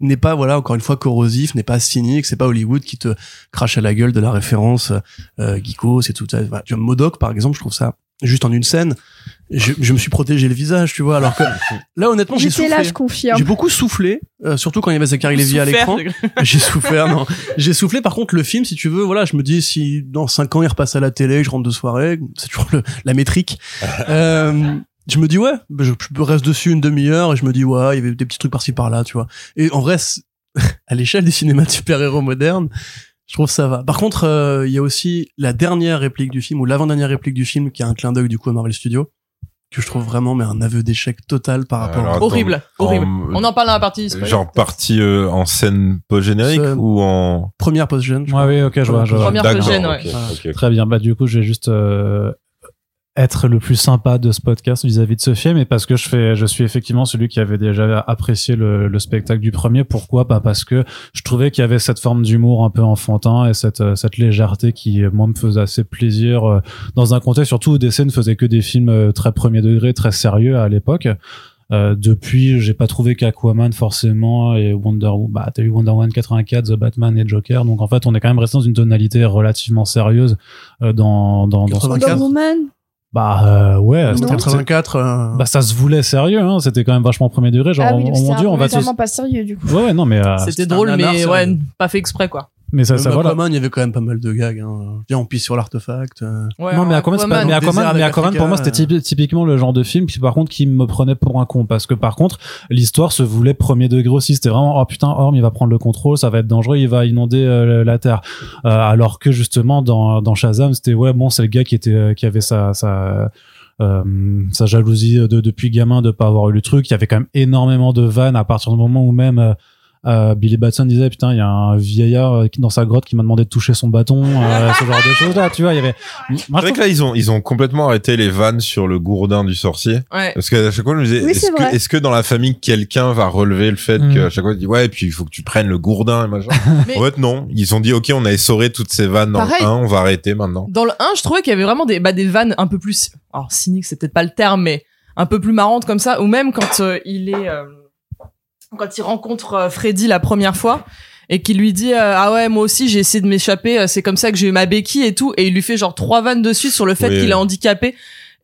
B: n'est pas, voilà, encore une fois, corrosif, n'est pas cynique, c'est pas Hollywood qui te crache à la gueule de la référence euh, geeko, c'est tout ça. Voilà. Tu vois, Modoc, par exemple, je trouve ça juste en une scène. Je, je me suis protégé le visage, tu vois, alors que là, honnêtement, j'ai
E: J'étais là,
B: soufflé.
E: je confirme.
B: J'ai beaucoup soufflé, euh, surtout quand il y avait Zachary Levi à
D: Souffert,
B: l'écran j'ai souffert non j'ai soufflé par contre le film si tu veux voilà je me dis si dans 5 ans il repasse à la télé je rentre de soirée c'est toujours le- la métrique euh, je me dis ouais bah, je, je reste dessus une demi-heure et je me dis ouais il y avait des petits trucs par-ci par-là tu vois et en vrai c'est- à l'échelle des cinémas de super-héros modernes je trouve ça va par contre euh, il y a aussi la dernière réplique du film ou l'avant-dernière réplique du film qui a un clin d'œil du coup à Marvel Studios que je trouve vraiment mais un aveu d'échec total par rapport
C: Alors,
B: à...
C: attends,
D: Horrible,
C: en-
D: horrible. On en parle dans la partie. spoiler.
C: Genre partie euh, en scène post-générique
B: Scène.
C: ou en.
B: première post-gen je
A: Ouais, oui, ok, je vois. je vois.
D: Première
C: D'accord,
D: post-gène,
C: ok,
D: ouais.
C: ok, ok.
A: Très bien, bah du coup je vais juste euh, être le plus sympa de ce podcast vis-à-vis de ce film et parce que je fais, je suis effectivement celui qui avait déjà apprécié le, le spectacle du premier. Pourquoi Bah parce que je trouvais qu'il y avait cette forme d'humour un peu enfantin et cette, euh, cette légèreté qui euh, moi me faisait assez plaisir euh, dans un contexte surtout où DC ne faisait que des films euh, très premier degré, très sérieux à l'époque. Euh, depuis, j'ai pas trouvé qu'Aquaman forcément et Wonder Woman, bah t'as eu Wonder Woman 84, The Batman et Joker, donc en fait on est quand même resté dans une tonalité relativement sérieuse euh, dans dans, dans ce-
B: 84.
E: Wonder Woman
A: bah euh, ouais,
B: pense.
A: c'était-
B: 84 euh,
A: bah ça se voulait sérieux, hein, c'était quand même vachement premier degré, genre
E: Ah oui,
A: oh,
E: donc
A: mon
E: c'est
A: dieu
E: un
A: on va
E: peu
A: tous,
E: tellement pas sérieux du coup.
A: ouais ouais, non mais euh,
D: C'était
B: C'était un
D: drôle,
B: nanar,
D: mais
B: ça,
D: ouais,
B: ouais.
D: pas fait exprès, quoi.
A: mais ça
B: Même
A: ça voilà.
B: Aquaman, il y avait quand même pas mal de gags. Hein. Viens, on pisse sur l'artefact. euh.
D: Ouais,
A: non, mais
D: ouais,
A: Aquaman, c'est pas- mais
B: Aquaman, dans le
A: Aquaman,
B: désert
A: mais
B: avec
A: Aquaman,
B: Africa,
A: pour moi, c'était
B: euh.
A: typi- typiquement le genre de film qui, par contre, qui me prenait pour un con. Parce que, par contre, l'histoire se voulait premier degré aussi. C'était vraiment, oh putain, Orm, il va prendre le contrôle, ça va être dangereux, il va inonder euh, la Terre. Euh, alors que, justement, dans, dans Shazam, c'était, ouais, bon, c'est le gars qui était, euh, qui avait sa, sa, euh, sa jalousie de, depuis gamin de pas avoir eu le truc. Il y avait quand même énormément de vannes à partir du moment où même, euh, euh, Billy Batson disait putain il y a un vieillard euh, qui- dans sa grotte qui m'a demandé de toucher son bâton euh, ce genre de choses là tu vois il y avait Moi,
D: Ah.
C: C'est
A: je
C: vrai que là, ils ont, ils ont complètement arrêté les vannes sur le gourdin du sorcier.
D: ouais.
C: Parce que à chaque fois, je me disais,
E: Oui,
C: est-ce
E: c'est
C: que,
E: vrai.
C: est-ce que dans la famille, quelqu'un va relever le fait
A: Mm.
C: qu'à chaque fois, il dit, ouais, et puis il faut que tu prennes le gourdin et machin.
D: Mais-
C: En fait, non. Ils ont dit, OK, on a essoré toutes ces vannes dans
D: Pareil.
C: le 1, on va arrêter maintenant.
D: Dans le 1, je trouvais qu'il y avait vraiment des, bah, des vannes un peu plus. Alors, cynique, c'est peut-être pas le terme, mais un peu plus marrantes comme ça. Ou même quand euh, il est. euh, quand il rencontre euh, Freddy la première fois et qu'il lui dit euh, Ah ouais, moi aussi, j'ai essayé de m'échapper, euh, c'est comme ça que j'ai eu ma béquille et tout. Et il lui fait genre trois vannes dessus sur le fait
C: Oui.
D: qu'il est handicapé.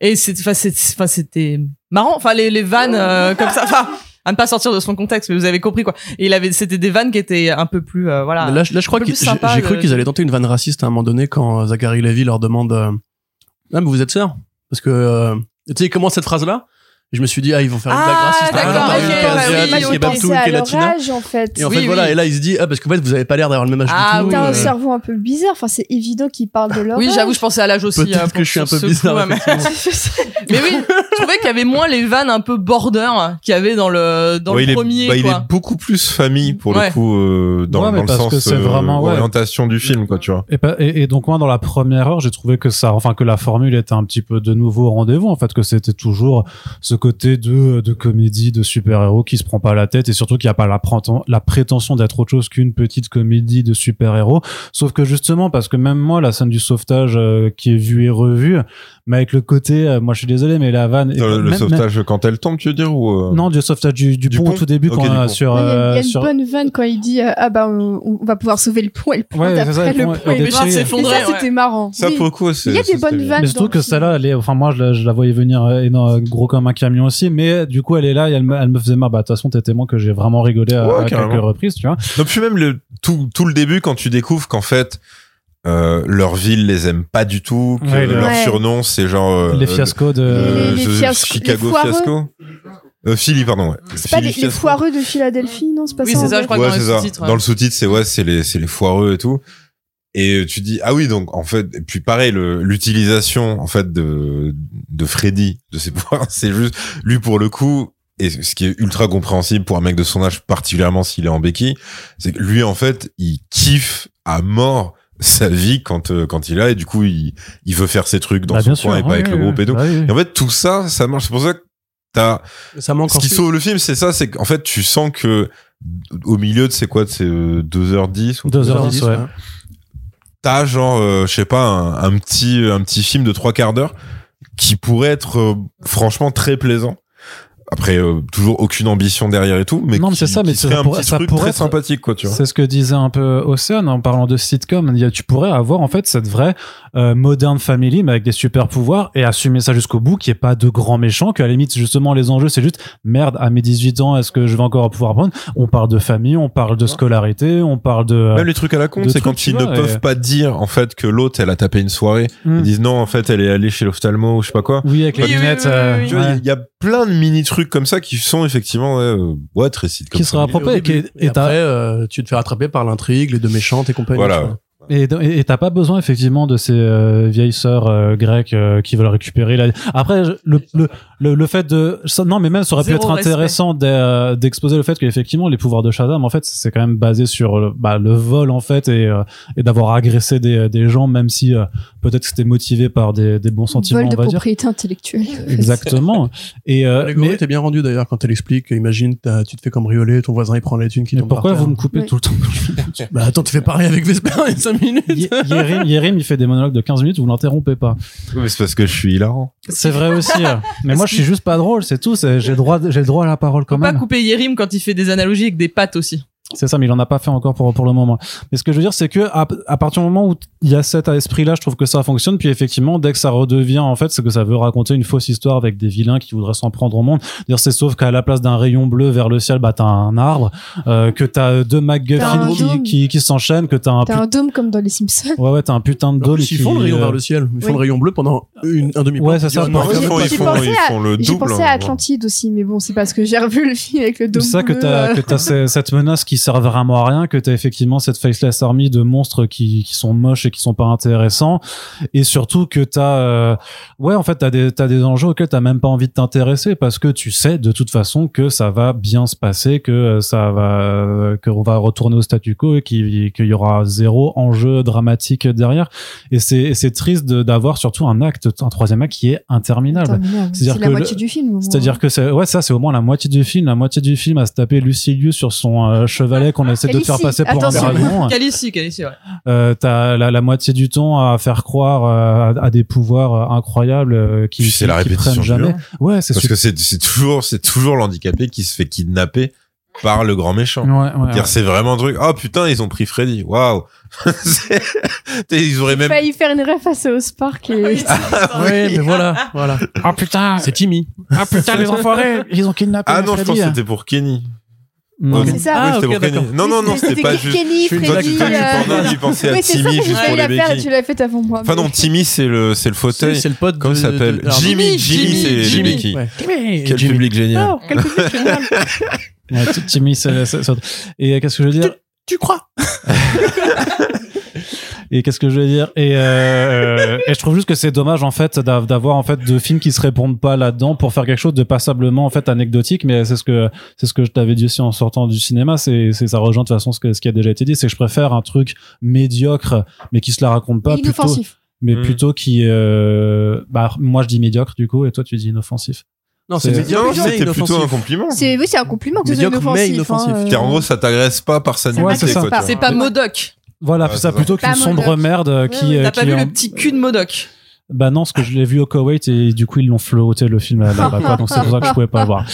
D: Et c'est- enfin, c'est- enfin, c'était marrant. Enfin, les, les vannes euh, comme ça. Enfin, à ne pas sortir de son contexte, mais vous avez compris quoi. Et il avait, c'était des vannes qui étaient un peu plus, euh, voilà.
B: Mais là, je- là, je crois
D: peu
B: que j'ai
D: plus sympa,
B: j'ai cru
D: le-
B: qu'ils allaient tenter une vanne raciste à un moment donné quand euh, Zachary Levy leur demande euh, Ah, mais vous êtes sœurs Parce que. euh, tu sais, comment cette phrase-là Et Je me suis dit, ah, ils vont faire une blague
D: Ah,
B: raciste.
D: d'accord,
B: Ah,
E: bah
D: ok,
B: il est
D: ouais,
B: asiatique,
D: oui,
B: il est
D: oui, oui.
B: partout,
E: pensais
B: il
E: à
B: est latina.
E: l'orage en fait.
B: Et en
D: Oui,
B: fait,
D: oui.
B: voilà, et là, il se dit, ah, parce qu'en fait, vous avez pas l'air d'avoir le même âge
D: Ah,
B: du tout.
D: oui,
E: T'as un
B: euh,
E: cerveau un peu bizarre, enfin c'est évident qu'il parle de l'orage.
D: Oui, j'avoue, je pensais à l'âge aussi.
B: Peut-être
D: euh,
B: que
D: pour
B: je suis un
D: ce
B: peu
D: coup,
B: bizarre.
D: ouais, mais- Mais oui, je trouvais qu'il y avait moins les vannes un peu border hein, qu'il y avait dans le dans
C: Ouais,
D: le
C: il
D: premier
C: est, bah, il
D: quoi.
C: est beaucoup plus famille pour
D: Ouais.
C: le coup, euh, dans,
A: Ouais, mais
C: dans le
A: parce que
C: sens,
A: c'est vraiment, ouais.
C: orientation du film, quoi, tu vois.
A: Et, pas- et- et donc moi dans la première heure j'ai trouvé que ça enfin que la formule était un petit peu de nouveau au rendez-vous en fait que c'était toujours ce côté de, de comédie, de super-héros qui se prend pas la tête et surtout qui a pas la, préten- la prétention d'être autre chose qu'une petite comédie de super-héros. Sauf que justement, parce que même moi, la scène du sauvetage euh, qui est vue et revue, mais avec le côté, euh, moi je suis désolé, mais la vanne...
C: Dans Euh, le, le
A: même-
C: sauvetage quand elle tombe, tu veux dire ou euh,
A: même- non, du sauvetage du, du
C: Du
A: pont, au
C: pont
A: tout début,
C: Ok,
A: quand,
C: du
A: euh,
C: pont.
A: sur...
E: Ouais, Il y a- il y a
A: euh,
E: une
A: sur-
E: bonne vanne quand il dit euh, ah bah on, on va pouvoir sauver le pont et le pont
A: Ouais, c'est
E: d'après
A: ça,
E: le
A: le pont-
E: pont.
A: le
E: est-
A: dé-
E: Mais
D: il va
A: déchiré.
E: ça,
D: s'effondrer. ouais.
E: c'était marrant.
C: Ça
E: Oui.
C: pour le coup, c'est.
E: Il y a
C: ça,
E: des bonnes
C: c'était bien.
E: vannes.
A: Mais surtout
E: dans
A: que
E: le
A: celle-là, elle est, enfin moi je la, je la voyais venir euh, énorme, gros comme un camion aussi, mais euh, du coup elle est là, et elle me, elle me faisait marre. Bah de toute façon t'es témoin que j'ai vraiment rigolé à,
C: Ouais,
A: à
C: carrément.
A: quelques reprises, tu vois.
C: Non, puis même le, tout, tout le début quand tu découvres qu'en fait, euh, leur ville les aime pas du tout, que
A: Ouais, le-
C: leur
E: Ouais.
C: surnom c'est genre. euh,
A: les fiascos de.
C: euh,
E: Les- les
C: ce-
E: fiascos-
C: Chicago
E: les foireux.
C: fiasco. Euh, Philly, pardon, ouais.
E: C'est pas
C: Philly
E: les, les
C: fiasco.
E: foireux de Philadelphie, non C'est pas
D: Oui,
E: ça.
D: c'est
E: en
D: ça,
E: vrai
D: je crois que
C: Ouais,
D: dans
C: c'est
D: le
C: ça.
D: sous-titre. ouais.
C: Dans le sous-titre, c'est ouais, c'est les, c'est les foireux et tout. Et tu dis ah oui donc en fait et puis pareil le- l'utilisation en fait de de Freddy de ses pouvoirs c'est juste lui pour le coup et ce qui est ultra compréhensible pour un mec de son âge particulièrement s'il est en béquille c'est que lui en fait il kiffe à mort sa vie quand euh, quand il a et du coup il il veut faire ses trucs dans
A: Bah,
C: son coin et pas
A: ouais,
C: avec le
A: ouais, Bah
C: groupe et tout
A: ouais, ouais.
C: et en fait tout ça ça marche c'est pour ça que t'as
B: Ça manque
C: ce qui
B: ensuite.
C: sauve le film, c'est ça, c'est qu'en fait, tu sens que au milieu de euh, c'est quoi, c'est 2h10 ou
A: 2h10, ouais.
C: t'as genre, euh, je sais pas, un, un petit, un petit film de trois quarts d'heure qui pourrait être euh, franchement très plaisant. Après, euh, toujours aucune ambition derrière et tout, mais
A: Non, mais
C: qui-
A: c'est ça, mais
C: qui
A: ça
C: serait un
A: pourrait-
C: petit
A: ça
C: truc
A: pourrait
C: très
A: être-
C: sympathique, quoi, tu vois.
A: C'est ce que disait un peu Océane en parlant de sitcom. Il y a- tu pourrais avoir en fait cette vraie euh, moderne family mais avec des super pouvoirs et assumer ça jusqu'au bout, qu'il n'y ait pas de grands méchants, qu'à la limite justement les enjeux c'est juste merde à mes 18 ans est-ce que je vais encore pouvoir apprendre On parle de famille, on parle de scolarité, on parle de. euh,
C: Même les trucs à la con,
A: de
C: c'est
A: trucs,
C: quand
A: tu
C: ils ne
A: vois, et-
C: peuvent pas dire en fait que l'autre elle a tapé une soirée.
A: hmm.
C: Ils disent non, en fait elle est allée chez l'ophtalmo ou je sais pas quoi.
A: Oui, avec
D: Oui,
A: les
D: oui,
A: lunettes.
D: oui, oui,
A: euh,
D: oui, oui.
C: Tu vois, il
A: ouais.
C: y a plein de mini trucs comme ça qui sont effectivement ouais, euh, ouais, très sitcom.
A: Qui sera
C: family.
A: propre et, qui-
B: Et
A: et t'as-
B: après, euh, tu te fais rattraper par l'intrigue, les deux méchantes et compagnie.
C: Voilà.
B: tu vois.
A: Et et- et t'as pas besoin effectivement de ces euh, vieilles sœurs euh, grecques euh, qui veulent récupérer la. Après je- le le le, le fait de ça- non mais même ça aurait pu
D: Zéro
A: être
D: respect.
A: intéressant d'e- euh, d'exposer le fait qu'effectivement les pouvoirs de Shazam en fait c'est quand même basé sur euh, bah, le vol en fait et euh, et d'avoir agressé des des gens même si euh, peut-être que c'était motivé par des des bons sentiments
E: Vol de
A: on va dire.
E: propriété intellectuelle.
A: Exactement. Et euh,
B: L'allégorie
A: mais,
B: t'es bien rendu d'ailleurs quand elle explique. Imagine, t'as- tu te fais cambrioler, ton voisin il prend les thunes qui
A: mais
B: tombent par
A: pourquoi
B: terre.
A: vous me coupez
E: Oui.
A: tout le temps
B: Bah attends, tu fais pareil avec Vesper il y a 5
A: Ye-
B: minutes.
A: Yérim, Yérim, il fait des monologues de 15 minutes, vous l'interrompez pas.
C: Oui, mais c'est parce que je suis hilarant.
A: C'est vrai aussi. euh. Mais moi, je suis juste pas drôle, c'est tout. c'est- J'ai le droit, j'ai le droit à la parole quand
D: Faut pas
A: même.
D: couper Yérim quand il fait des analogies avec des pattes aussi.
A: C'est ça, mais il en a pas fait encore pour, pour le moment. Mais ce que je veux dire, c'est que à, à partir du moment où il y a cet esprit-là, je trouve que ça fonctionne. Puis effectivement, dès que ça redevient, en fait, c'est que ça veut raconter une fausse histoire avec des vilains qui voudraient s'en prendre au monde. Dire c'est sauf qu'à la place d'un rayon bleu vers le ciel, bah t'as un arbre, euh, que t'as deux
E: T'as
A: MacGuffin
E: un
A: qui,
E: dôme.
A: qui, qui s'enchaînent, que t'as un,
E: T'as un dôme comme dans les Simpsons.
A: put- ouais ouais t'as un putain de dôle
B: Ils
A: qui
B: font le rayon
A: euh,
B: vers le ciel, ils font
E: oui.
B: le rayon bleu pendant une, un demi
A: Ouais, c'est ça,
B: Non,
A: je pense.
B: ils font-
E: J'ai
C: ils font,
E: pensé
C: ils
E: à-
C: font le
E: J'ai
C: double.
E: pensé
C: hein.
E: à Atlantide aussi, mais bon, c'est parce que j'ai revu le film avec le
A: C'est
E: dôme.
A: ça que
E: bleu,
A: t'as
E: euh,
A: que t'as ce- cette menace qui sert vraiment à rien, que t'as effectivement cette faceless army de monstres qui qui sont moches et qui sont pas intéressants, et surtout que t'as euh, ouais en fait t'as des t'as des enjeux auxquels t'as même pas envie de t'intéresser parce que tu sais de toute façon que ça va bien se passer, que euh, ça va que on va retourner au statu quo et qu'il qu'il y aura zéro enjeu dramatique derrière, et c'est et c'est triste de- d'avoir surtout un acte un troisième acte qui est interminable.
E: interminable. C'est
A: C'est-à-dire
E: la
A: que
E: moitié
A: le-
E: du film. au moins.
A: C'est-à-dire que c'est ouais ça c'est au moins la moitié du film, la moitié du film à se taper Lucilius sur son euh, chevalet qu'on essaie de
E: Calici,
A: faire passer pour
E: attention.
A: un dragon.
D: Calici, Calici, ouais.
A: Euh, T'as la, la moitié du temps à faire croire euh, à, à des pouvoirs euh, incroyables euh, qui,
C: Puis c'est la
A: qui- qui
C: répétition
A: prennent
C: du
A: jamais.
C: lot.
A: Ouais c'est
C: Parce que
A: super.
C: c'est c'est toujours, c'est toujours l'handicapé qui se fait kidnapper par le grand méchant.
A: Ouais, ouais,
C: Dire, C'est vraiment un truc. Oh putain, ils ont pris Freddy. Waouh. C'est- ils auraient
E: J'ai
C: même.
E: failli faire une ref à South Park et
B: Ouais, mais voilà, voilà.
A: Ah putain,
B: C'est Timmy.
A: ah putain les enfoirés, ils ont kidnappé
C: Ah non, je pense que c'était pour Kenny.
A: Non.
C: Ouais,
E: C'est ça.
C: oui,
B: Ah,
C: c'était
B: ok,
C: pour Kenny.
B: d'accord.
C: Non, non, non, c'était pas juste.
E: Kenny,
B: je suis une
C: Toi, tu
E: Freddy.
C: t'as eu
E: euh,
C: pendant, j'y pensais à
E: Oui, c'est ça
C: Timmy
E: que je
C: juste pour
E: voulais
C: les
E: la faire et
C: béquilles.
E: tu l'as fait avant moi.
C: Enfin non, Timmy c'est le, c'est le fauteuil.
B: C'est c'est le pote.
C: Comment
B: de-
C: ça s'appelle
B: de- alors,
C: Jimmy, Jimmy, c'est les
B: Jimmy.
C: béquilles.
B: Ouais.
C: Quel public génial.
E: Oh, quel public génial.
A: Ouais, t- Timmy, c'est- c'est- c'est- et euh, qu'est-ce que je veux dire
B: Tu crois
A: Et qu'est-ce que je veux dire et, euh, et je trouve juste que c'est dommage en fait d'av- d'avoir en fait de films qui se répondent pas là-dedans pour faire quelque chose de passablement en fait anecdotique. Mais c'est ce que c'est ce que je t'avais dit aussi en sortant du cinéma. C'est c'est ça rejoint de toute façon ce, que, ce qui a déjà été dit. C'est que je préfère un truc médiocre mais qui se la raconte pas plutôt,
E: Inoffensif.
A: mais
C: Hmm.
A: plutôt qui euh, bah moi je dis médiocre du coup et toi tu dis inoffensif.
B: Non, c'est
A: C'est-
B: médiocre,
C: Non,
E: Genre,
B: mais
C: c'était plutôt un
B: inoffensif.
C: compliment.
E: C'est oui, c'est un compliment que ce soit
B: Médiocre, mais
E: inoffensif. hein,
B: inoffensif.
E: euh.
C: T'es- En gros, ça t'agresse pas par sa
A: Ouais, c'est
C: nudité,
A: ça.
C: quoi, tu vois.
D: C'est pas Modoc.
A: Voilà,
C: Ouais,
A: ça
C: c'est
A: plutôt qu'une
E: Pas
A: sombre
E: Modoc.
A: merde euh,
E: Ouais,
A: qui.
E: ouais.
A: euh,
D: T'as
A: qui
D: pas vu
A: en-
D: le petit cul de Modoc
A: Bah non, parce que je l'ai vu au Koweït et du coup ils l'ont flotté le film là quoi, donc c'est pour ça que je pouvais pas le voir.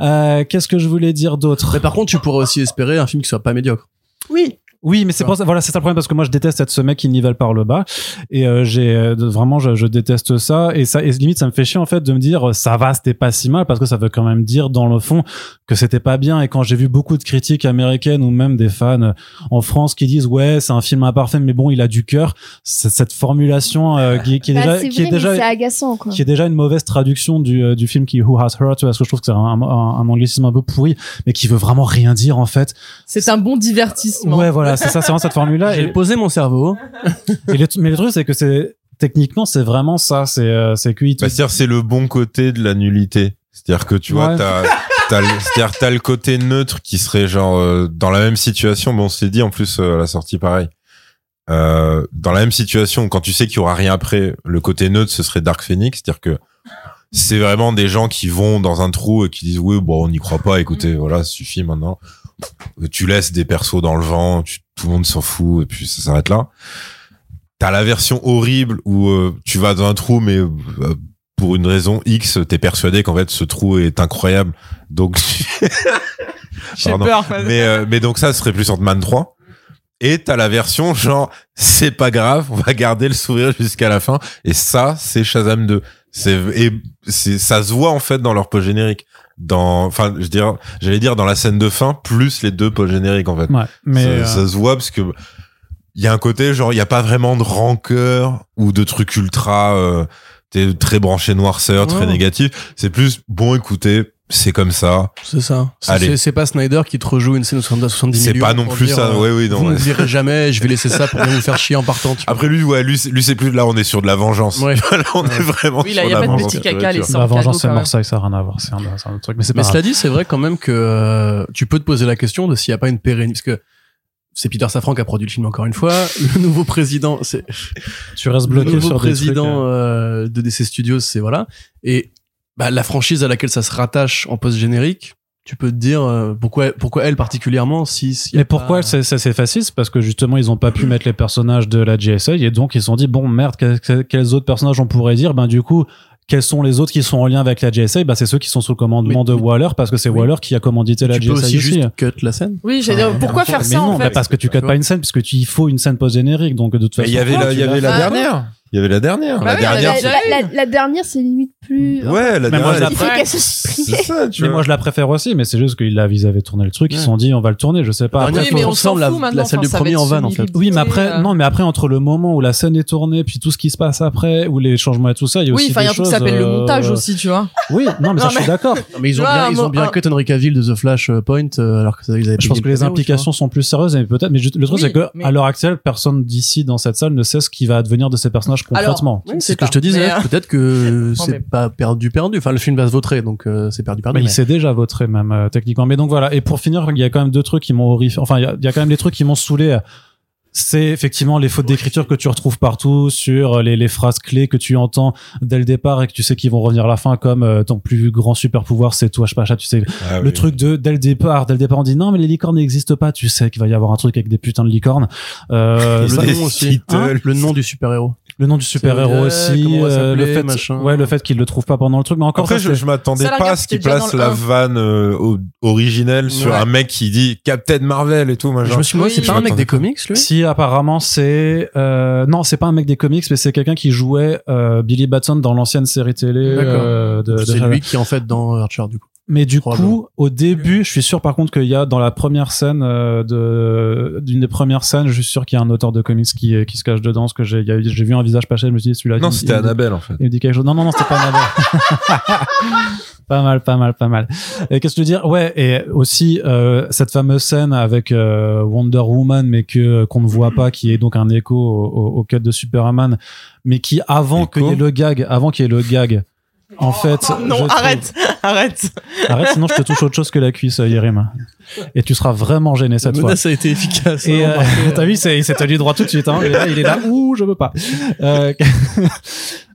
A: Euh, Qu'est-ce que je voulais dire d'autre
B: Mais par contre, tu pourrais aussi espérer un film qui soit pas médiocre.
E: Oui.
A: Oui, mais c'est pour ça, voilà, c'est ça le problème parce que moi je déteste être ce mec qui nivelle par le bas et euh, j'ai euh, de- vraiment je, je déteste ça et ça et limite ça me fait chier en fait de me dire euh, ça va, c'était pas si mal parce que ça veut quand même dire dans le fond que c'était pas bien et quand j'ai vu beaucoup de critiques américaines ou même des fans euh, en France qui disent ouais, c'est un film imparfait mais bon, il a du cœur, c'est- cette formulation euh, qui, qui est
E: Bah,
A: déjà
E: c'est
A: qui
E: vrai,
A: est
E: mais
A: déjà
E: c'est agaçant quoi.
A: qui est déjà une mauvaise traduction du, euh, du film qui est Who Has Hurt parce que je trouve que c'est un, un, un anglicisme un peu pourri mais qui veut vraiment rien dire en fait
D: C'est un bon divertissement.
A: ouais voilà c'est ça c'est vraiment cette formule là
B: J'ai
A: et,
B: posé mon cerveau.
A: et le- mais le truc c'est que c'est techniquement c'est vraiment ça c'est euh, c'est que il te-
C: Bah, c'est-à-dire, c'est le bon côté de la nullité. C'est-à-dire que tu vois,
A: Ouais.
C: t'as, t'as, le- c'est-à-dire, t'as le côté neutre qui serait genre euh, dans la même situation. Bon, on s'est dit en plus euh, à la sortie pareil. Euh, dans la même situation, quand tu sais qu'il y aura rien après, le côté neutre ce serait Dark Phoenix, c'est-à-dire que c'est vraiment des gens qui vont dans un trou et qui disent oui bon on n'y croit pas, écoutez voilà ça suffit maintenant. Tu laisses des persos dans le vent, tu- tout le monde s'en fout et puis ça s'arrête là. T'as la version horrible où euh, tu vas dans un trou, mais euh, pour une raison X, t'es persuadé qu'en fait ce trou est incroyable. Donc,
D: J'ai
C: Pardon.
D: peur. quoi.
C: mais euh, mais donc ça ce serait plus Ant-Man 3. Et t'as la version genre c'est pas grave, on va garder le sourire jusqu'à la fin. Et ça c'est Shazam 2. C'est et c'est ça se voit en fait dans leur post générique. Dans enfin je dirais j'allais dire dans la scène de fin plus les deux post génériques en fait.
A: ouais mais
C: ça,
A: euh,
C: ça se voit parce que il y a un côté genre il y a pas vraiment de rancœur ou de truc ultra euh, t'es très branché noirceur très
B: Ouais.
C: négatif c'est plus bon écoutez c'est comme ça
B: C'est ça. C'est-
C: Allez.
B: C'est c'est pas Snyder qui te rejoue une scène de 70 70
C: c'est
B: millions.
C: pas non
B: pour
C: plus
B: dire,
C: ça
B: euh,
C: oui oui non
B: vous ne
C: ouais.
B: le direz jamais, je vais laisser ça pour bien vous faire chier en partant. tu vois.
C: après lui ouais lui c'est- lui c'est plus là on est sur de la vengeance
B: Ouais.
C: là on
B: Ouais.
C: est vraiment
D: Oui,
C: sur
D: là,
C: de
D: il n'y
C: la
D: a pas de
C: vengeance
D: petit caca, les
A: la
D: sans
A: vengeance c'est
D: cadeau,
A: Marseille ça a rien à voir c'est un, c'est un autre truc mais c'est pas
B: Mais
A: grave.
B: cela dit, c'est vrai quand même que euh, tu peux te poser la question de s'il n'y a pas une pérennité. Parce que c'est Peter Safran qui a produit le film encore une fois. Le nouveau président, c'est
A: tu restes
B: le
A: bloqué
B: nouveau
A: sur
B: président
A: des trucs, euh,
B: euh, de DC Studios, c'est voilà. Et bah, la franchise à laquelle ça se rattache en post-générique, tu peux te dire euh, pourquoi, pourquoi elle particulièrement si. s'il y a
A: mais pourquoi
B: pas-
A: c'est c'est c'est facile c'est parce que justement ils ont pas pu mettre les personnages de la GSA et donc ils se sont dit bon merde que- que- quels autres personnages on pourrait dire ben du coup quels sont les autres qui sont en lien avec la GSA ben c'est ceux qui sont sous le commandement
B: Mais-
A: de Waller parce que c'est
B: Oui.
A: Waller qui a commandité la
B: Tu peux
A: GSA
B: aussi
A: aussi, hein.
B: juste cut la scène.
D: Oui, j'allais dire, pourquoi faire
A: mais
D: ça
A: non
D: en
A: bah
D: fait
A: parce que tu
B: Tu
A: cotes
B: vois.
A: pas une scène parce que tu- il faut une scène post générique donc de toute
C: Mais
A: façon
C: il y avait
A: pourquoi
D: Ah,
C: la il y
A: tu
C: avait
A: l'as
C: la
E: fait.
C: dernière il y avait la dernière
D: Bah
C: la
D: oui, on
C: dernière
D: avait
C: c'est-
E: La, la- la dernière, c'est limite plus.
C: ouais la
A: Mais moi, je
C: dernière
A: la-
E: Il faut
D: Ouais.
E: qu'elle se supprime.
C: c'est ça tu
A: mais
C: vois.
A: moi je la préfère aussi mais c'est juste qu'ils la- ils avaient tourné le truc ils
B: Ouais.
A: se sont dit on va le tourner je sais pas
B: Dernier,
A: Après,
D: Oui, mais
B: faut-
D: on s'en
B: semble la-
D: fout maintenant.
B: la salle
D: enfin,
B: du
D: ça va
B: premier
D: être
B: en van, en fait.
D: simili-
A: Oui, mais après,
D: euh,
A: non, mais après, entre le moment où la scène est tournée, puis tout ce qui se passe après, ou les changements et tout ça, il y a
D: Oui,
A: aussi
D: enfin, il y
A: des
D: a un truc qui
A: choses,
D: s'appelle le
A: euh,
D: montage aussi, tu vois.
A: Oui, non, mais ça,
D: Non,
A: je suis d'accord.
B: Non, mais ils ont
D: Tu vois,
B: bien, ils ont
D: un-
B: bien
D: un-
B: cut Henry Cavill de The Flash euh, Point euh, alors que ça, ils avaient
A: Je
B: pas
A: pense
B: mis
A: que les
B: caméo, tu vois.
A: implications sont plus sérieuses, mais peut-être. Mais juste- le truc,
D: Oui,
A: c'est que
D: mais-
A: à l'heure actuelle, personne d'ici dans cette salle ne sait ce qui va advenir de ces personnages
D: Alors,
A: concrètement.
B: Oui, c'est ce
D: pas.
B: que je te disais. hein.
D: Mais, euh,
B: Peut-être que
D: Non,
B: c'est
D: mais-
B: pas perdu perdu. Enfin, le film va se vautrer, donc euh, c'est perdu perdu.
A: Mais
B: mais-
A: il s'est déjà voté même euh, techniquement. Mais donc voilà. Et pour finir, il y a quand même deux trucs qui m'ont horrifié. Enfin, il y a- il y, a quand même des trucs qui m'ont saoulé. C'est effectivement les fautes d'écriture que tu retrouves partout sur euh, les, les phrases clés que tu entends dès le départ et que tu sais qu'ils vont revenir à la fin comme euh, ton plus grand super pouvoir c'est toi je sais pas ça, tu sais
C: Ah
A: le
C: oui.
A: truc de dès le départ dès le départ on dit non mais les licornes n'existent pas tu sais qu'il va y avoir un truc avec des putains de licornes euh,
B: le
A: ça-
B: nom aussi.
C: Skittles.
B: Hein le nom du super héros.
A: le nom du super héros
B: C'est, euh,
A: aussi
B: comment on va
A: euh, le
B: s'appeler,
A: fait
B: machin.
A: ouais le fait qu'ils le trouvent pas pendant le truc mais encore
C: Après,
A: ça,
C: je,
A: c'est-
C: je m'attendais
D: Ça, la
C: pas à
D: regarde,
C: ce qu'il
D: c'était déjà
C: place
D: dans le
C: la
D: un.
C: vanne euh, au- originelle sur
B: Ouais.
C: un mec qui dit Captain Marvel et tout, moi,
B: Je
C: genre.
B: me suis demandé,
D: Oui.
B: c'est pas un
C: Je
B: mec
C: m'attendais
B: des
C: pas.
B: comics, lui
A: Si apparemment c'est euh, non c'est pas un mec des comics mais c'est quelqu'un qui jouait euh, Billy Batson dans l'ancienne série télé
B: D'accord.
A: euh, de, de-
B: C'est lui qui est en fait dans Archer du coup.
A: mais du
B: Probablement.
A: coup au début je suis sûr par contre qu'il y a dans la première scène euh, de d'une des premières scènes je suis sûr qu'il y a un auteur de comics qui euh, qui se cache dedans parce que j'ai il y a- j'ai vu un visage passer je me suis dit celui-là
C: Non,
A: il-
C: c'était
A: il-
C: Annabelle, en fait.
A: Il me dit quelque chose. Non, non, non, c'était pas Annabelle. pas mal, pas mal, pas mal. Et qu'est-ce que je veux dire Ouais, et aussi euh, cette fameuse scène avec euh, Wonder Woman, mais que qu'on ne voit pas, qui est donc un écho au, au, au cut de Superman, mais qui avant
C: Écho
A: qu'il y ait le gag, avant qu'il y ait le gag. En fait, je
D: Non,
A: trouve-
D: arrête, arrête.
A: arrête, sinon je te touche autre chose que la cuisse, euh, Yérim. Et tu seras vraiment gêné cette
B: Mais
A: fois.
B: là, ça a été efficace.
A: Et
B: hein,
A: euh,
B: remarquez.
A: t'as vu, c'est- il s'est tenu droit tout de suite. Hein. Et là, il est là, ouh, je veux pas. Euh,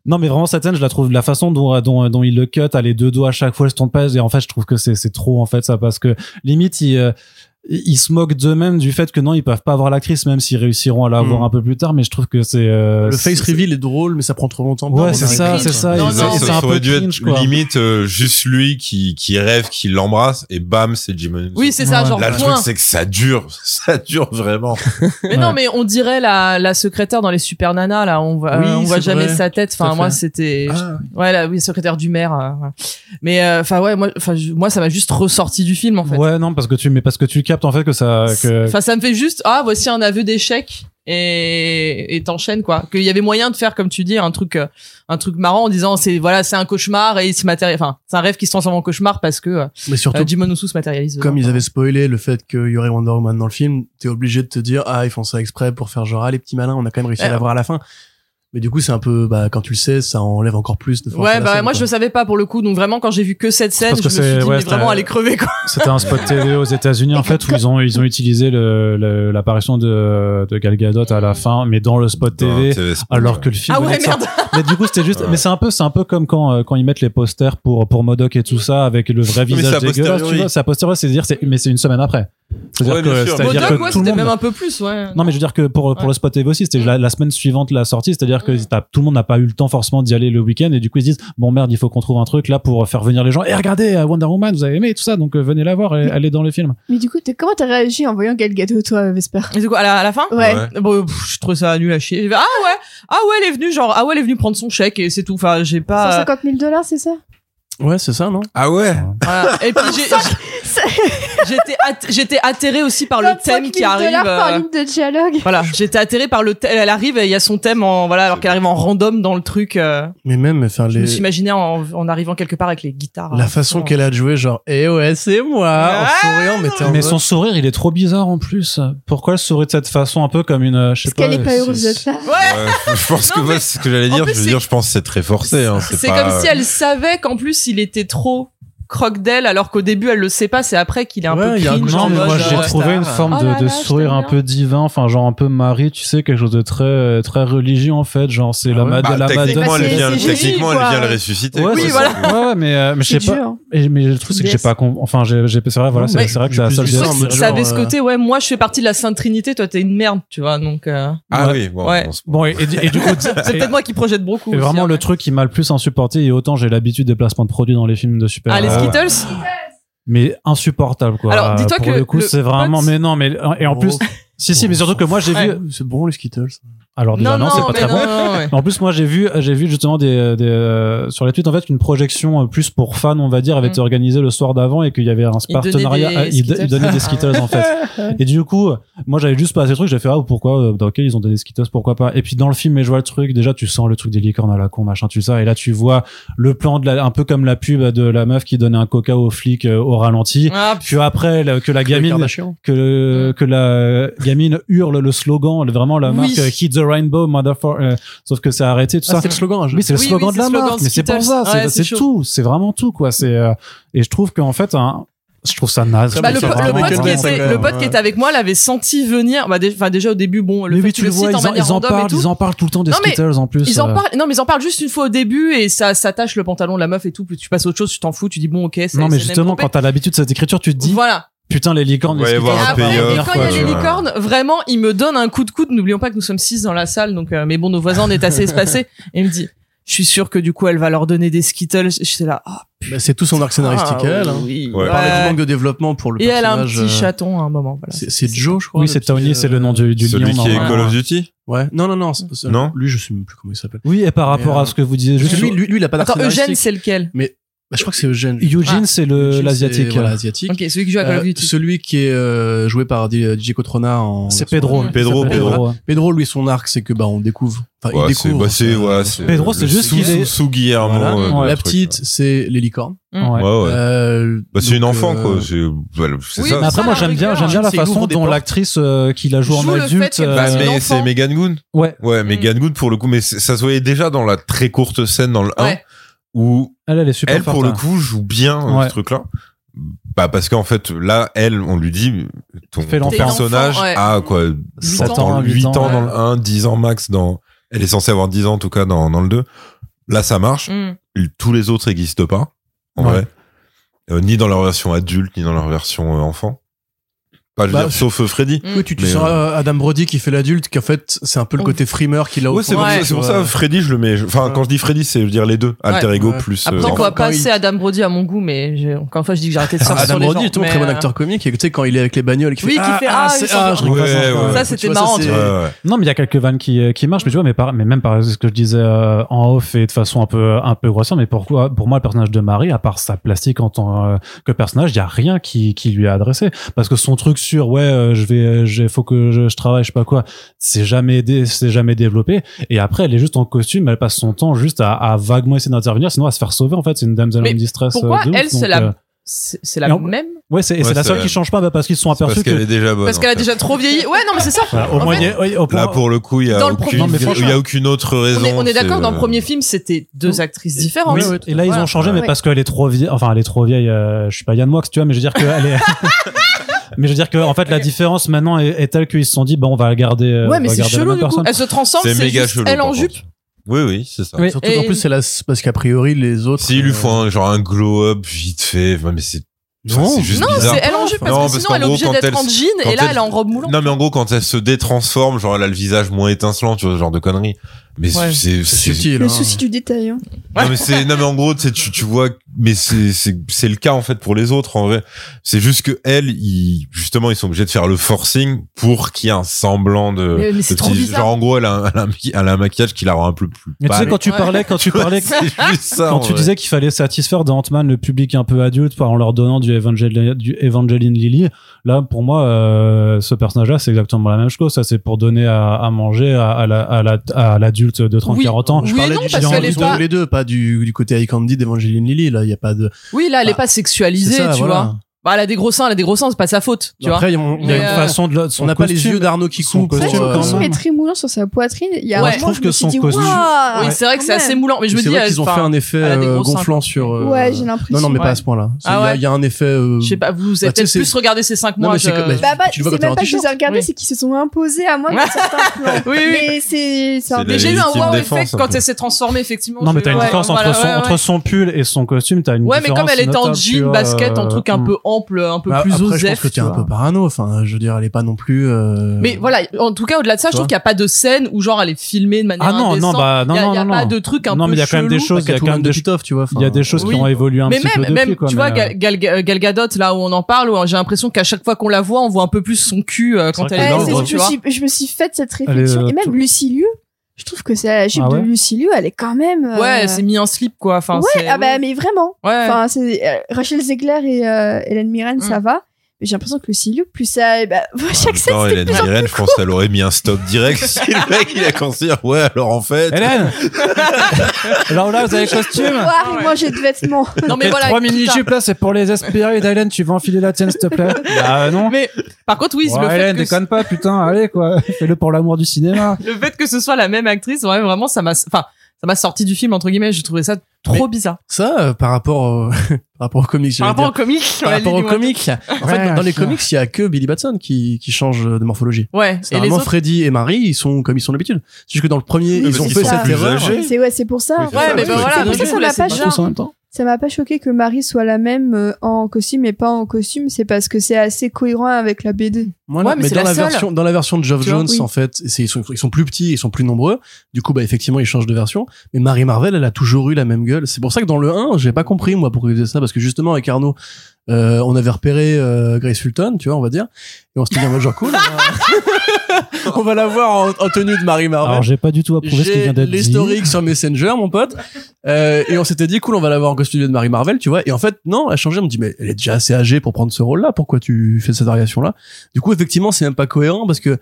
A: Non, mais vraiment, cette scène, je la trouve, la façon dont, euh, dont, dont il le cut, à les deux doigts à chaque fois, elle se tourne pas, et en fait, je trouve que c'est, c'est trop, en fait, ça, parce que limite, il, euh, ils se moquent d'eux-mêmes du fait que non, ils peuvent pas avoir la crise, même s'ils réussiront à la avoir
C: Mm.
B: Mhm.
A: un peu plus tard, mais je trouve que c'est, euh,
B: Le
A: c'est-
B: face reveal est hein. drôle, mais ça prend trop longtemps.
A: Ouais,
B: pour
A: c'est
B: arriver.
A: ça, c'est
C: Ah,
A: ça.
D: Non,
A: et-
D: non,
A: et c'est
D: ça
A: un peu
C: aurait dû
A: cringe,
C: être
A: quoi.
C: limite euh, juste lui qui, qui rêve, qui l'embrasse, et bam, c'est Jim Henson.
D: Oui, c'est ça,
A: Ouais.
D: genre
C: Là, le truc,
D: point.
C: c'est que ça dure, ça dure vraiment.
D: Mais
A: Ouais.
D: non, mais on dirait la, la secrétaire dans les super nanas là, on voit,
B: Oui,
D: on voit
B: c'est
D: jamais
B: vrai,
D: sa tête.
B: tout
D: Enfin,
B: à
D: moi
B: fait.
D: c'était,
B: Ah,
D: ouais, la oui, secrétaire du maire. euh, voilà. Mais euh, enfin ouais, moi, enfin je- moi ça m'a juste ressorti du film en fait.
A: Ouais, non, parce que tu, mais parce que tu captes, en fait, que ça, que,
D: Enfin, ça me fait juste, ah, voici un aveu d'échec et et t'enchaînes quoi. Qu'il y avait moyen de faire, comme tu dis, un truc, euh, un truc marrant en disant c'est voilà, c'est un cauchemar et il se matérialise. Enfin, c'est un rêve qui se transforme en cauchemar parce que euh,
B: mais surtout,
D: Jim Onusu se matérialise.
B: comme ils
D: dedans.
B: avaient spoilé le fait qu'il y aurait Wonder Woman dans le film, t'es obligé de te dire, ah, ils font ça exprès pour faire genre, ah, les petits malins, on a quand même réussi à
D: Ouais.
B: l'avoir à la fin. Mais du coup, c'est un peu, bah, quand tu le sais, ça enlève encore plus de force à
D: Ouais,
B: la
D: bah ouais,
B: scène,
D: moi
B: quoi.
D: je le savais pas pour le coup, donc vraiment quand j'ai vu que cette scène,
A: parce
D: je
A: que
D: me suis dit
A: c'est- ouais,
D: mais
A: c'est
D: vraiment
A: un-
D: elle est crevée quoi.
A: C'était un spot TV aux États-Unis en fait où ils ont ils ont utilisé le- le- l'apparition de de Gal Gadot à la fin, mais dans le spot TV. Alors que le film.
D: Ah ouais
A: venait de sortir.
D: merde.
A: Mais du coup c'était juste.
C: Ouais.
A: Mais c'est un peu c'est un peu comme quand euh, quand ils mettent les posters pour pour Modoc et tout ça avec le vrai
C: Mais c'est a
A: visage dégueulasse. Tu
C: posteriori.
A: vois, c'est à posteriori, c'est dire c'est mais c'est une semaine après. C'est-à-dire
C: Ouais, bien
A: que
C: sûr.
A: c'est-à-dire
D: Modoc, ouais,
A: que tout le
D: c'était même
A: monde.
D: un peu plus, ouais.
A: Non mais je veux dire que pour pour
D: Ouais.
A: le spot TV aussi c'était la, la semaine suivante la sortie c'est-à-dire que
D: Mm.
A: t'as- tout le monde n'a pas eu le temps forcément d'y aller le week-end et du coup ils se disent bon merde il faut qu'on trouve un truc là pour faire venir les gens et regardez euh, Wonder Woman vous avez aimé et tout ça donc euh, venez la
D: Mm.
A: voir et allez dans le film
E: Mais du coup, t'es- comment t'as réagi en voyant Gal Gadot, toi, Vesper
D: Et du coup, à la, à la fin
E: Ouais.
C: Ouais.
D: Euh, Bon, pff, je trouve ça nul à chier. J'ai fait, ah ouais, ah ouais, elle est venue genre, ah ouais, elle est venue prendre son chèque et c'est tout. Enfin, j'ai pas.
E: 150 000 dollars, c'est ça
B: Ouais, c'est ça, non?
C: Ah ouais.
D: Voilà. Et puis j'ai- j'étais at- j'étais atterré aussi par Oh, le
E: 25
D: thème
E: 000
D: qui arrive.
E: dollars par
D: euh,
E: ligne de dialogue.
D: Voilà, j'étais atterré par le thème. Elle arrive et il y a son thème en voilà, alors
C: C'est
D: qu'elle arrive en random dans le truc. euh,
B: Mais même, enfin,
D: Je
B: les,
D: me suis imaginé en, en arrivant quelque part avec les guitares.
B: la
D: hein,
B: façon
D: vraiment.
B: qu'elle a de jouer, genre, eh ouais, c'est moi,
D: Ah,
B: en souriant, mais t'es en
A: Mais
B: mode-
A: son sourire, il est trop bizarre en plus. Pourquoi elle sourit de cette façon, un peu comme une, euh, je sais
E: Parce
A: pas.
E: qu'elle est pas
A: c'est-
E: heureuse de le faire.
D: Ouais.
C: Ouais, je pense
D: Non,
C: que
D: mais-
C: moi, c'est ce que j'allais
D: en
C: dire.
D: plus,
C: je veux
D: c'est-
C: dire, je pense que c'est très forcé. Hein,
D: C'est
C: pas-
D: comme si elle savait qu'en plus il était trop croque d'elle, alors qu'au début elle le sait pas. C'est après qu'il est un
B: Ouais,
D: peu
B: il y a un
D: cringe.
B: genre
A: Non,
D: en
A: mais
B: de
A: moi
D: mode,
B: mode,
A: j'ai
D: euh,
B: ouais.
A: trouvé une
B: Ah
A: forme
D: là
A: de, de
D: là, je
A: sourire
D: t'aime
A: un
D: bien.
A: peu divin, enfin genre un peu Marie, tu sais, quelque chose de très euh, très religieux en fait, genre c'est
B: Ah
A: la,
B: ouais.
A: ma-
C: Bah,
A: la madone.
C: techniquement, elle
E: c'est-
C: vient,
E: c'est Jésus,
C: techniquement, elle
E: quoi.
C: vient le ressusciter.
A: Ouais,
C: quoi,
A: c'est
C: c'est
D: voilà.
C: ça.
A: ça. Ouais, mais euh, mais je
E: C'est
A: sais pas.
E: dur. hein.
A: Et- mais le truc c'est que j'ai
D: Yes.
A: pas, com- enfin j'ai j'ai- c'est vrai, voilà,
B: Non,
A: c'est
B: mais-
A: c'est vrai que
B: J'ai
A: ça.
B: plus
A: ça
B: du
A: faisait-
D: Ouais,
B: sang,
D: c'est-
B: mais
D: ça avait
B: genre,
D: ce
B: euh,
D: côté, ouais, moi je fais partie de la Sainte Trinité, toi t'es une merde, tu vois, donc euh,
C: Ah
A: Ouais.
C: oui, bon,
D: Ouais.
C: on se-
A: Bon et, et du- et du coup.
D: c'est
A: et-
D: peut-être moi qui projette beaucoup.
A: et
D: aussi,
A: vraiment
D: hein.
A: le truc qui m'a le plus insupporté et autant j'ai l'habitude des placements de produits dans les films de super
D: Ah, les
A: héros
D: Skittles
A: mais insupportable quoi
D: Alors, dis-toi
A: pour
D: que
A: le coup
D: le
A: c'est vraiment
D: pote-
A: mais non mais et en plus
B: Gros.
A: si si mais surtout que moi j'ai vu
D: Ouais.
B: C'est bon, le Skittles.
A: Alors déjà, non, c'est pas
D: mais
A: très
D: non,
A: bon.
D: non, ouais.
A: Mais En plus, moi, j'ai vu, j'ai vu justement des, des euh, sur la tweet en fait une projection euh, plus pour fans, on va dire, avait été
D: Mm.
A: organisée le soir d'avant et qu'il y avait un
D: Ils donnaient
A: partenariat.
D: des
A: ah, Ils do-
D: Skittles.
A: ils donnaient des skittles en fait. Et du coup, moi, j'avais juste passé le truc. J'ai fait ah pourquoi euh, dans lequel ils ont donné des skittles, pourquoi pas. Et puis dans le film, mais je vois le truc. Déjà, tu sens le truc des licornes à la con, machin, tu ça. Et là, tu vois le plan de la, un peu comme la pub de la meuf qui donnait un coca au flic euh, au ralenti.
D: Ah, p-
A: Puis après la- que la gamine
B: Kardashian.
A: que que la gamine hurle le slogan, le- vraiment la
D: Oui.
A: marque euh, Hit the Rainbow, motherfucker. euh, sauf que c'est arrêté tout
B: Ah,
A: ça.
B: c'est le slogan. je-
A: Oui, c'est le
D: Oui,
A: slogan hein, de
D: oui, c'est
A: la
D: le slogan
A: marque, mais c'est
D: Skittles.
A: pour ça,
D: Ouais,
A: c'est-
D: c'est
A: c'est
D: chaud.
A: tout, c'est vraiment tout quoi. C'est euh, et je trouve qu'en fait, hein, je trouve ça naze.
B: Bah,
D: bah,
A: je
D: le,
A: trouve
D: po-
A: ça
D: le
B: vraiment
D: pote, qui
B: quelqu'un,
A: naze.
B: ça,
D: était,
B: quand
D: le
B: même,
D: pote qui
B: ouais.
D: était avec moi l'avait senti venir. Bah, dé- enfin, déjà au début, bon, le
A: Mais
D: fait
A: oui,
D: que
A: tu le
D: cites
A: vois, ils
D: en
A: en,
D: manière
A: ils en
D: random et
A: parlent,
D: tout.
A: ils en parlent tout le temps des
D: Non, mais
A: Skittles en plus.
D: Ils en
A: euh.
D: parlent, non, mais ils en parlent juste une fois au début et ça s'attache le pantalon de la meuf et tout. Puis tu passes à autre chose, tu t'en fous, tu dis bon, ok, c'est
A: Non, mais
D: c'est
A: justement,
D: même
A: quand t'as l'habitude de cette écriture, tu te
D: pompé.
A: dis
D: Voilà.
A: putain les licornes.
C: Ouais,
A: les Skittles,
C: voir
A: ça
D: Et
C: un
A: va
D: après,
C: payoff,
A: revenir,
D: et quand il y a
A: quoi,
D: les
A: tu vois.
D: licornes, vraiment, il me donne un coup de coude. N'oublions pas que nous sommes six dans la salle, donc, euh, mais bon, nos voisins, on est assez espacés. Et il me dit, je suis sûr que du coup, elle va leur donner des Skittles. J'étais là, ah,
B: Bah, C'est tout son arc scénaristique à elle. hein.
D: oui.
C: Ouais.
B: On parlait du
D: Ouais.
B: manque de développement pour le
D: Et elle a un
B: personnage.
D: petit
B: euh,
D: chaton à un moment. Voilà.
B: C'est c'est Joe, je crois.
A: Oui,
B: le
A: c'est
B: petit,
A: Tony,
B: euh,
A: c'est le nom du, du
C: Celui
A: lion.
C: qui est
A: normalement.
C: Call of Duty.
B: Ouais. Non, non, non. c'est- c'est-
C: Non
B: Lui, je sais même plus comment il s'appelle.
A: Oui, et euh, par rapport
B: Mais,
A: à ce que vous disiez,
B: Parce
A: juste
B: que lui, lui, lui, il a pas d'arc
D: Attends, Eugène,
B: scénaristique.
D: c'est lequel
B: Bah, Je crois que c'est Eugène.
A: Eugene,
D: Ah.
A: c'est le
B: Eugène,
A: l'asiatique.
B: c'est- Voilà, asiatique.
D: Ok, celui qui joue à Call
B: Euh,
D: of Duty.
B: celui qui est euh, joué par D- DJ Cotrona en
A: C'est Pedro. hein.
C: Pedro,
A: Il s'appelle
C: Pedro.
B: Pedro lui son arc c'est que bah on découvre enfin il
C: Ouais, c'est
B: découvre
C: bah, c'est-
B: euh,
C: ouais, c'est-
A: Pedro, c'est
C: le
A: juste
C: sous-
A: qu'il est-
C: sous- sous Guillermo.
B: voilà.
C: euh,
A: Ouais.
C: le
B: la
C: truc,
B: petite c'est les licornes
C: Ouais,
A: Ouais.
C: ouais.
B: Euh,
C: Bah, c'est
B: donc,
C: une enfant,
B: euh,
C: quoi.
D: Mmh.
C: C'est bah, le- c'est
D: Oui,
C: ça.
A: Mais après,
D: Ça,
A: moi,
D: la
A: j'aime bien,
D: rigueur, hein.
A: j'aime bien la
B: c'est qu'il
A: façon
B: ouvre des
A: dont
B: portes.
A: l'actrice euh, qui la joue en
D: Joue le fait
A: adulte.
D: qu'elle
A: euh,
C: Bah,
D: Euh,
C: mais
D: l'enfant.
C: c'est Megan Good.
A: Ouais,
C: Ouais, Megan Good pour le coup, mais c'est- ça se voyait déjà dans la très courte scène dans le 1
D: Ouais.
C: où
A: elle, elle est super
C: elle, pour
A: forte,
C: le
A: hein.
C: coup, joue bien euh,
A: Ouais.
C: ce truc-là. Bah, parce qu'en fait, là, elle, on lui dit, ton,
A: Fais
C: ton
A: l'enfant.
C: personnage
D: T'es l'enfant,
C: a quoi,
D: Huit
C: 100
D: ans.
C: ans,
A: Huit
C: 8
A: ans,
C: ans dans
D: ouais.
C: le 1, 10 ans max dans, elle est censée avoir 10 ans en tout cas dans, dans le 2. Là, ça marche.
D: Mm.
C: Tous les autres n'existent pas, en
A: Ouais.
C: vrai. Euh, ni dans leur version adulte, ni dans leur version euh, enfant. Pas, je veux
B: Bah,
C: dire, sauf euh, Freddy.
D: Mm.
B: Oui, tu, tu
C: Mais,
B: sens euh, Adam Brody qui fait l'adulte, qu'en fait, c'est un peu le
D: On-
B: côté frimeur qu'il a au
C: Ouais, c'est
B: fond.
C: pour,
D: Ouais.
C: ça- c'est pour ça, Freddy, je le mets. je- Enfin,
B: Ouais.
C: quand je dis Freddy, c'est je veux dire les deux. Alter
B: Ouais.
C: ego
B: Ouais.
C: plus. euh,
D: Après, on
C: enfant.
D: va
B: quand
D: passer
B: il-
D: Adam Brody à mon goût, mais j'ai- encore une fois, je dis que j'ai arrêté de
B: Ah,
D: sortir
B: Adam
D: sur les
B: Brody
D: gens,
B: est toujours
D: mais,
B: très bon
D: euh,
B: acteur comique. Et tu sais, quand il est avec les bagnoles, qui
D: Oui,
B: fait
D: qui fait, ah, ils sont
B: ah,
D: bien.
B: je rigole pas
C: Ouais,
B: ça,
C: ouais.
B: ouais.
D: Ça,
B: Tu
D: c'était
B: vois, ça,
D: marrant,
B: c'est- euh,
D: tu
C: Ouais, ouais.
A: Non, mais il y a quelques vannes qui, euh, qui marchent, mais tu vois, mais, par- mais même par ce que je disais euh, en off et de façon un peu, un peu grossière, mais pourquoi, pour moi, le personnage de Marie, à part sa plastique en tant euh, que personnage, il n'y a rien qui, qui lui est adressé. Parce que son truc sur, ouais, euh, je vais, euh, j'ai- faut que je, je travaille, je sais pas quoi, c'est jamais, dé- c'est jamais développé. Et après, elle est juste en costume, elle passe son temps juste à, à vaguement essayer d'intervenir, sinon à se faire sauver, en fait. C'est une damsel
D: Mais
A: in distress.
D: pourquoi
A: euh, de ouf,
D: elle, c'est
A: donc,
D: la-
A: euh,
D: C'est c'est la
A: Et en-
D: même.
A: Ouais, c'est et
C: Ouais,
A: c'est la
C: c'est-
A: seule qui change pas bah, parce qu'ils se sont
C: C'est Parce
A: aperçus que.
C: qu'elle est déjà bonne.
D: Parce
C: en
D: qu'elle a
C: fait.
D: déjà trop vieilli. Ouais, non, mais c'est ça.
A: Voilà, au
D: En
A: moins,
D: fait,
A: il y a- ouais, au point-
C: Là, pour le coup, il y a
D: Dans le
C: aucune-
A: premier- Non, mais
C: il y a
A: franchement,
C: aucune autre raison.
D: on est, on
C: c'est,
D: est d'accord, dans le
C: euh,
D: premier film, c'était deux
B: euh,
D: actrices différentes.
A: Oui, et là ils
D: Voilà.
A: ont changé, mais
E: Ouais.
A: parce qu'elle est trop vieille. Enfin, elle est trop vieille. euh, je suis pas Yann Moix, tu vois, mais je veux dire que elle est. mais je veux dire que en fait la différence maintenant est, est telle qu'ils se sont dit, bah on va garder. euh,
D: Ouais,
A: on
D: mais
A: va
D: c'est
A: garder la
D: chelou
A: même
D: du coup.
A: personne.
D: Elle se transforme,
C: C'est
D: c'est
C: méga
D: juste
C: chelou.
D: elle
C: par
D: en
C: contre.
D: jupe.
C: Oui, oui, c'est ça.
A: Oui.
B: Surtout
D: Et-
B: qu'en plus, c'est la... parce qu'a priori, les autres.
C: S'il lui
B: euh,
C: faut un, genre un glow-up vite fait, ouais, mais c'est enfin,
B: Non.
C: c'est juste
D: Non,
C: bizarre.
D: c'est elle en jupe parce
C: Non,
D: que
C: parce
D: sinon
C: qu'en
D: elle est
C: gros,
D: obligée
C: quand
D: d'être
C: elle-
D: en jean
C: quand
D: et là
C: elle-
D: elle est en robe moulante.
C: Non, mais en gros, quand elle se détransforme, genre elle a le visage moins étincelant, tu vois, ce genre de conneries. Mais c'est-
D: Ouais.
C: c'est
B: C'est
C: c'est-
B: subtil.
E: Le
B: hein.
E: souci du détail. hein.
C: Non mais c'est non mais en gros tu sais, tu tu vois mais c'est c'est c'est le cas en fait pour les autres en vrai c'est juste que elles ils justement ils sont obligés de faire le forcing pour qu'il y ait un semblant de
D: Mais- mais c'est
C: de
D: trop
C: petit-
D: bizarre.
C: genre en gros elle a, un- elle a un, maqui- elle a un maquillage qui la rend un peu plus
A: Mais tu sais
C: pâle.
A: quand tu
D: Ouais.
A: parlais, quand tu parlais,
C: c'est juste ça
A: quand
C: en
A: tu
C: vrai.
A: disais qu'il fallait satisfaire dans Ant-Man le public un peu adulte par en leur donnant du, Evangel- du Evangeline Lily. Là, pour moi, euh, ce personnage-là, c'est exactement la même chose. Ça, c'est pour donner à, à manger à, à la- à la- à l'adulte de 30-40 ans.
D: Oui
B: Je
D: et
B: parlais
D: non,
B: du
D: parce
B: giant
D: qu'elle est
B: de
D: pas-
B: tous les deux, pas du, du côté High Candy d'Evangeline Lilly. Là, il y a pas de.
D: Oui, là elle est
B: Bah,
D: pas
B: C'est
D: sexualisée,
B: ça,
D: tu
B: voilà.
D: vois. Bah, elle a des gros seins, elle a des gros seins, c'est pas sa faute, tu vois.
B: Après, on
A: Il y a une
D: Mais, euh,
A: façon de, la- son
B: on n'a pas les
A: costume.
B: yeux d'Arnaud qui
A: son
B: coupent.
E: C'est vrai que
A: costume,
E: son
A: euh,
E: costume
A: ouais.
E: est très moulant sur sa poitrine. Il y a
D: Ouais.
E: un
D: Je
E: moment,
A: trouve
E: je
A: que
E: me suis
A: son
E: dit,
A: costume-
E: Waouh,
D: Oui, c'est vrai que
E: quand
D: c'est assez
E: même.
D: moulant, mais je me
B: C'est
D: dis
B: vrai
D: elle-
B: qu'ils ont
D: enfin,
B: fait un effet
D: elle a des
B: euh,
D: gros seins.
B: gonflant sur. euh,
E: Ouais, j'ai
B: Non,
E: l'impression.
B: non, mais
D: Ouais.
B: pas à ce point-là. C'est- il
D: Ah
B: y a-
D: ouais.
B: Il y a un effet. euh,
D: Je sais pas, vous
B: Bah,
D: avez
B: tu
D: peut-être
B: sais,
D: plus
B: c'est-
D: regardé ces 5
B: Non,
D: mois.
B: mais c'est
D: je-
B: que- bah,
E: Bah, bah,
B: Tu le vois
E: c'est
B: quand t'es
E: même
B: en
E: pas que je les ai regardés,
D: Oui.
E: c'est qu'ils se sont imposés à moi dans certains plans.
D: Oui, oui.
E: Mais c'est c'est
C: C'est
E: un
C: la
D: Mais j'ai eu un
C: légitime
D: wow
C: défense,
D: effect
C: un
D: quand
C: peu.
D: elle s'est transformée, effectivement.
A: Non, mais
D: j'ai
A: t'as
D: eu
A: une
D: un-
A: différence
D: voilà,
A: entre, son,
D: ouais, ouais.
A: entre son pull et son costume, t'as une
D: Ouais, mais
A: différence.
D: comme elle était en
A: notable
D: jean,
A: sur,
D: basket, un
A: euh,
D: truc un
A: hmm.
D: peu ample, un peu
B: Bah,
D: plus
B: après, je pense
D: osef.
B: que t'es
D: tu
B: un
D: vois.
B: peu parano. Enfin, je veux dire, elle est pas non plus. euh,
D: Mais voilà, en tout cas, au-delà de ça, je
B: Tu
D: trouve
B: vois.
D: qu'il n'y a pas de scène où genre elle est filmée de manière
A: Ah non, non,
D: indécente.
A: bah, non,
D: Il y a-
A: non,
D: il y a
A: non,
D: pas
A: non.
D: de truc un
A: Non,
D: peu
A: mais il y a quand même des
D: chelou.
A: choses, il y a quand
B: Catwoman
A: même des,
B: de
A: ch-
B: Titoff, tu vois.
A: il y a des choses
D: Oui.
A: qui ont évolué un
D: mais
A: petit
D: même,
A: peu
D: même
A: depuis, quoi,
D: tu
A: mais,
D: vois,
A: euh,
D: Gal, Gal- Gal- Gal Gadot, là où on en parle, où j'ai l'impression qu'à chaque fois qu'on la voit, on voit un peu plus son cul euh, quand
A: C'est
D: elle
A: vrai
D: est
A: qu'elle
E: Ouais,
D: dans
A: est
E: c'est-
A: l'ombre.
D: l'ombre,
E: je
D: tu
E: me
D: vois.
E: suis, je me suis faite cette
A: Elle est,
E: réflexion.
A: euh,
E: Et même
A: tout-
E: Lucilieu, je trouve que c'est la jupe
A: Ah ouais
E: de Lucilieu, elle est quand même. euh,
D: Ouais, elle s'est mis un slip, quoi. Enfin,
E: ouais,
D: c'est-
E: ah bah, mais vraiment.
D: ouais. Mm.
E: Enfin, c'est euh, Rachel Zegler et euh, Hélène Mirren, ça va. Mais j'ai l'impression que Lucilieu, plus ça, bah, chaque scène,
C: Putain, Hélène Mirren, je pense qu'elle aurait mis un stop direct si le mec il a considéré ouais alors en fait
A: Hélène Là, là, vous avez le
E: je vais
A: costume
E: voir
D: Ah
E: et
D: ouais.
E: manger de vêtements.
D: non, mais
A: Et
D: voilà.
A: Trois
D: quitte à-
A: mini-jupes là, c'est pour les aspirés d'Hélène, tu vas enfiler la tienne, s'il te plaît Bah euh, non
D: Mais par contre, oui,
A: Ouais,
D: le, fait
A: Hélène,
D: que ce-
A: déconne pas, putain, allez quoi, fais-le pour l'amour du cinéma
D: le fait que ce soit la même actrice, ouais, vraiment, ça m'a, enfin, ça m'a sorti du film, entre guillemets. J'ai trouvé ça trop bizarre.
B: Ça, euh, par rapport au- par rapport aux comics, j'allais
D: Par rapport
B: dire.
D: aux comics,
B: Par
D: ouais,
B: rapport aux
D: Lily Walker.
B: comics, en fait,
A: Ouais,
B: dans- dans les
A: putain.
B: comics, il y a que Billy Batson qui qui change de morphologie.
D: Ouais.
B: C'est
D: Et les
B: vraiment
D: autres.
B: Freddy et Marie, ils sont comme ils sont d'habitude. C'est juste que dans le premier,
E: Oui,
B: ils ont
E: parce
B: fait
E: qu'ils sont
B: cette
E: plus
B: erreur.
C: âgés.
E: C'est ouais, c'est pour ça.
C: Oui,
E: en
C: c'est
E: fait.
D: Ouais,
C: ça,
D: mais
C: oui,
D: bah
C: c'est
D: voilà.
E: pour ça,
D: mais
E: ça m'a
D: c'est
E: pas
D: bizarre.
E: gêné.
A: Tous en même temps.
E: Ça m'a pas choqué que Marie soit la même euh, en costume et pas en costume, c'est parce que c'est assez cohérent avec la BD.
B: Voilà,
D: Ouais, mais
B: mais,
D: c'est
B: dans
D: la
B: la,
D: seule.
B: version dans la version de Geoff
D: Tu vois,
B: Jones
D: oui.
B: en fait, c'est- ils sont ils sont plus petits, ils sont plus nombreux. Du coup, bah effectivement, ils changent de version. Mais Marie Marvel, elle a toujours eu la même gueule. C'est pour ça que dans le 1, j'ai pas compris moi pourquoi ils faisaient ça parce que justement avec Arnaud, euh, on avait repéré euh, Grace Fulton, tu vois, on va dire, et on s'était dit en mode genre cool. euh, on va la voir en, en tenue de Marie Marvel.
A: Alors, j'ai pas du tout approuvé ce qui
B: J'ai
A: vient d'être dit.
B: l'historique sur Messenger, mon pote. Euh, et on s'était dit, cool, on va l'avoir en costume de Marie Marvel, tu vois. Et en fait, non, elle a changé. On me dit, mais elle est déjà assez âgée pour prendre ce rôle-là. Pourquoi tu fais cette variation-là Du coup, effectivement, c'est même pas cohérent parce que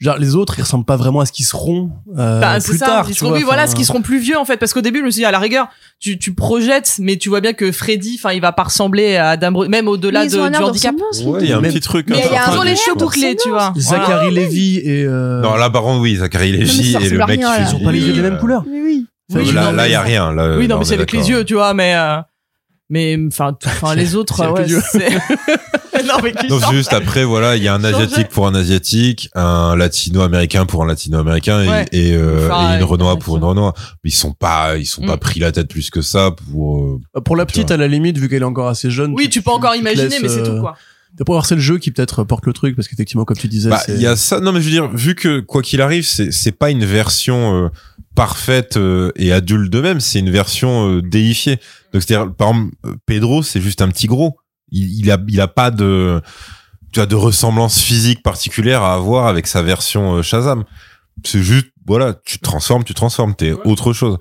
B: genre, les autres, ils ressemblent pas vraiment à ce qu'ils seront euh,
D: Enfin, Bah, c'est
B: plus
D: ça,
B: tard.
D: ils
B: tu
D: seront-
B: vois.
D: oui, voilà,
B: Enfin,
D: ce qu'ils seront plus vieux en fait, parce qu'au début, je me suis dit à la rigueur, tu, tu projettes, mais tu vois bien que Freddy, enfin, il va pas ressembler à Adam, Bro- même au-delà
E: Mais
D: de,
E: ils
D: du
E: ont un air de
D: handicap.
E: ressemblance, les
C: ouais
E: deux.
C: il y a un
B: Mais-
C: petit truc
D: Mais
C: hein,
E: il y a
C: ça,
E: un
D: ils ont
C: ça,
D: les
C: je
D: cheveux
C: pense.
D: bouclés, tu vois. Voilà.
B: Zachary Levy et euh,
C: non là par contre oui Zachary
E: mais
C: Lévy
E: ça
C: et le
E: ressemble à
C: mec qui
E: rien, là.
C: fait
B: ils ont pas les
C: Lily,
B: yeux des
C: euh,
B: mêmes couleurs.
E: Mais oui.
D: Oui,
C: là
D: non, mais-
C: là il y a rien là
D: oui,
C: là,
D: non, mais
C: on
D: c'est
C: est
D: avec les
C: d'accord.
D: yeux, tu vois, mais, euh, mais, enfin, t- enfin, les autres,
B: c'est avec
D: ouais,
B: les yeux.
D: c'est- non, mais qui
C: Donc
D: sort.
C: juste après, voilà, il y a un
D: Changer.
C: asiatique pour un asiatique, un latino-américain pour un latino-américain et-
D: Ouais.
C: et, euh,
D: Enfin,
C: et une
D: euh,
C: Renoir pour
D: bien
C: une
D: sûr.
C: Renoir. Mais Ils sont pas, ils sont
D: Mm.
C: pas pris la tête plus que ça pour. euh,
B: Pour la
C: Tu
B: petite, à la limite, vu qu'elle est encore assez jeune.
D: Oui, tu peux encore
B: tu te
D: imaginer,
B: laisses,
D: mais c'est tout,
B: euh,
D: quoi.
B: T'as pas voir, c'est le jeu qui peut-être porte le truc, parce qu'effectivement, comme tu disais,
C: Bah,
B: c'est-
C: il y a ça. Non, mais je veux dire, vu que quoi qu'il arrive, c'est c'est pas une version euh, parfaite euh, et adulte de même. C'est une version euh, déifiée. Donc c'est-à-dire, par exemple, euh, Pedro, c'est juste un petit gros. Il, il a, il a pas de, tu vois, de ressemblance physique particulière à avoir avec sa version euh, Shazam. C'est juste, voilà, tu te transformes, tu te transformes, t'es autre chose.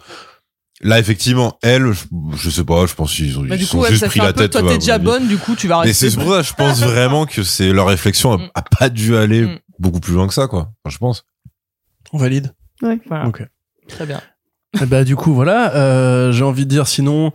C: Là, effectivement, elle, je, je sais pas, je pense qu'ils ont,
D: Bah,
C: ils
D: du
C: sont
D: coup, ouais,
C: juste
D: ça
C: pris
D: fait
C: la
D: un peu.
C: tête.
D: Toi,
C: tu vois,
D: t'es déjà
C: au début.
D: bonne, du coup, tu vas
C: Mais
D: rester.
C: c'est pour ça, je pense vraiment que c'est leur réflexion a,
D: Ah, Mm.
C: a pas dû aller
D: Mm.
C: beaucoup plus loin que ça, quoi. Enfin, je pense.
B: on valide.
D: Voilà.
B: Ok.
D: Très bien.
B: Eh bah du coup voilà, euh, j'ai envie de dire sinon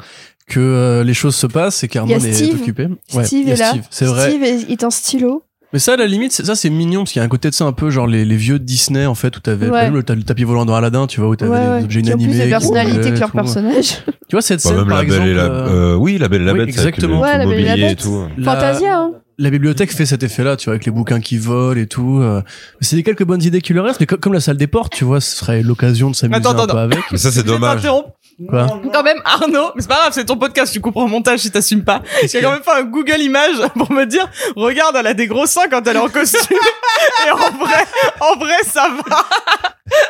B: que euh, les choses se passent et qu'Armon
E: Il y a
B: est
E: Steve.
B: occupé.
E: Steve
B: il y a
E: est là.
B: Steve, C'est vrai.
E: Steve est, est en stylo.
B: Mais ça à la limite, c'est- ça c'est mignon parce qu'il y a un côté de ça un peu genre les, les vieux Disney en fait où t'avais
E: Ouais.
B: par exemple, le, ta- le tapis volant dans Aladdin, tu vois où
E: Ouais,
B: t'avais des
E: ouais.
B: objets
E: Qui ont plus
B: inanimés.
E: de
B: qui bougeaient
E: personnalité que
B: et
E: leur
B: tout.
E: personnage.
B: Tu vois cette
C: Pas
B: scène
C: même
B: par
C: la
B: exemple.
C: belle et la,
B: euh,
C: euh, oui, la belle et la
B: oui,
C: bête, c'est avec le,
B: exactement.
E: Ouais,
C: tout
E: la
C: le
E: Belle et la
C: mobilier et
E: Bête.
C: tout.
B: la-
E: Fantasia, hein.
B: La bibliothèque fait cet effet-là, tu vois, avec les bouquins qui volent et tout. euh. C'est des quelques bonnes idées qui leur restent, mais co- comme la salle des portes, tu vois, ce serait l'occasion de s'amuser
D: Attends,
B: un
D: attends,
B: peu avec.
C: Mais ça, c'est
D: Je vais
C: dommage.
D: t'interrompre.
B: Quoi
D: Quand même, Arnaud, mais c'est pas grave, c'est ton podcast, tu comprends le montage si t'assumes pas. J'ai quand même fait un Google image pour me dire, regarde, elle a des gros seins quand elle est en costume. Et en vrai, en vrai, ça va.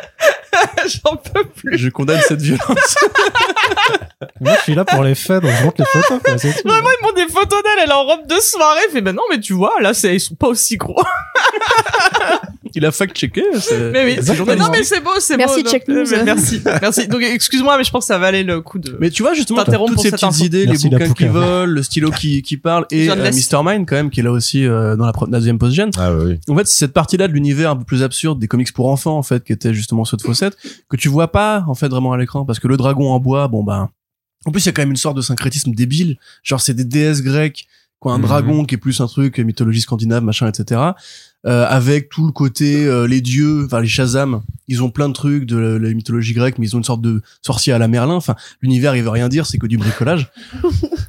D: J'en peux plus.
B: Je condamne cette violence.
A: Moi, je suis là pour les faits, donc je montre les photos. quoi, c'est tout.
D: Vraiment, ils m'ont des photos d'elle, elle est en robe de soirée. Fait, ben non, mais tu vois, là, c'est, ils sont pas aussi gros.
B: Il a fact-checké. c'est-
D: Mais oui,
B: c'est
D: Mais
B: journaliste.
D: non, mais c'est beau, c'est beau.
E: Merci,
D: donc,
E: Check
D: euh,
E: News.
D: mais Merci, merci. Donc, excuse-moi, mais je pense que ça valait le coup de.
B: Mais tu vois justement t'as
D: T'interromps
B: toutes
D: pour
B: ces
D: cette
B: petites
D: info.
B: idées,
A: Euh, Merci,
B: les
A: la
B: bouquins qui
A: Pouka.
B: volent, le stylo qui, qui parle et
D: John
B: euh,
D: Lest.
B: Mr Mind quand même qui est là aussi euh, dans la, pro- la deuxième post-gen.
C: Ah oui.
B: En fait, c'est cette partie-là de l'univers un peu plus absurde des comics pour enfants en fait qui était justement ceux de Fawcett que tu vois pas en fait vraiment à l'écran parce que le dragon en bois, bon ben en plus il y a quand même une sorte de syncrétisme débile, genre c'est des déesses grecques quoi un
C: Mhm.
B: dragon qui est plus un truc euh, mythologie scandinave machin etc. Euh, avec tout le côté euh, les dieux, enfin les Shazam, ils ont plein de trucs de la, la mythologie grecque, mais ils ont une sorte de sorcier à la Merlin. Enfin, l'univers il veut rien dire, c'est que du bricolage.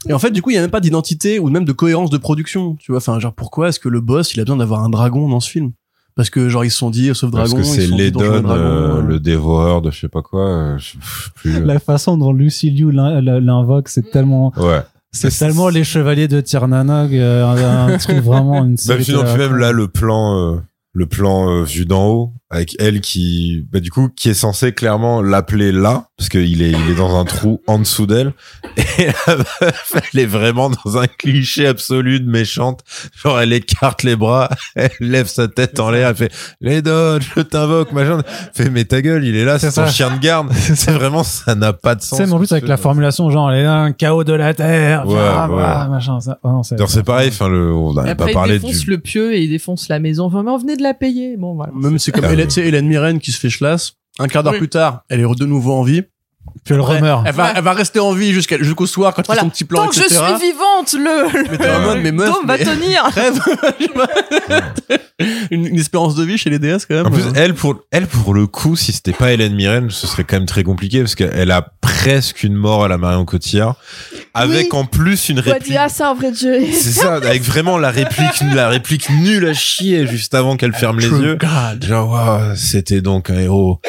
B: et en fait, du coup, il y a même pas d'identité ou même de cohérence de production. Tu vois, enfin, genre pourquoi est-ce que le boss il a besoin d'avoir un dragon dans ce film Parce que genre ils se sont dit sauf
C: Parce
B: dragon,
C: que c'est
B: ils se sont dit, Donjons et
C: Ledon,
B: Dragons,
C: euh,
B: euh.
C: le dévoreur de je sais pas quoi. euh, je- pff, plus, euh,
A: La façon dont Lucy Liu l'in- l'invoque, c'est tellement,
C: Ouais.
A: c'est
C: C'est-
A: tellement les chevaliers de Tirnanog, euh, un, un truc vraiment une
C: Même,
A: série
C: sinon,
A: de-
C: puis même là, le plan, euh, le plan euh, vu d'en haut, avec elle qui, bah, du coup, qui est censé clairement l'appeler là, parce qu'il est, il est dans un trou en dessous d'elle. Et la meuf, elle est vraiment dans un cliché absolu de méchante. Genre, elle écarte les bras, elle lève sa tête en l'air, elle fait, les donnes, je t'invoque, machin. Fait, mais ta gueule, il est là, c'est
A: C'est
C: ton
A: ça.
C: chien de garde. C'est vraiment, ça n'a pas de
A: Tu
C: sens.
A: sais, mais en plus, avec la formulation, genre, elle est un chaos de la terre,
C: Ouais,
A: ah,
C: ouais.
A: bah, machin, ça. Oh, non, c'est-
C: D'ailleurs, c'est pareil, enfin, le, on n'a pas
D: Après, il
C: parlé
D: défonce
C: du,
D: le pieu et il défonce la maison. Enfin, mais on venait de la payer. Bon, voilà.
B: Même c'est comme
C: Ah,
B: Hélène, tu sais, Hélène Mirren qui se fait chlasse. Un quart d'heure
D: Oui.
B: plus tard, elle est de nouveau en vie.
A: Puis elle
B: Ouais.
A: remeurt.
B: Elle va, elle va rester en vie jusqu'à- jusqu'au soir quand
D: Voilà.
B: ils font son petit plan,
D: Tant que je
B: etc.
D: suis vivante, le, le
B: Mais t'es en
C: Ouais.
B: mode, mais meuf,
D: dôme va
B: mais-
D: tenir.
B: Rêve. Je sais pas. une, une espérance de vie chez les DS quand même.
C: En plus, elle pour elle pour le coup, si c'était pas Hélène Mirren, ce serait quand même très compliqué parce qu'elle a presque une mort à la Marion Cotillard, avec en plus une
E: Ouais,
C: réplique.
E: là, ah, c'est un vrai jeu.
C: C'est ça, avec vraiment la réplique, la réplique nulle à chier juste avant qu'elle ferme les
B: True
C: yeux.
B: God.
C: Genre, waouh, c'était donc un héros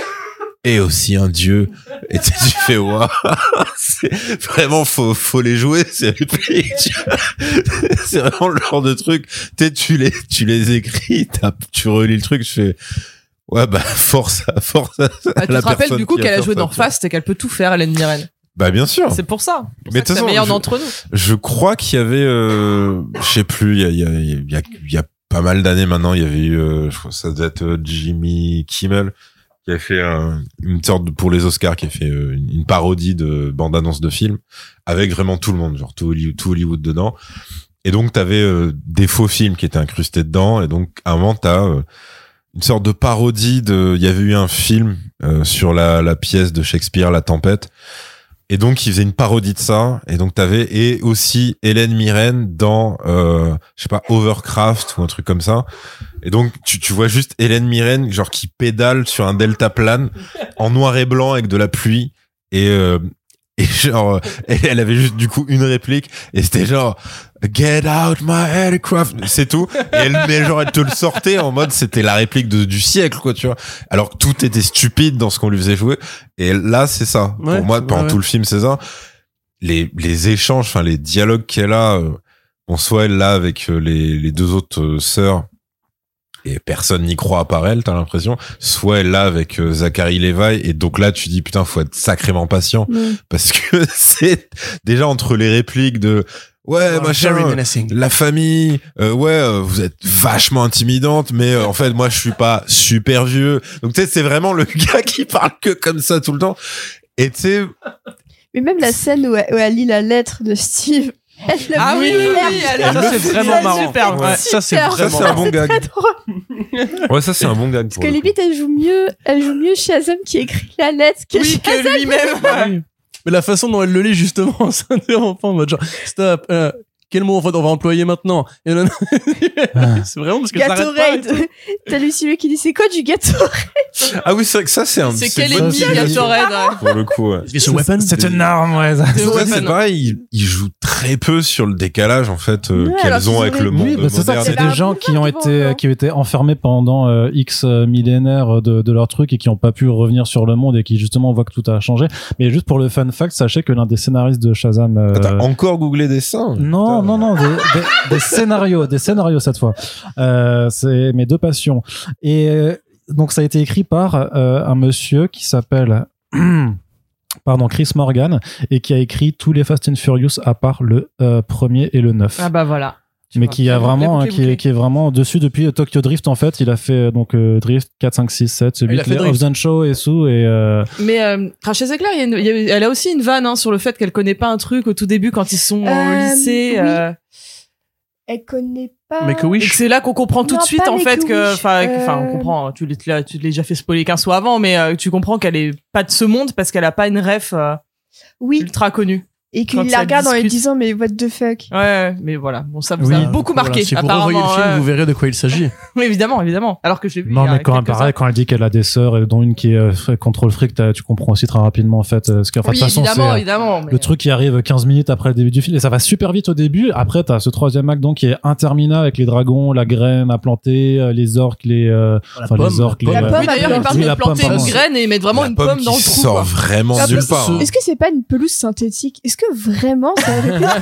C: et aussi un dieu. Et tu tu fais waouh, c'est vraiment faut faut les jouer ces répliques. c'est vraiment le genre de truc. Tu sais, tu les tu les écris, t'as- tu relis le truc, tu fais ouais bah force à force. À,
D: Bah, tu
C: la
D: te rappelles
C: personne
D: du coup
C: qui
D: qu'elle a
C: faire
D: joué
C: ça,
D: dans
C: tu vois.
D: Fast et qu'elle peut tout faire, Hélène Mirren.
C: Bah bien sûr.
D: C'est pour ça. Pour
C: Mais de
D: ça que
C: toute
D: c'est la
C: façon,
D: meilleure
C: je-
D: d'entre nous.
C: Je crois qu'il y avait, euh, je sais plus, il y a, il y, a, il y, a, il y a pas mal d'années maintenant, il y avait eu, euh, je crois que ça devait être euh, Jimmy Kimmel qui a fait un- une sorte de, pour les Oscars, qui a fait euh, une, une parodie de bande-annonce de film avec vraiment tout le monde, genre tout Hollywood, tout Hollywood dedans. Et donc t'avais euh, des faux films qui étaient incrustés dedans, et donc à un moment t'as euh, une sorte de parodie de, il y avait eu un film euh, sur la, la pièce de Shakespeare, La Tempête. Et donc, il faisait une parodie de ça. Et donc, t'avais et aussi Hélène Mirren dans, euh, je sais pas, Overcraft ou un truc comme ça. Et donc, tu, tu vois juste Hélène Mirren, genre qui pédale sur un delta plane en noir et blanc avec de la pluie. Et euh, Et genre, euh, elle elle avait juste du coup une réplique et c'était genre Get out my aircraft, c'est tout. Et elle, mais genre, elle te le sortait en mode c'était la réplique de- du siècle, quoi, tu vois. Alors que tout était stupide dans ce qu'on lui faisait jouer. Et là, c'est ça.
B: Ouais,
C: Pour moi,
B: ouais,
C: pendant
B: ouais.
C: tout le film, c'est ça. Les, les échanges, enfin, les dialogues qu'elle a, euh, bon, soit elle l'a avec euh, les, les deux autres euh, sœurs et personne n'y croit à part elle, t'as l'impression. Soit elle l'a avec euh, Zachary Levi et donc là, tu dis putain, faut être sacrément patient parce que c'est déjà entre les répliques de ouais,
A: Ah,
B: Voilà,
C: machin, euh,
B: Jerry Menacing.
C: la famille, euh, ouais, euh, vous êtes vachement intimidante, mais euh, en fait, moi, je suis pas super vieux. Donc, tu sais, c'est vraiment le gars qui parle que comme ça tout le temps. Et tu sais,
E: Mais même la scène où elle, où elle lit la lettre de Steve, elle le
D: Ah oui, oui,
E: merde.
D: oui, elle-
B: Ça,
D: le
B: c'est
D: fait
B: vraiment
D: bien,
B: marrant.
D: superbe,
B: Ouais,
D: ouais.
B: Ça, c'est
E: Super.
B: vraiment
C: ça, c'est un
B: marrant.
C: bon
E: C'est
C: gag.
E: très drôle.
C: Ouais, ça, c'est un bon gag. pour
E: Parce que
C: le coup.
E: limite, elle joue mieux, elle joue mieux Shazam qui écrit la lettre que
D: Oui, que lui-même.
B: Mais la façon dont elle le lit, justement, c'est interrompant. En mode genre, stop, euh, quel mot on va, on va employer maintenant Et non, non, C'est vraiment parce que ça arrête pas. et
E: Gatorade. T'as Lucie qui dit c'est quoi du Gatorade
C: Ah oui, c'est vrai que ça, c'est un.
D: C'est
C: une
D: quel
C: bonne
D: ennemi
C: citation,
D: Gatorade euh, ouais.
C: Pour le coup, ouais.
B: tout. It's a weapon.
A: C'est une arme, ouais. ça.
D: The
C: Ouais,
D: Weapon.
C: c'est pareil, il, il joue très peu sur le décalage en fait euh,
E: Ouais, alors
C: qu'elles
E: qu'ils
C: ont avec
E: auraient-
C: le monde
A: Oui, bah, c'est ça.
C: moderne.
A: C'est
E: C'est
A: des
E: la
A: gens qui ont
E: boulevard
A: été euh,
E: devant, non
A: qui ont été enfermés pendant euh, X euh, millénaires de, de leur truc et qui n'ont pas pu revenir sur le monde et qui justement voient que tout a changé. Mais juste pour le fun fact, sachez que l'un des scénaristes de Shazam. euh,
C: T'as encore googlé des seins
A: non,
C: putain.
A: non, non, des, des- des scénarios, des scénarios cette fois. Euh, c'est mes deux passions. Et euh, donc ça a été écrit par euh, un monsieur qui s'appelle pardon Chris Morgan et qui a écrit tous les Fast and Furious à part le euh, premier et le neuf
D: Ah bah voilà. Tu
A: mais
D: vois.
A: qui a
D: La
A: vraiment hein,
D: boucle est
A: qui est,
D: bouclée.
A: qui est vraiment dessus depuis euh, Tokyo Drift en fait il a fait euh, donc euh, Drift 4 5 6 7
B: il a
A: 8
B: fait
A: les
B: Drift.
A: Hobbs and Shaw et Sue et euh,
D: Mais euh, Rachel Zegler, il y a une- il y a- elle a aussi une vanne hein, sur le fait qu'elle connaît pas un truc au tout début quand ils sont
E: Euh,
D: au lycée.
E: oui.
D: euh,
E: Elle connaît pas.
B: Make a
D: et que
B: wish.
D: c'est là qu'on comprend tout
E: Non,
D: de suite
E: pas
D: en
E: les
D: fait que,
E: Wish,
D: enfin, que-
E: euh,
D: enfin, on comprend. hein, Tu l'as, tu l'as- tu l'as déjà fait spoiler 15 fois avant, mais euh, tu comprends qu'elle est pas de ce monde parce qu'elle a pas une ref euh,
E: Oui,
D: ultra connue.
E: et
D: quand
E: qu'il
D: ça
E: la regarde en lui
D: discute.
E: disant mais what the fuck.
D: Ouais, Ouais, mais voilà. Bon, ça vous
A: Oui,
D: a beaucoup
B: Voilà,
D: marqué.
B: Si vous revoyez
D: apparemment,
B: le film,
D: ouais.
B: vous verrez de quoi il s'agit.
D: Oui, évidemment, évidemment. Alors que je l'ai vu. il
A: non
D: y a
A: mais quand elle
D: quelques
A: paraît
D: heures.
A: quand elle dit qu'elle a des sœurs et dont une qui est euh, fr- contrôle fric t'as- tu comprends aussi très rapidement en fait euh, ce qu'en fait, de
D: Oui,
A: toute façon c'est
D: évidemment,
A: euh,
D: évidemment. mais-
A: le truc qui arrive 15 minutes après le début du film et ça va super vite au début après t'as ce troisième acte donc qui est interminable avec les dragons la graine à planter euh, les orques les euh,
B: La
A: enfin, les orques les,
E: La
A: euh,
E: pomme
D: Oui, d'ailleurs, il
E: plante.
D: part
A: Oui, la
D: de planter
A: pomme,
D: une
A: pardon.
D: graine et il met vraiment
C: La
D: une pomme
C: qui
D: dans le trou.
C: sort
D: quoi.
C: vraiment
E: La
C: nulle
E: pomme-
C: part. hein.
E: Est-ce que c'est pas une pelouse synthétique Est-ce que vraiment ça aurait pu-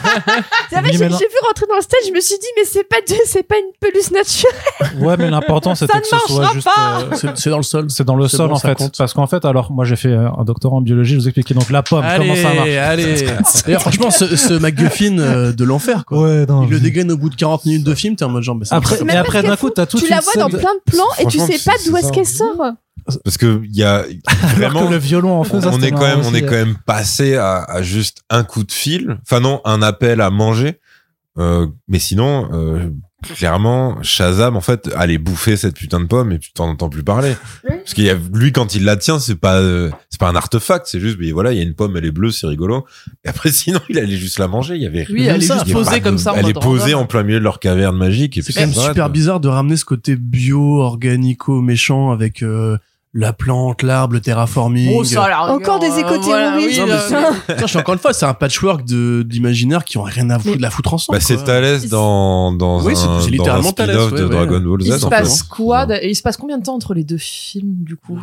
A: Oui,
E: C'est vrai, j'ai
A: mais
E: j'ai
A: non.
E: vu rentrer dans le stage, je me suis dit mais c'est pas de- c'est pas une pelouse naturelle.
A: ouais mais l'important c'était
D: ne
A: que ce soit
D: marchera
A: juste
D: pas.
A: euh,
B: C'est c'est dans le sol.
A: c'est dans le
B: C'est
A: sol
B: bon,
A: en
B: ça
A: fait
B: compte.
A: parce qu'en fait alors moi j'ai fait euh, un doctorat en biologie je vous expliquais donc la pomme comment ça marche
B: Allez, allez. D'ailleurs, franchement, ce, ce MacGuffin euh, de l'enfer, quoi.
A: Ouais, non.
B: Il le dégaine au bout de 40 minutes de film, t'es en mode genre, bah, c'est
A: Après,
B: pas-
A: mais
E: même
A: après
E: pas
A: d'un
E: très
A: coup, t'as toute
E: tu
A: une
E: la vois dans
A: scène-
E: plein de plans et tu
C: Franchement,
E: sais pas
C: c'est-
E: d'où
C: c'est
E: est-ce
C: ça. hein.
E: qu'elle sort.
C: Parce que il y a
A: Alors
C: vraiment
A: que le violon en fait. ça,
C: on
A: c'était
C: est quand
A: marrant
C: même on
A: aussi. euh.
C: est quand même passé à, à juste un coup de fil enfin non un appel à manger Euh, mais sinon euh, clairement Shazam en fait allait bouffer cette putain de pomme et tu t'en entends plus parler parce qu'il y a lui quand il la tient c'est pas euh, c'est pas un artefact c'est juste mais voilà il y a une pomme elle est bleue c'est rigolo et après sinon il allait juste la manger il y avait
D: Oui,
B: Même
D: elle est
B: ça,
D: juste
C: il y avait
D: posée
C: pas
D: comme
C: de-
D: ça. en
C: elle est
D: mode
C: posée
D: random.
C: en plein milieu de leur caverne magique et
B: C'est
C: puis
B: quand même
C: s'arrête,
B: super
C: quoi.
B: bizarre de ramener ce côté bio, organico, méchant avec euh, la plante, l'arbre, le terraforming.
D: Oh, ça, à la rigueur,
E: Encore des
D: euh, voilà, oui,
E: éco-terroristes.
B: Non, mais
D: euh,
E: putain.
B: Putain, je suis encore une fois, c'est un patchwork de- d'imaginaires qui ont rien à foutre de la foutre ensemble.
C: bah, c'est
B: quoi.
C: Thalès dans dans
B: Oui, c'est-
C: un,
B: c'est
C: dans un
B: littéralement Thalès,
C: spin-off
B: ouais,
C: de
B: ouais.
C: Dragon Ball Z
D: Il se
C: en
D: passe
C: fait.
D: quoi d'a- et Il se passe combien de temps entre les deux films du coup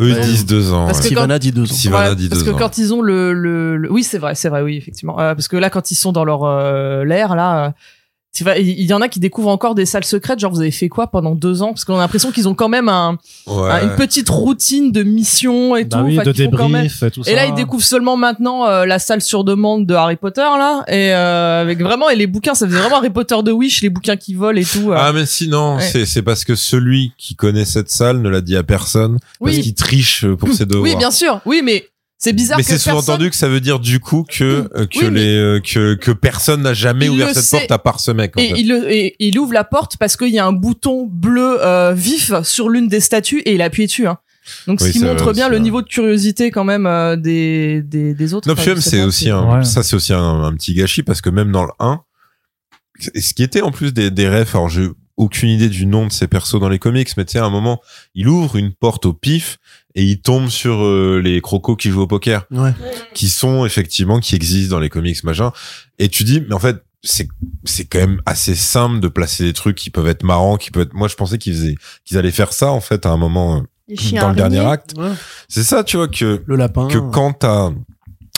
C: eux ils
B: Ouais.
C: disent deux ans
D: Parce
C: ouais.
D: que
B: Sivana dit deux ans.
C: Si- Sivana dit
D: Parce
C: deux
D: que
C: ans.
D: quand ils ont le, le, le- oui c'est vrai c'est vrai oui effectivement Euh, parce que là quand ils sont dans leur euh, l'air là euh, tu vas- il il y en a qui découvrent encore des salles secrètes genre vous avez fait quoi pendant deux ans parce qu'on a l'impression qu'ils ont quand même un,
C: Ouais.
D: Ah, un- Hein, une petite routine de mission et
A: Bah
D: tout
A: oui,
D: enfin,
A: de
D: qu'ils font quand même-
A: débrief et tout ça.
D: Et là, ils découvrent seulement maintenant euh, la salle sur demande de Harry Potter là, et euh, avec vraiment et les bouquins, ça faisait vraiment Harry Potter de Wish, les bouquins qui volent et tout. euh.
C: Ah mais si non,
D: Ouais.
C: c'est c'est parce que celui qui connaît cette salle ne l'a dit à personne parce
D: oui, Hum.
C: qu'il triche pour ses devoirs.
D: oui, bien sûr, oui, mais c'est bizarre
C: mais
D: que
C: c'est
D: personne. Hum.
C: sous-entendu que ça veut dire du coup que euh, que
D: Oui, mais-
C: les euh, que que personne n'a jamais
D: Il
C: ouvert
D: le
C: cette
D: sait.
C: porte à part ce mec. En
D: Et
C: fait.
D: il, le- et- et il ouvre la porte parce qu'il y a un bouton bleu euh, vif sur l'une des statues et il a appuyé dessus. Hein. Donc
C: Oui,
D: ce qui
C: ça,
D: montre
C: c'est
D: bien le
C: vrai.
D: niveau de curiosité quand même euh, des, des des autres.
C: Non,
D: Enfin,
C: puis même,
D: je sais
C: c'est
D: pas,
C: aussi un,
A: Ouais.
C: ça c'est aussi un, un petit gâchis parce que même dans le 1, ce qui était en plus des, des refs, alors je, aucune idée du nom de ces persos dans les comics, mais tu sais, à un moment, il ouvre une porte au pif et il tombe sur euh, les crocos qui jouent au poker,
B: Ouais.
C: qui sont effectivement, qui existent dans les comics, machin. Et tu dis, mais en fait, c'est c'est quand même assez simple de placer des trucs qui peuvent être marrants, qui peuvent être. Moi, je pensais qu'ils faisaient, qu'ils allaient faire ça en fait à un moment euh,
E: Les chiens
C: dans le dernier
E: araignées.
C: acte. C'est ça, tu vois que
B: Le lapin.
C: que quand t'as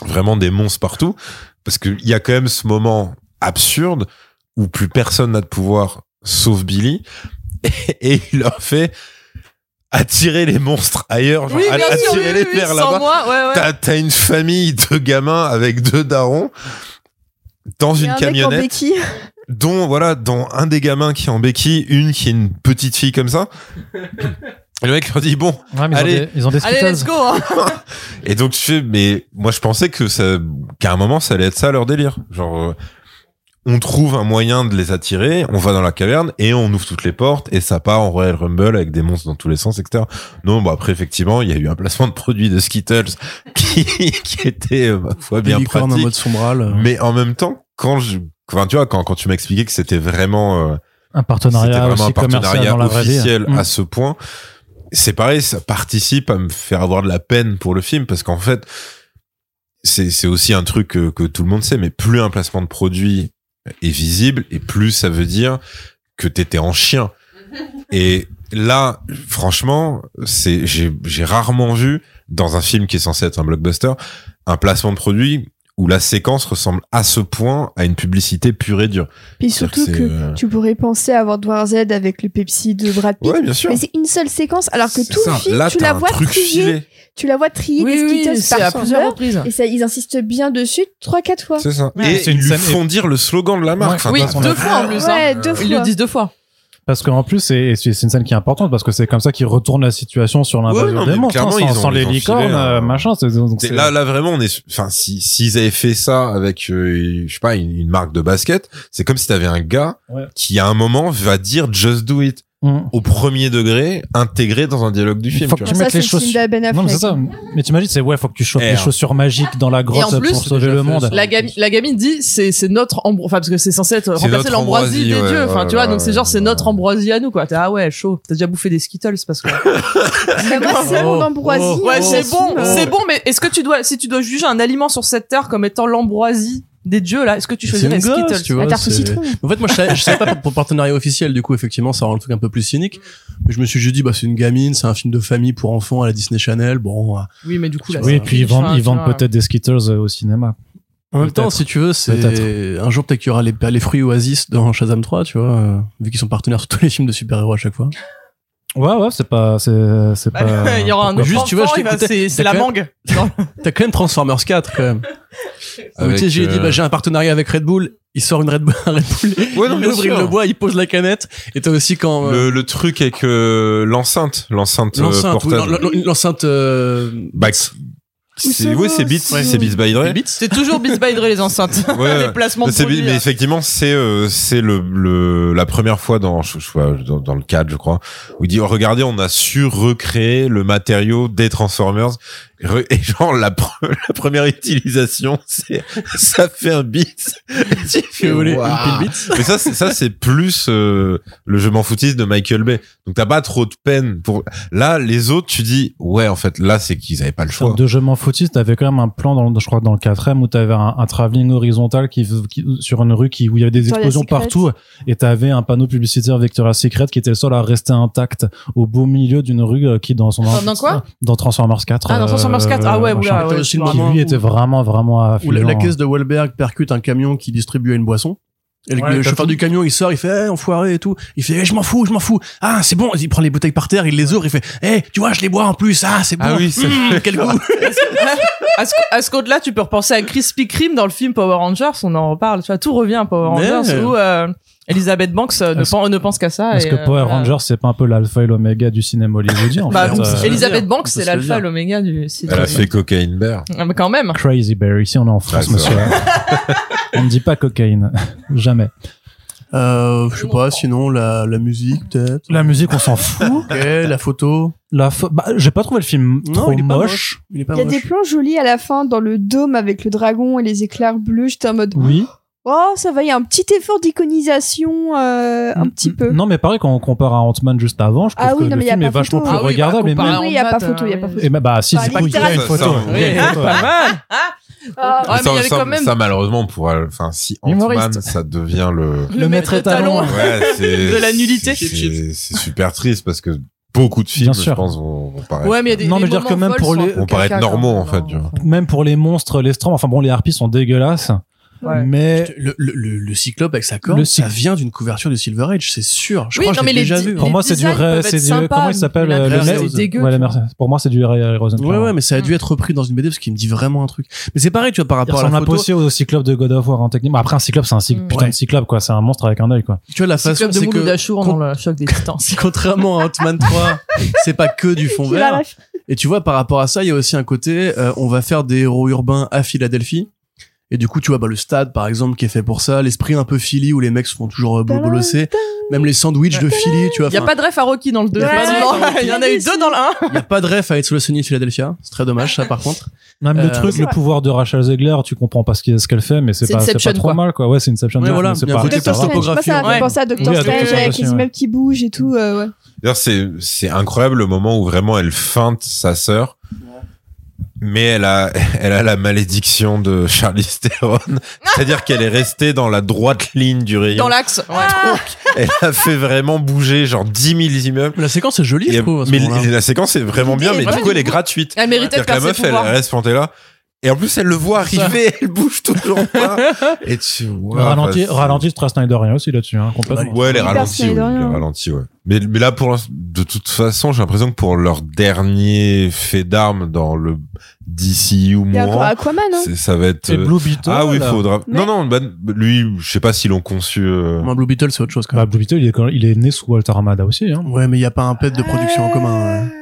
C: vraiment des monstres partout, parce qu'il y a quand même ce moment absurde où plus personne n'a de pouvoir sauf Billy, et, et il leur fait attirer les monstres ailleurs, genre
D: Oui,
C: aller
D: bien sûr, oui,
C: attirer les
D: oui, oui,
C: vers
D: sans
C: là-bas.
D: moi, ouais, ouais.
C: T'as- T'as une famille de gamins avec deux darons dans
E: Il y
C: une
E: a un mec en
C: camionnette
E: béquille.
C: dont voilà dont un des gamins qui est en béquille une qui est une petite fille comme ça et le mec leur dit bon
F: Ouais, mais ils,
C: Allez.
F: ont des, ils ont des
D: Allez,
F: scooters.
D: let's go. hein.
C: Et donc tu fais, mais moi je pensais que ça, qu'à un moment ça allait être ça leur délire. Genre, euh, on trouve un moyen de les attirer, on va dans la caverne et on ouvre toutes les portes et ça part en Royal Rumble avec des monstres dans tous les sens, etc. Non, bon après effectivement il y a eu un placement de produit de Skittles qui, qui était euh, ma foi
B: Des
C: bien
B: licornes en
C: pratique.
B: mode sombral. euh.
C: Mais en même temps, quand je, enfin tu vois quand quand tu m'expliquais que c'était vraiment euh,
F: Un
C: c'était
F: partenariat
C: vraiment
F: aussi
C: un
F: commercial
C: partenariat
F: dans la vraie vie.
C: officiel
F: Mm.
C: à ce point. C'est pareil, ça participe à me faire avoir de la peine pour le film parce qu'en fait, c'est c'est aussi un truc que, que tout le monde sait, mais plus un placement de produit est visible et plus ça veut dire que t'étais en chien. Et là, franchement, c'est j'ai j'ai rarement vu dans un film qui est censé être un blockbuster un placement de produit où la séquence ressemble à ce point à une publicité pure et dure.
E: Puis
C: C'est-à-dire
E: surtout
C: que
E: que,
C: c'est, euh,
E: tu pourrais penser à Voir Z avec le Pepsi de Brad Pitt.
C: Ouais, bien sûr.
E: Mais c'est une seule séquence, alors que
C: C'est
E: tout le
C: ça.
E: film,
C: Là,
E: tu
C: t'as
E: la
C: un
E: vois
C: truc
E: trier,
C: filé.
E: tu la vois trier
D: Oui,
E: des
D: oui,
E: Skittles
D: c'est
E: par
D: à plusieurs reprises.
E: plusieurs et ça, ils insistent bien dessus trois quatre fois.
C: C'est ça.
F: Ouais.
C: Et
F: C'est
C: ils
F: une
C: lui
F: scène-
C: font dire le slogan de la marque.
F: Ouais.
C: Enfin,
D: Oui,
C: t'as-
D: deux fois en plus. hein.
E: Ouais, deux fois.
D: Ils le disent deux fois.
F: Parce qu'en plus, c'est c'est- c'est une scène qui est importante parce que c'est comme ça qu'ils retournent la situation sur
C: Ouais,
F: l'invasion
C: non,
F: des
C: mais
F: monstres. hein,
C: clairement,
F: sans,
C: ils ont-
F: sans les
C: ils ont filé,
F: licornes,
C: euh,
F: euh, macin. c'est- donc
C: C'est-
F: c'est-
C: Là, là, vraiment, on est. Enfin, si s'ils avaient fait ça avec euh, je sais pas une, une marque de basket, c'est comme si t'avais un gars
F: Ouais.
C: qui à un moment va dire just do it
F: Mm.
C: au premier degré, intégré dans un dialogue du film.
F: Faut
C: tu
F: que
C: vois.
F: tu
E: ça,
F: mettes
E: c'est
F: les
E: le film
F: chaussures.
E: de Ben
F: Non, mais c'est
E: Affleck.
F: ça. Mais t'imagines, c'est ouais, faut que tu chopes
C: Eh,
F: les
C: hein.
F: chaussures magiques dans la grotte
D: en plus,
F: pour
B: c'est
F: sauver
B: déjà
F: le
B: fait,
F: monde.
B: ça.
D: La, gami- la gamine dit c'est c'est notre ambroisie enfin parce que c'est censé être remplacer
C: notre
D: l'ambroisie
C: ambroisie,
D: des
C: ouais,
D: dieux enfin
C: ouais,
D: tu vois
C: ouais,
D: donc c'est genre
C: ouais.
D: c'est notre ambroisie à nous quoi t'es ah ouais chaud t'as déjà bouffé des skittles parce que
E: Mais moi, c'est mon ambroisie.
F: oh,
D: ouais c'est bon
E: j'assume.
D: c'est bon mais est-ce que tu dois si tu dois juger un aliment sur cette terre comme étant l'ambroisie des dieux là est-ce que tu
B: C'est
D: choisirais
B: une gosse,
D: skittles
B: tu vois,
E: La tarte au
B: c'est-
E: citron.
B: En fait, moi, je savais, je savais pas pour, pour partenariat officiel, du coup, effectivement, ça rend le truc un peu plus cynique. Mais je me suis juste dit, bah, c'est une gamine, c'est un film de famille pour enfants à la Disney Channel. Bon, euh,
D: oui mais du coup là
F: Oui,
D: c'est-
F: et puis ils
D: enfin,
F: vendent, ils
D: tu
F: vendent
D: vois,
F: peut-être des Skittles euh, au cinéma.
B: en même temps,
F: Peut-être.
B: si tu veux, c'est
F: Peut-être.
B: un jour peut-être qu'il y aura les, bah, les fruits Oasis dans Shazam 3, tu vois, euh, vu qu'ils sont partenaires sur tous les films de super-héros à chaque fois.
F: Ouais, ouais, c'est pas, c'est, c'est
D: bah,
A: euh,
F: pas.
D: il y aura un
F: pourquoi
D: autre
B: Juste, tu vois, je
D: enfant, il va-
B: t'écoutais.
D: c'est c'est
B: T'as
D: la
B: quand
D: mangue Non.
B: T'as quand même Transformers 4 quand même. Donc,
C: Avec,
B: tu sais, j'ai dit
C: euh,
B: bah j'ai un partenariat avec Red Bull. Il sort une Red Bull, un Red Bull.
C: Ouais, non,
B: il
C: bien
B: l'ouvre, il
C: sûr.
B: le boit, il pose la canette. Et t'as aussi quand euh,
C: le, le truc avec euh, l'enceinte, l'enceinte, euh,
B: l'enceinte, oui,
C: portable.
B: l'en- l'en- l'enceinte. euh,
C: Bah,
E: Ou
C: c'est
E: ça
C: oui,
E: va,
C: c'est Beats,
E: ouais.
C: c'est Beats by Dre.
B: Beats
D: c'est toujours Beats by Dre les enceintes
C: Ouais, ouais.
D: les placements de
C: Euh, C'est bi-
D: produits hein.
C: mais
D: là.
C: effectivement, c'est euh, c'est le, le la première fois dans je- je- dans, dans le cadre, je crois, où il dit oh, regardez, on a su recréer le matériau des Transformers Re- et genre la, pre- la première utilisation, c'est ça fait un beat. Et tu fais,
B: que vous voulez,
C: Waouh.
B: une pile Beats.
C: Mais ça, c'est- ça c'est plus euh, le je m'en foutiste de Michael Bay. Donc t'as pas trop de peine pour là les autres. Tu dis ouais en fait là c'est qu'ils avaient pas le choix.
F: De je m'en foutiste, t'avais quand même un plan dans, le- je crois, dans le 4ème où t'avais un, un travelling horizontal qui, qui- sur une rue qui, où il y avait des
E: Victoria's
F: explosions
E: Secret.
F: partout et t'avais un panneau publicitaire Victoria's Secret qui était le seul à rester intact au beau milieu d'une rue euh, qui, dans son,
D: Dans- dans quoi
F: Dans Transformers 4.
D: ah dans Transformers 4 ah ouais
F: euh, machin,
D: oula ouais,
B: T'as aussi une
D: vraiment.
F: Qui lui était vraiment, vraiment
B: Où la,
F: affluent. hein.
B: la caisse de Wahlberg percute un camion qui distribuait une boisson. Et le,
F: Ouais,
B: le
F: t'as
B: chauffeur
F: tout.
B: du camion, il sort, il fait, eh, enfoiré et tout. Il fait, eh, je m'en fous, je m'en fous. Ah, c'est bon. Il prend les bouteilles par terre, il les ouvre, il fait, eh, tu vois, je les bois en plus. Ah, c'est bon.
C: Ah oui, c'est-
B: Mmh, quel goût.
D: à ce, à ce compte-là, tu peux repenser à Crispy Kreme dans le film Power Rangers, on en reparle. Tu vois, tout revient à Power
B: Mais-
D: Rangers où euh, Elisabeth Banks euh, ne,
F: Est-ce-
D: pen- ne pense qu'à ça.
F: Parce
D: et,
F: que
D: euh,
F: Power
D: voilà.
F: Rangers, c'est pas un peu l'alpha et l'oméga du cinéma hollywoodien, en
D: Bah,
F: fait.
B: euh, dire,
D: Elisabeth Banks,
B: on peut
D: c'est
B: se le
D: l'alpha
B: dire.
D: et l'oméga du cinéma.
C: Elle a fait Cocaine Bear.
D: Ah, mais quand même.
F: Crazy Bear, ici on est en France,
C: Ouais, c'est
F: monsieur. on ne dit pas cocaïne. Jamais.
B: Euh, je sais pas, sinon, la, la musique, peut-être.
F: La musique, on s'en fout.
B: Ok, la photo.
F: La pho- bah, j'ai pas trouvé le film
B: Non,
F: trop
B: il est pas
F: moche.
B: Il est pas
E: Il y a des
B: moche.
E: plans jolis à la fin dans le dôme avec le dragon et les éclairs bleus. J'étais en mode,
F: Oui.
E: Oh, ça va, il y a un petit effort d'iconisation, euh, un petit peu.
A: Mm, Non, mais pareil, quand on compare à Ant-Man juste avant, je trouve
E: Ah oui,
A: que
E: non,
A: le
E: mais y a
A: film
E: pas
A: est vachement
E: photo.
A: plus
D: Ah oui,
A: regardable.
D: bah,
A: et même...
D: comparé
E: Oui, y a
D: en
E: pas
D: note,
E: photo, y a pas
D: euh,
E: photo.
A: Et bah, bah, si,
E: Bah,
A: du
E: les
A: coup, il y a une
C: photos.
A: photo.
C: Oui.
A: Il y a une photo.
D: pas mal.
E: Ah,
D: Ouais, mais
C: ça,
D: il y avait
C: ça-
D: quand même-
C: ça, malheureusement, on pourra, enfin, si
A: Humoriste.
C: Ant-Man, ça devient le,
A: Le maître étalon.
C: ouais, c'est,
D: De la nullité.
C: c'est- C'est c'est super triste parce que beaucoup de films,
A: Bien sûr.
C: je pense, vont, vont paraître,
D: Ouais, mais il y a des.
A: Non,
D: des
A: mais je veux dire
D: moments
A: que même
D: folles
A: pour
D: sont un
A: les-
D: peu
C: vont paraître
D: caca,
C: normaux,
D: quand
C: en fait,
D: même,
C: tu vois.
A: Même pour les monstres, les strands, enfin bon, les harpies sont dégueulasses,
D: Ouais.
A: mais
B: Le, le, le, le cyclope avec sa corne,
A: Le
B: ça
A: cycl-
B: vient d'une couverture de Silver Age, c'est sûr. Je
D: Oui,
B: crois
D: non,
B: que
D: mais
B: j'ai
D: les
B: déjà
D: di-
B: vu. hein.
D: les
A: pour moi, c'est du,
D: designs
A: ré-
D: peuvent
A: c'est
D: être
A: du,
D: sympas,
A: comment il s'appelle,
D: mais
A: euh,
D: la
A: le
D: graphique,
A: maître-
D: c'est dégueu,
A: Ouais, la
D: tu vois.
A: mer- pour moi, c'est du Ray Rosenthal.
B: Ouais, ouais, mais ça a dû être repris dans une BD parce qu'il me dit vraiment un truc. Mais c'est pareil, tu vois, par
A: Il
B: rapport à
A: ressemble
B: la
A: un peu
B: photo.
A: aussi au cyclope de God of War, hein, techniquement. Après, un cyclope, c'est un cyc-
D: Mm.
A: putain
B: Ouais.
A: de cyclope, quoi. C'est un monstre avec un œil, quoi.
B: Tu vois, la
D: C'est
B: façon,
D: Club de
B: c'est
D: Moulou
B: que,
D: d'Achour dans le choc des titans.
B: contrairement à Ant-Man 3, c'est pas que du fond
E: j'ai la
B: vert.
E: ref.
B: Et tu vois, par rapport à ça, il y a aussi un côté, euh, on va faire des héros urbains à Philadelphie. Et du coup, tu vois, bah, le stade, par exemple, qui est fait pour ça, l'esprit un peu Philly où les mecs se font toujours euh, bol- bolosser. Même les sandwichs de Philly, tu vois.
D: Il y a
B: enfin,
D: pas de ref à Rocky dans le 2.
E: Y a pas de-
D: Il y en a eu deux dans le 1.
B: il y a pas de ref à It's Always Sunny in Philadelphia. C'est très dommage, ça, par contre.
A: Même
B: Euh,
A: le truc,
E: c'est
A: le
E: vrai.
A: pouvoir de Rachel Zegler, tu comprends pas ce qu'est- ce qu'elle fait, mais c'est
D: C'est
A: pas, c'est
D: Inception,
A: pas trop
D: quoi.
A: mal, quoi. Ouais, c'est Inception.
B: Ouais,
A: mais
B: voilà.
A: c'est
B: Il y a un
A: pas-
B: côté
A: c'est pas
E: Doctor
A: grave.
B: par
E: Strange, moi, ça m'a fait
D: Ouais.
E: penser à Doctor
A: Oui, à Doctor
E: Strange avec
A: Strange,
E: les
A: ouais.
E: immeubles qui bougent et tout. euh, ouais.
C: D'ailleurs, c'est, c'est incroyable le moment où vraiment elle feinte sa sœur. Mais elle a, elle a la malédiction de Charlie Theron. C'est-à-dire qu'elle est restée dans la droite ligne du rayon.
D: Dans l'axe.
C: Elle a fait vraiment bouger genre 10 000 immeubles.
B: La séquence est jolie,
C: Et
B: je
C: elle-
B: trouve. à ce
C: mais
B: moment-là.
C: l- la séquence est vraiment bien, mais
D: Ouais,
C: du
D: du
C: coup, elle est
D: coup-
C: gratuite.
D: Elle méritait de
C: C'est-à-dire que la
D: perdre ses
C: meuf, elle
D: pouvoirs.
C: reste plantée là. Et en plus, elle le voit
D: C'est ça.
C: arriver, elle bouge toujours pas. Et tu vois.
A: Ralenti,
C: bah, c'est-
A: ralenti, Stra Snyderien aussi là-dessus, hein, complètement.
C: Ouais, les
E: Hyper
C: ralentis, oui, les
E: Snyderien.
C: ralentis, ouais. Mais, mais là, pour l'inst- de toute façon, j'ai l'impression que pour leur dernier fait d'armes dans le DCU
E: Il y a encore
C: mourant,
E: Aquaman, hein.
C: c'est- ça va être.
A: Et
C: euh,
A: Blue Beetle.
C: ah oui,
A: là.
C: faudra.
E: Mais-
C: Non, non, bah, lui, je sais pas s'ils l'ont conçu. euh,
B: Moi, Blue Beetle, c'est autre chose, quand
A: Bah,
B: même.
A: Blue Beetle, il est, quand- il est né sous Walter Amada aussi. Hein.
B: Ouais, mais il y a pas un pet de production en commun. hein. ouais.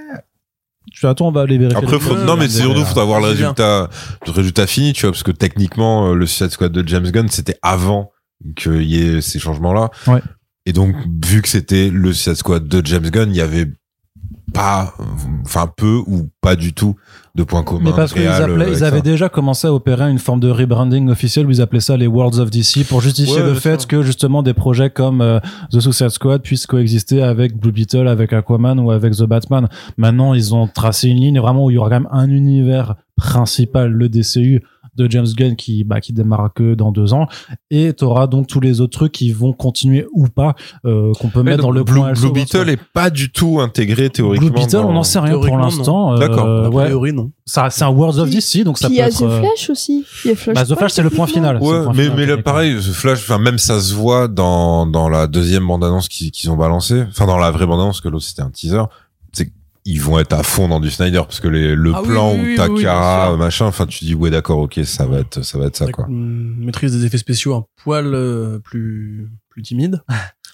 A: Tu attends, on va aller vérifier.
C: Après,
A: les-
C: faut,
B: Ouais,
C: non, mais
A: les-
C: c'est surtout,
A: les-
C: faut avoir le
B: C'est bien.
C: résultat, le résultat fini, tu vois, parce que techniquement, euh, le Suicide Squad de James Gunn, c'était avant qu'il y ait ces changements-là.
A: Ouais.
C: Et donc, vu que c'était le Suicide Squad de James Gunn, il y avait pas, euh, enfin, peu ou pas du tout de points communs.
A: Mais parce qu'ils
C: réels,
A: appelaient-
C: euh,
A: ils
C: avec
A: avaient
C: ça.
A: déjà commencé à opérer une forme de rebranding officiel, où ils appelaient ça les Worlds of DC pour justifier
C: Ouais,
A: le
C: bien
A: fait
C: sûr.
A: que justement des projets comme euh, The Suicide Squad puissent coexister avec Blue Beetle, avec Aquaman ou avec The Batman. Maintenant, ils ont tracé une ligne vraiment où il y aura quand même un univers principal, le DCU de James Gunn qui bah, qui démarre que dans deux ans et t'auras donc tous les autres trucs qui vont continuer ou pas euh, qu'on peut
C: Ouais,
A: mettre
C: donc,
A: dans le
C: Blue,
A: plan
C: Blue
A: LSO, tu vois.
C: Beetle est pas du tout intégré théoriquement.
A: Blue Beetle,
C: dans-
A: on n'en sait rien pour
B: Théoriquement, non.
A: l'instant. euh,
C: D'accord.
B: A
A: ouais.
B: priori, non.
A: Ça, c'est un Worlds of
E: Puis-
A: DC, donc ça
E: Puis
A: peut
E: il y a
A: être.
E: The
A: euh,
E: Flash aussi. Il y a Flash
A: bah, The
E: Point,
A: Flash, c'est le point
E: techniquement.
A: final. c'est le
C: Ouais,
A: point
C: mais,
A: final,
C: mais là,
A: techniquement.
C: pareil, The Flash, enfin, même ça se voit dans, dans la deuxième bande-annonce qu'ils qu'ils ont balancée, enfin, dans la vraie bande-annonce, que l'autre c'était un teaser, c'est qu'ils vont être à fond dans du Snyder, parce que les- le
D: Ah oui,
C: plan
D: oui, oui,
C: où
D: oui,
C: t'as
D: oui, bien
C: Kara,
D: sûr.
C: machin, enfin, tu dis, ouais, d'accord, ok, ça va être, ça va être ça, quoi.
B: Avec une maîtrise des effets spéciaux un poil euh, plus, plus timide.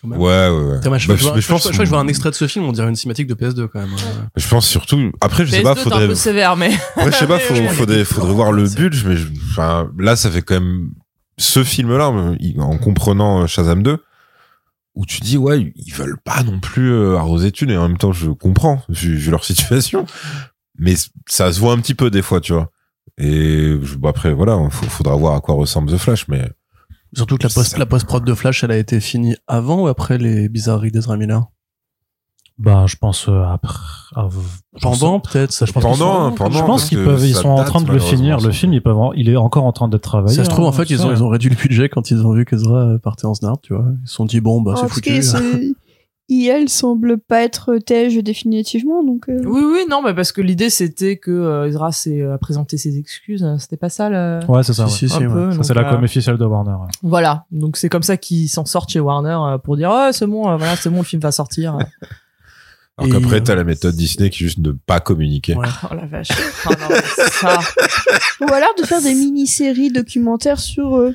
C: Ouais, ouais, ouais.
B: Putain, moi, je,
C: Bah,
B: je vois-
C: mais
B: je crois- je crois que je vois un
C: je
B: extrait de ce film, on dirait une cinématique de PS2 quand même. Euh,
C: je pense surtout, après, je sais pas,
D: PS2, t'es un
C: faudrait,
D: peu sévère, mais.
C: après, je sais pas,
D: Mais
C: faut-
D: oui, oui.
C: faudrait, faudrait voir le budget, mais je- enfin, là, ça fait quand même ce film-là, il- en comprenant euh, Shazam 2, où tu dis, ouais, ils veulent pas non plus euh, arroser thunes, et en même temps, je comprends, vu, vu leur situation. Mais c- ça se voit un petit peu des fois, tu vois. Et je- bon, après, voilà, hein, faut- faudra voir à quoi ressemble The Flash, mais
B: Surtout que la post-
C: Ça-
B: la post-prod de Flash, elle a été finie avant ou après les bizarreries d'Ezra Miller
A: Bah, je pense euh, après. ah, v-
B: Pendant, peut-être ça, je pense.
C: pendant, hein,
B: que-
C: pendant,
A: Je
C: parce
A: pense qu'ils
C: que
A: peuvent, ils
C: ça
A: sont en
C: date,
A: train de le finir.
C: malheureusement,
A: Le film, ils peuvent, en- il est encore en train d'être travaillé.
B: Ça se trouve, en
A: hein,
B: fait, ils
A: ça.
B: ont, ils ont réduit le budget quand ils ont vu qu'Ezra partait en snarf, tu vois. Ils se sont dit, bon, bah,
E: En
B: c'est
E: tout cas,
B: foutu.
E: ce- IL semble pas être tel jeu définitivement, donc. euh,
D: Oui, oui, non, mais parce que l'idée c'était que euh, Ezra s'est euh, présenté ses excuses. euh, C'était pas ça, le.
A: hein. Ouais, c'est ça.
B: Si,
A: ouais.
B: si, si,
D: un
B: ouais.
D: peu,
A: Ça,
D: donc,
A: c'est la
D: euh,
A: com officielle de Warner. ouais.
D: Voilà. Donc c'est comme ça qu'ils s'en sortent chez Warner euh, pour dire, oh, c'est bon, euh, voilà, c'est bon, le film va sortir.
C: Alors qu'après,
B: Et-
C: t'as la méthode Disney qui est juste ne pas communiquer.
B: Ouais.
D: oh la vache. Oh, non, mais ça.
E: Ou alors de faire des mini-séries documentaires sur. euh,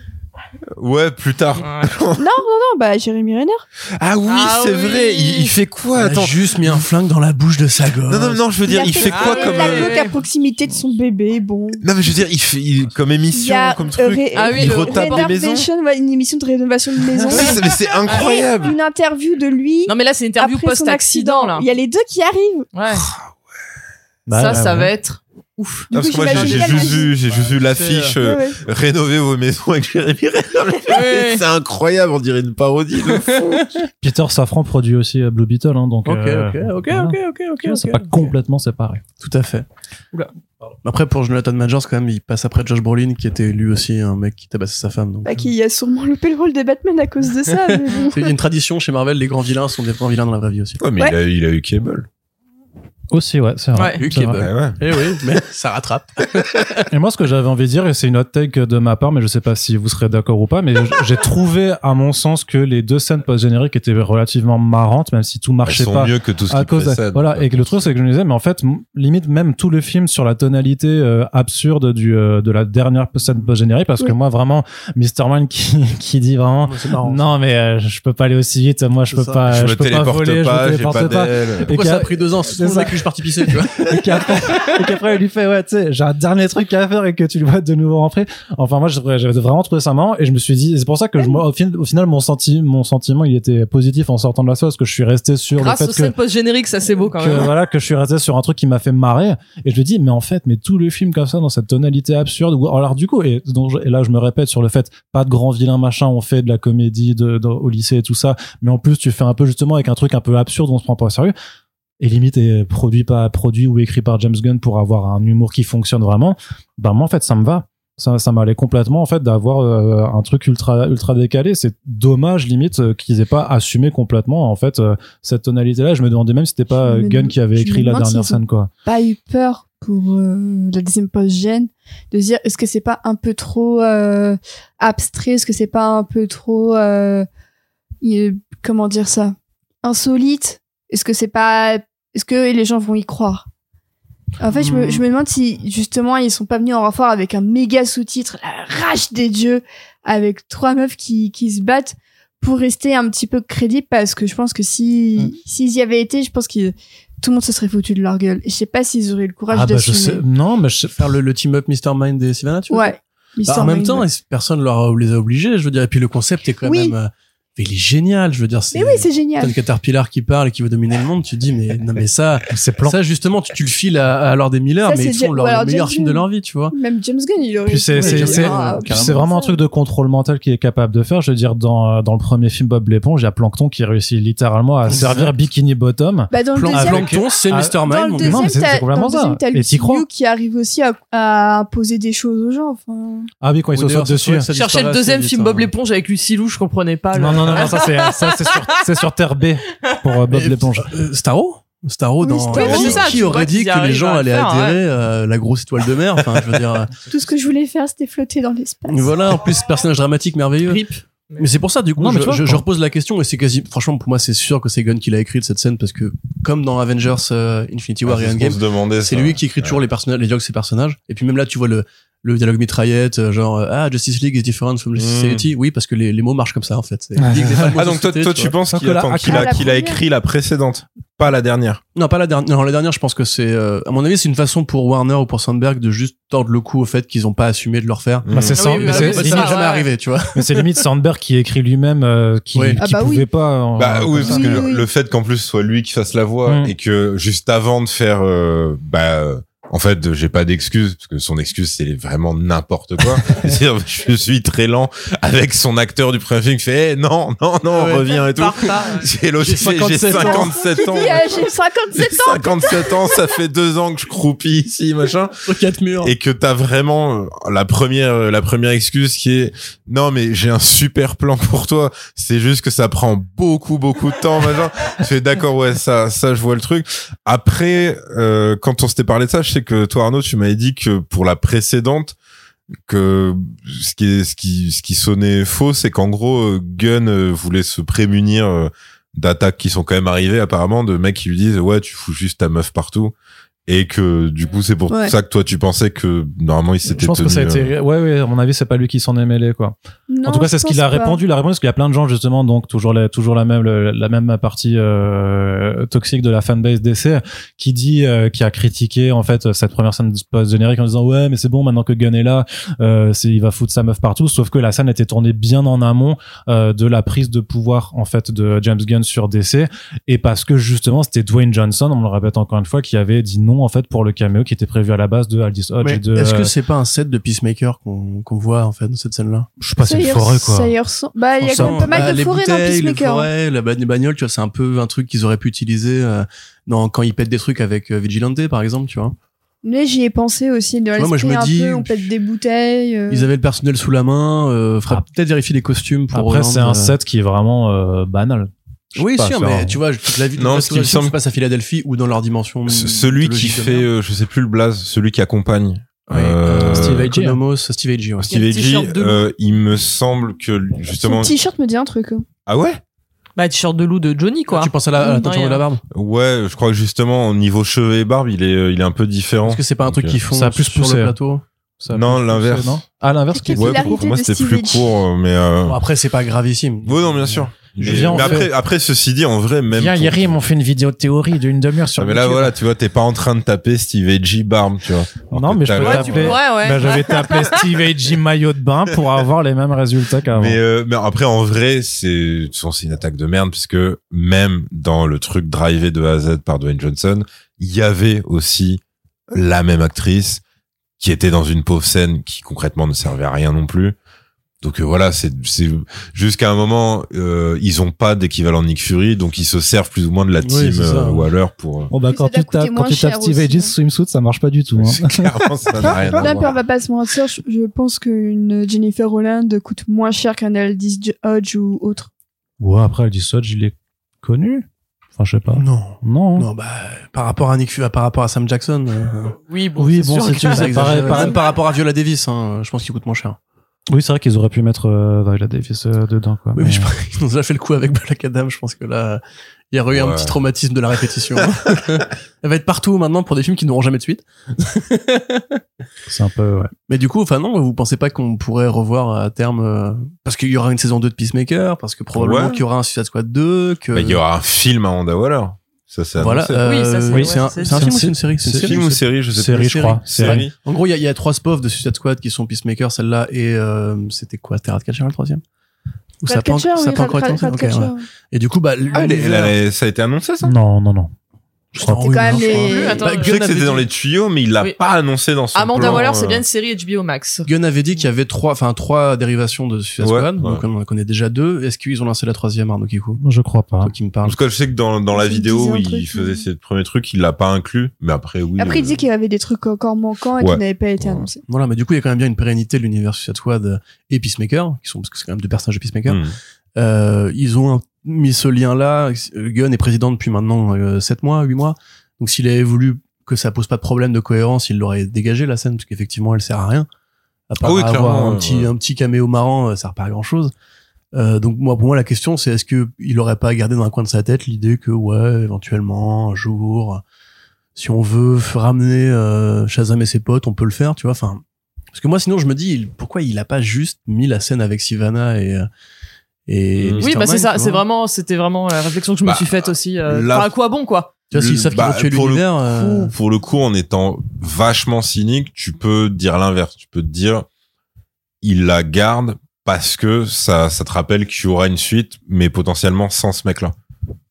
C: Ouais, plus tard.
E: Non, non, non, bah Jérémy Renner.
C: Ah oui,
D: Ah
C: c'est
D: oui.
C: vrai. Il, il fait quoi
B: Elle a
C: Attends.
B: juste mis un flingue dans la bouche de sa gosse.
C: Non, non, non. Je veux dire, il fait
D: Ah
C: quoi
D: oui,
C: comme
E: La
D: euh,
E: coque à proximité de son bébé, bon.
C: Non, mais je veux dire, il fait il- comme émission, comme truc.
E: euh, ré-
D: Ah oui,
C: il
D: le
C: retape des maisons.
E: Rénovation, ouais, une émission de rénovation de maison.
C: Ouais, c'est- Ah, mais c'est incroyable.
E: Une interview de lui.
D: non, mais là, c'est une interview
E: après son
D: post-accident, là. Ah,
E: Il y a les deux qui arrivent.
D: Ouais.
A: Bah,
D: ça,
A: ouais,
D: ça
A: ouais.
D: va être ouf.
E: Du
C: parce
E: coup,
C: que moi, j'ai
E: j'imagine
C: j'ai
E: la
C: juste
E: magie.
C: vu, j'ai juste vu
B: Ouais,
C: l'affiche
B: c'est,
E: Ouais,
C: euh,
E: ouais.
C: rénover vos maisons avec Jérémy Renner.
D: Ouais.
C: C'est incroyable, on dirait une parodie. de fou.
A: Peter Safran produit aussi euh, Blue Beetle, hein, donc.
B: Ok,
A: euh,
B: ok, ok,
A: voilà.
B: ok, ok,
A: Tu
B: ok.
A: vois, C'est pas complètement séparé.
B: Tout à fait.
D: Oula.
B: Après, pour Jonathan Majors, quand même, il passe après Josh Brolin, qui était lui aussi un mec qui tabassait sa femme. Donc,
E: Bah, qui a sûrement loupé le rôle de Batman à cause de ça. mais bon.
B: Il y a une tradition chez Marvel, les grands vilains sont des grands vilains dans la vraie vie aussi.
C: Ouais, mais
E: Ouais.
C: Il, a, il a eu Cable.
A: Aussi, ouais, c'est vrai.
D: Ouais.
B: Luke
A: C'est
B: et
A: vrai.
B: Bob.
C: Ouais, ouais.
B: Eh oui, mais ça rattrape.
A: Et moi, ce que j'avais envie de dire, et c'est une hot take de ma part, mais je sais pas si vous serez d'accord ou pas, mais j- j'ai trouvé, à mon sens, que les deux scènes post-génériques étaient relativement marrantes, même si tout
C: Elles
A: marchait
C: sont
A: pas.
C: mieux que tout ce
A: à
C: qui
A: cause de-
C: précède.
A: voilà et que le truc c'est que je me disais mais en fait m- limite même tout le film sur la tonalité euh, absurde du euh, de la dernière scène post générique parce que
E: Oui.
A: moi vraiment Mr Man qui qui dit vraiment
B: C'est marrant.
A: non mais euh, je peux pas aller aussi vite moi je
B: C'est
A: peux
B: ça.
A: pas
C: je
A: euh, je,
C: me
A: peux pas
C: téléporte
A: voler je
C: pas,
A: me
C: j'ai pas
A: téléporte pas
C: d'aile.
A: Et
B: Pourquoi
A: qu'à-
B: ça a pris deux ans C'est
A: C'est
B: ça
A: ça.
B: que je suis parti pisser, tu vois.
A: et qu'après, et qu'après, il lui fait, ouais, tu sais, j'ai un dernier truc à faire et que tu le vois de nouveau rentrer. Enfin, moi, j'avais j'avais vraiment trouvé ça marrant et je me suis dit, et c'est pour ça que je, moi, au, fin- au final, mon, senti, mon sentiment, il était positif en sortant de la sauce, que je suis resté sur
D: Grâce
A: le
D: au
A: fait que,
D: scène post-générique, ça c'est beau quand
A: que,
D: même.
A: voilà, que je suis resté sur un truc qui m'a fait marrer. Et je me dis, mais en fait, mais tout le film comme ça, dans cette tonalité absurde, ou alors du coup, et, donc, je- et là, je me répète sur le fait, pas de grand vilain machin, on fait de la comédie de, de- au lycée et tout ça, mais en plus, tu fais un peu justement avec un truc un peu absurde, on se prend pas au sérieux. Et limite, est euh, produit, pas produit ou écrit par James Gunn pour avoir un humour qui fonctionne vraiment. Ben, moi, en fait, ça me va. Ça, ça m'allait complètement en fait d'avoir euh, un truc ultra ultra décalé. C'est dommage limite euh, qu'ils aient pas assumé complètement en fait euh, cette tonalité-là. Je me demandais même si c'était pas
E: Je
A: euh,
E: me
A: Gunn
E: dem-
A: qui avait
E: je me
A: écrit la
E: demande
A: dernière
E: s'ils ont
A: scène quoi.
E: pas eu peur pour euh, la deuxième post-gène de se dire est-ce que c'est pas un peu trop euh, abstrait, est-ce que c'est pas un peu trop euh, y- comment dire ça insolite, est-ce que c'est pas est-ce que les gens vont y croire En fait, je, me, je me demande si justement ils sont pas venus en renfort avec un méga sous-titre la rage des dieux avec trois meufs qui qui se battent pour rester un petit peu crédible parce que je pense que si
A: Mm.
E: s'ils y avaient été, je pense qu'ils tout le monde se serait foutu de leur gueule. Et je sais pas s'ils auraient eu le courage
A: Ah bah je
E: d'assumer.
A: sais. Non mais je sais.
B: Faire le, le team-up Mr. Mind et Sylvana, tu vois.
E: Ouais.
B: Bah, en même temps, personne leur les a obligés, je veux dire. Et puis le concept est quand
E: Oui.
B: même. euh, mais il est génial, je veux dire. C'est
E: mais oui, c'est génial.
B: un caterpillar qui parle et qui veut dominer le monde. Tu te dis, mais non, mais ça,
A: C'est plan.
B: ça justement, tu, tu le files à, à Lord des Miller,
E: Ça,
B: mais
E: c'est
B: ils font
E: Ja-
B: leur,
E: ou alors
B: le meilleur
E: James
B: film de
E: Gunn.
B: leur vie, tu vois.
E: Même James Gunn, il aurait.
A: Puis c'est
E: Ouais,
A: c'est-
E: James
A: c'est-
E: Gunn, ah,
A: puis
E: putain,
A: c'est vraiment un
E: ça.
A: truc de contrôle mental qu'il est capable de faire. Je veux dire dans euh, dans le premier film Bob l'éponge, il y a Plankton qui réussit littéralement à
B: Exact.
A: servir Bikini Bottom.
E: Bah, dans le
B: Plan-
E: deuxième,
B: Plankton, c'est
A: Ah,
B: Mr.
E: dans
B: Mind.
E: le
B: mon gars.
E: deuxième,
A: mais c'est-
E: t'as-
A: c'est complètement
E: dans le
A: ça.
E: deuxième, t'as
A: Et
E: Lucy
A: t'y crois.
E: Liu qui arrive aussi à, à imposer des choses aux gens. Enfin,
A: Ah oui quand ils
B: Oui,
A: se
B: d'ailleurs,
A: sautent
B: c'est
A: dessus.
B: vrai que ça
D: Je cherchais le
B: disparaît
D: deuxième
B: assez
D: film
B: vite,
D: Bob
B: hein.
D: l'éponge avec Lucie Lou, je comprenais pas. le-
A: Non, non, non, non, ça c'est euh, ça c'est sur, c'est sur Terre B pour euh, Bob
B: Mais-
A: l'éponge.
B: Euh, Starro Starro
E: Oui,
B: dans
E: Starro.
D: Oui, c'est ça,
B: qui
D: tu vois
B: aurait dit
D: qu'ils
B: que les
D: arrivent
B: gens
D: à le
B: allaient
D: faire,
B: adhérer euh, la grosse étoile de mer enfin je veux dire euh,
E: tout ce que je voulais faire, c'était flotter dans l'espace.
B: voilà en plus personnage dramatique
A: euh,
B: merveilleux
D: Rip.
B: mais c'est pour ça du coup
A: Non, mais
B: je,
A: tu vois,
B: je- je
A: quand-
B: repose la question et c'est quasi franchement pour moi c'est sûr que c'est Gunn qui l'a écrite cette scène parce que comme dans Avengers euh, Infinity War et
C: Ah, c'est ce qu'on
B: Endgame
C: se demandait,
B: c'est
C: ça.
B: lui qui écrit toujours les personnages les dialogues de ses personnages et puis même là tu vois le le dialogue mitraillette euh, genre euh, ah Justice League is different from Justice
C: Mm.
B: Society oui parce que les, les mots marchent comme ça en fait C'est-
A: Ah,
B: il dit que c'est pas le mot
C: Ah, donc toi,
B: société,
C: toi
B: vois.
C: tu penses
A: Sauf
C: qu'il
A: que là,
C: attend,
A: à
C: qu'il a,
E: la
C: qu'il a
E: première.
C: écrit la précédente, pas la dernière.
B: Non, pas la dernière. Non, la dernière, je pense que c'est, euh, à mon avis, c'est une façon pour Warner ou pour Sandberg de juste tordre le cou au fait qu'ils ont pas assumé de leur faire.
A: Bah, c'est
C: Mm.
A: sans-
D: oui,
A: mais
D: bah,
A: c'est
D: oui,
B: ça
D: c'est
B: n'est
A: limite-
D: ça.
B: jamais
D: ouais.
B: arrivé, tu vois.
A: mais c'est limite Sandberg qui écrit lui-même euh, qui,
B: Oui.
A: qui
E: Ah bah oui.
A: pouvait pas. euh, en-
C: Bah oui, parce
E: Oui,
C: que
E: oui,
C: le,
E: oui.
C: le fait qu'en plus ce soit lui qui fasse la voix
A: Oh, Mm.
C: et que juste avant de faire, euh, bah, euh, en fait, j'ai pas d'excuse parce que son excuse c'est vraiment n'importe quoi. C'est-à-dire, je suis très lent avec son acteur du premier film qui fait, Eh, non, non, non,
B: Ouais.
C: reviens et tout.
D: Parta.
C: J'ai l'autre,
B: J'ai
C: j'ai 57,
B: 57 ans.
E: Il
C: ans.
E: dit, ah, j'ai 57
C: J'ai
E: ans.
C: 57 ans, ça fait deux ans que je croupis ici, machin,
B: Aux quatre murs.
C: et que t'as vraiment euh, la première, euh, la première excuse qui est non mais j'ai un super plan pour toi, c'est juste que ça prend beaucoup beaucoup de temps, machin. Je fais d'accord, ouais, ça, ça je vois le truc. Après, euh, quand on s'était parlé de ça, je sais que toi Arnaud, tu m'avais dit que pour la précédente que ce qui est, ce qui ce qui sonnait faux c'est qu'en gros euh, Gunn euh, voulait se prémunir euh, d'attaques qui sont quand même arrivées apparemment de mecs qui lui disent ouais tu fous juste ta meuf partout et que du coup c'est pour
E: Ouais.
C: ça que toi tu pensais que normalement il s'était
A: Je pense que
C: tenu,
A: ça a
C: euh,
A: été. Ouais, ouais, à mon avis, c'est pas lui qui s'en est mêlé, quoi. en tout cas, c'est ce qu'il a répondu. La réponse, parce qu'il y a plein de gens, justement, donc, toujours la, toujours la même, le- la même partie, euh, toxique de la fanbase DC, qui dit, euh, qui a critiqué, en fait, cette première scène post-générique en disant, ouais, mais c'est bon, maintenant que Gunn est là, euh, c'est, il va foutre sa meuf partout. Sauf que la scène était tournée bien en amont, euh, de la prise de pouvoir, en fait, de James Gunn sur DC. Et parce que, justement, c'était Dwayne Johnson, on le répète encore une fois, qui avait dit non
F: nom en fait pour le cameo qui était prévu à la base de Aldis Hodge
B: Mais
F: et de.
B: Est-ce que
F: euh,
B: c'est pas un set de Peacemaker qu'on qu'on voit en fait dans cette scène-là
F: je sais pas, c'est
E: Ça y
F: une forêt quoi.
E: Ça y ressemble. Bah, il y a quand même pas
B: Bah,
E: mal de
B: les
E: forêts dans
B: bouteilles, les
E: Peacemaker. hein.
B: forêts, la ba- les bagnoles, tu vois, c'est un peu un truc qu'ils auraient pu utiliser euh, dans, quand ils pètent des trucs avec euh, Vigilante, par exemple, tu vois.
E: Euh. Mais j'y ai pensé aussi de
B: vois, moi, je
E: l'esprit
B: me
E: un
B: dis-
E: peu, on pète des bouteilles. euh.
B: Ils avaient le personnel sous la main, euh, faudra peut-être vérifier les costumes pour
F: Ah. Après,
B: Hollande,
F: c'est un
B: euh.
F: set qui est vraiment euh, banal. Je sais
B: Oui,
F: pas, hein.
B: sûr,
F: c'est
B: mais
F: un-
B: tu vois, toute la vie de
C: Non,
B: la
C: ce qui me
B: restauration
C: semble-
B: se passe à Philadelphie ou dans leur dimension.
C: C- celui qui
B: mythologique de
C: fait,
B: merde.
C: euh, je sais plus le blaze, celui qui accompagne.
B: Oui,
C: euh,
B: Steve
F: Agee, hein.
B: Economos, Steve Agee, ouais.
C: Steve
D: Il y a le
C: Agee,
D: t-shirt de loup.
C: euh, il me semble que lui, justement.
E: Son t-shirt me dit un truc. hein.
C: Ah ouais
D: Bah, t-shirt de loup de Johnny, quoi.
B: Tu penses à la, à la
D: Mine de
B: teinture
D: rien.
B: de la barbe
C: Ouais, je crois que justement, au niveau cheveux et barbe, il est, euh, il est un peu différent.
B: Est-ce que c'est pas un truc
C: Donc,
B: qu'ils font
F: ça a plus
B: sur
F: poussé,
B: le
F: hein.
B: plateau
F: Ça a
C: Non,
F: plus-
C: l'inverse.
F: non Ah, l'inverse qui est-
E: Quel-
C: Ouais, pour,
E: Capillarité
C: pour moi,
E: de
C: c'était
E: Steve
C: plus
E: Agee.
C: court, euh, mais. Euh...
B: Bon, Après, c'est pas gravissime.
C: ouais, non, bien sûr.
F: Je
C: Mais-
F: viens, on
C: mais
F: fait-
C: après, après, ceci dit, en vrai, même. pour-
F: on fait une vidéo théorie d'une demi-heure
C: Ah, mais là, voilà, tu vois, t'es pas en train de taper Steve Agee barbe, tu vois. Alors
F: Non,
C: que
F: mais je
C: t'as
F: peux
C: l'air-
D: Ouais, tu pourrais,
F: t'appeler.
D: ouais.
F: Bah, j'avais tapé Steve Agee maillot de bain pour avoir les mêmes résultats qu'avant.
C: Mais, euh, mais après, en vrai, c'est, de toute façon, c'est une attaque de merde, puisque même dans le truc drivé de A à Z par Dwayne Johnson, il y avait aussi la même actrice qui était dans une pauvre scène qui concrètement ne servait à rien non plus. Donc euh, voilà, c'est, c'est jusqu'à un moment, euh, ils ont pas d'équivalent Nick Fury, donc ils se servent plus ou moins de la
B: Oui,
C: team
B: c'est ça.
C: euh, Waller pour. euh,
F: Bon, bah,
E: Mais
F: quand
E: ça doit
F: tu tapes, quand
E: coûter moins
F: tu tapes
E: cher
F: Steve
E: aussi,
F: Agee
E: hein.
F: swimsuit, ça marche pas du tout. hein.
C: c'est clairement, ça n'a
B: Ah,
C: rien à
E: Là, on
C: voir.
E: va pas se mentir, je, je pense qu'une Jennifer Holland coûte moins cher qu'un Aldis Jo- Hodge ou autre.
F: Ouais, après, Aldis Hodge, il est connu. Enfin, je sais pas.
B: Non.
F: Non.
B: Non, bah, par rapport à Nick Fury, par rapport à Sam Jackson, euh,
D: Oui, bon,
F: Oui,
D: c'est
F: bon,
D: sûr
F: si
D: que-
F: tu faisais
B: ça exagère.
F: pareil, pareil.
B: Même par rapport à Viola Davis, hein, je pense qu'il coûte moins cher.
F: Oui, c'est vrai qu'ils auraient pu mettre euh, Viola Davis euh, dedans, quoi.
B: Oui,
F: mais-
B: mais je pense qu'ils nous a fait le coup avec Black Adam. Je pense que là, il y aurait eu un
C: Ouais.
B: petit traumatisme de la répétition. Elle va être partout maintenant pour des films qui n'auront jamais de suite.
F: C'est un peu, ouais.
B: Mais du coup, enfin non, vous pensez pas qu'on pourrait revoir à terme euh, parce qu'il y aura une saison 2 de Peacemaker, parce que probablement
C: Ouais.
B: qu'il y aura un Suicide Squad 2, que
C: Bah, Il y aura un film à Honda Waller. Ça, c'est
B: Euh, voilà.
C: annoncé.
B: euh,
D: Oui, ça, c'est- ouais,
B: c'est un,
D: c'est-
B: c'est un
F: c'est-
B: film ou c'est une série C'est une
F: c'est-
B: série,
C: film
B: je
C: ou
B: sais
C: série, je sais
F: Série,
C: plus.
F: je crois.
C: Série.
F: Série.
B: En gros, il y, a- il y a trois spofs de Suicide Squad qui sont Peacemaker, celle-là et euh, c'était quoi Terratcatcher le troisième Ou ça a pas en-
E: Ratcatcher,
B: ça a
E: oui,
B: pas encore été
E: Rat-
B: annoncé Ok,
E: Ratcatcher.
B: ouais. Et du coup, bah
C: Ah, elle est- elle
B: l'univers-
C: a- ça a été annoncé,
B: Mm.
C: ça
F: Non, non, non.
B: Je crois
E: C'était quand même les-
D: Plus, attends,
B: Bah,
D: je
C: Je sais
B: Gunn
C: que
B: avait
C: c'était
B: dit-
C: dans les tuyaux, mais il l'a
D: Oui.
C: pas annoncé dans
E: Ah,
C: son
D: Amanda
C: plan,
D: Waller,
C: euh,
D: c'est bien une série HBO Max.
B: Gunn avait dit qu'il y avait trois, enfin trois dérivations de Suicide
C: Ouais,
B: Squad,
C: ouais. Hein.
B: donc on en connaît déjà deux. Est-ce qu'ils ont lancé la troisième, Arnaud Kikou
F: Je crois pas.
B: Toi qui me
C: En
B: parles.
C: tout cas, je sais que dans, dans la
E: Il
C: vidéo,
E: disait un
C: il
E: truc,
C: faisait
E: ouais.
C: ses premiers trucs, il l'a pas inclus, mais après, oui.
E: Après, il
C: euh,
E: disait qu'il y avait des trucs encore manquants et
C: Ouais.
E: qui n'avaient pas été
C: Ouais.
E: annoncés.
B: Voilà, mais du coup, il y a quand même bien une pérennité de l'univers Suicide Squad euh, et Peacemaker, qui sont parce que c'est quand même deux personnages de Peacemaker.
C: hmm.
B: Euh, ils ont un- mis ce lien-là. Gunn est président depuis maintenant euh, sept mois, huit mois. Donc s'il avait voulu que ça pose pas de problème de cohérence, il l'aurait dégagé la scène, parce qu'effectivement, elle sert à rien. À part
C: Ah oui,
B: avoir
C: clairement,
B: un
C: ouais,
B: petit,
C: ouais.
B: un petit caméo marrant, euh, ça sert pas à grand chose. Euh, donc moi, pour moi, la question, c'est est-ce que il aurait pas gardé dans un coin de sa tête l'idée que, ouais, éventuellement, un jour, si on veut f- ramener euh, Shazam et ses potes, on peut le faire, tu vois. Enfin, parce que moi, sinon, je me dis, il- pourquoi il a pas juste mis la scène avec Sivana et euh, et
C: Oui,
D: Oui,
B: Mr.
D: bah c'est
B: Man,
D: ça,
B: tu
D: c'est
B: vois.
D: vraiment, c'était vraiment la réflexion que je me
C: Bah,
D: suis faite aussi. euh,
C: là-
D: enfin, à quoi bon, quoi
B: Tu vois, s'ils savent qu'ils
C: Bah,
B: vont tuer
C: pour le
B: l'univers,
C: coup,
B: euh,
C: Pour le coup, en étant vachement cynique, tu peux dire l'inverse. Tu peux te dire, il la garde parce que ça, ça te rappelle qu'il y aura une suite, mais potentiellement sans ce mec-là.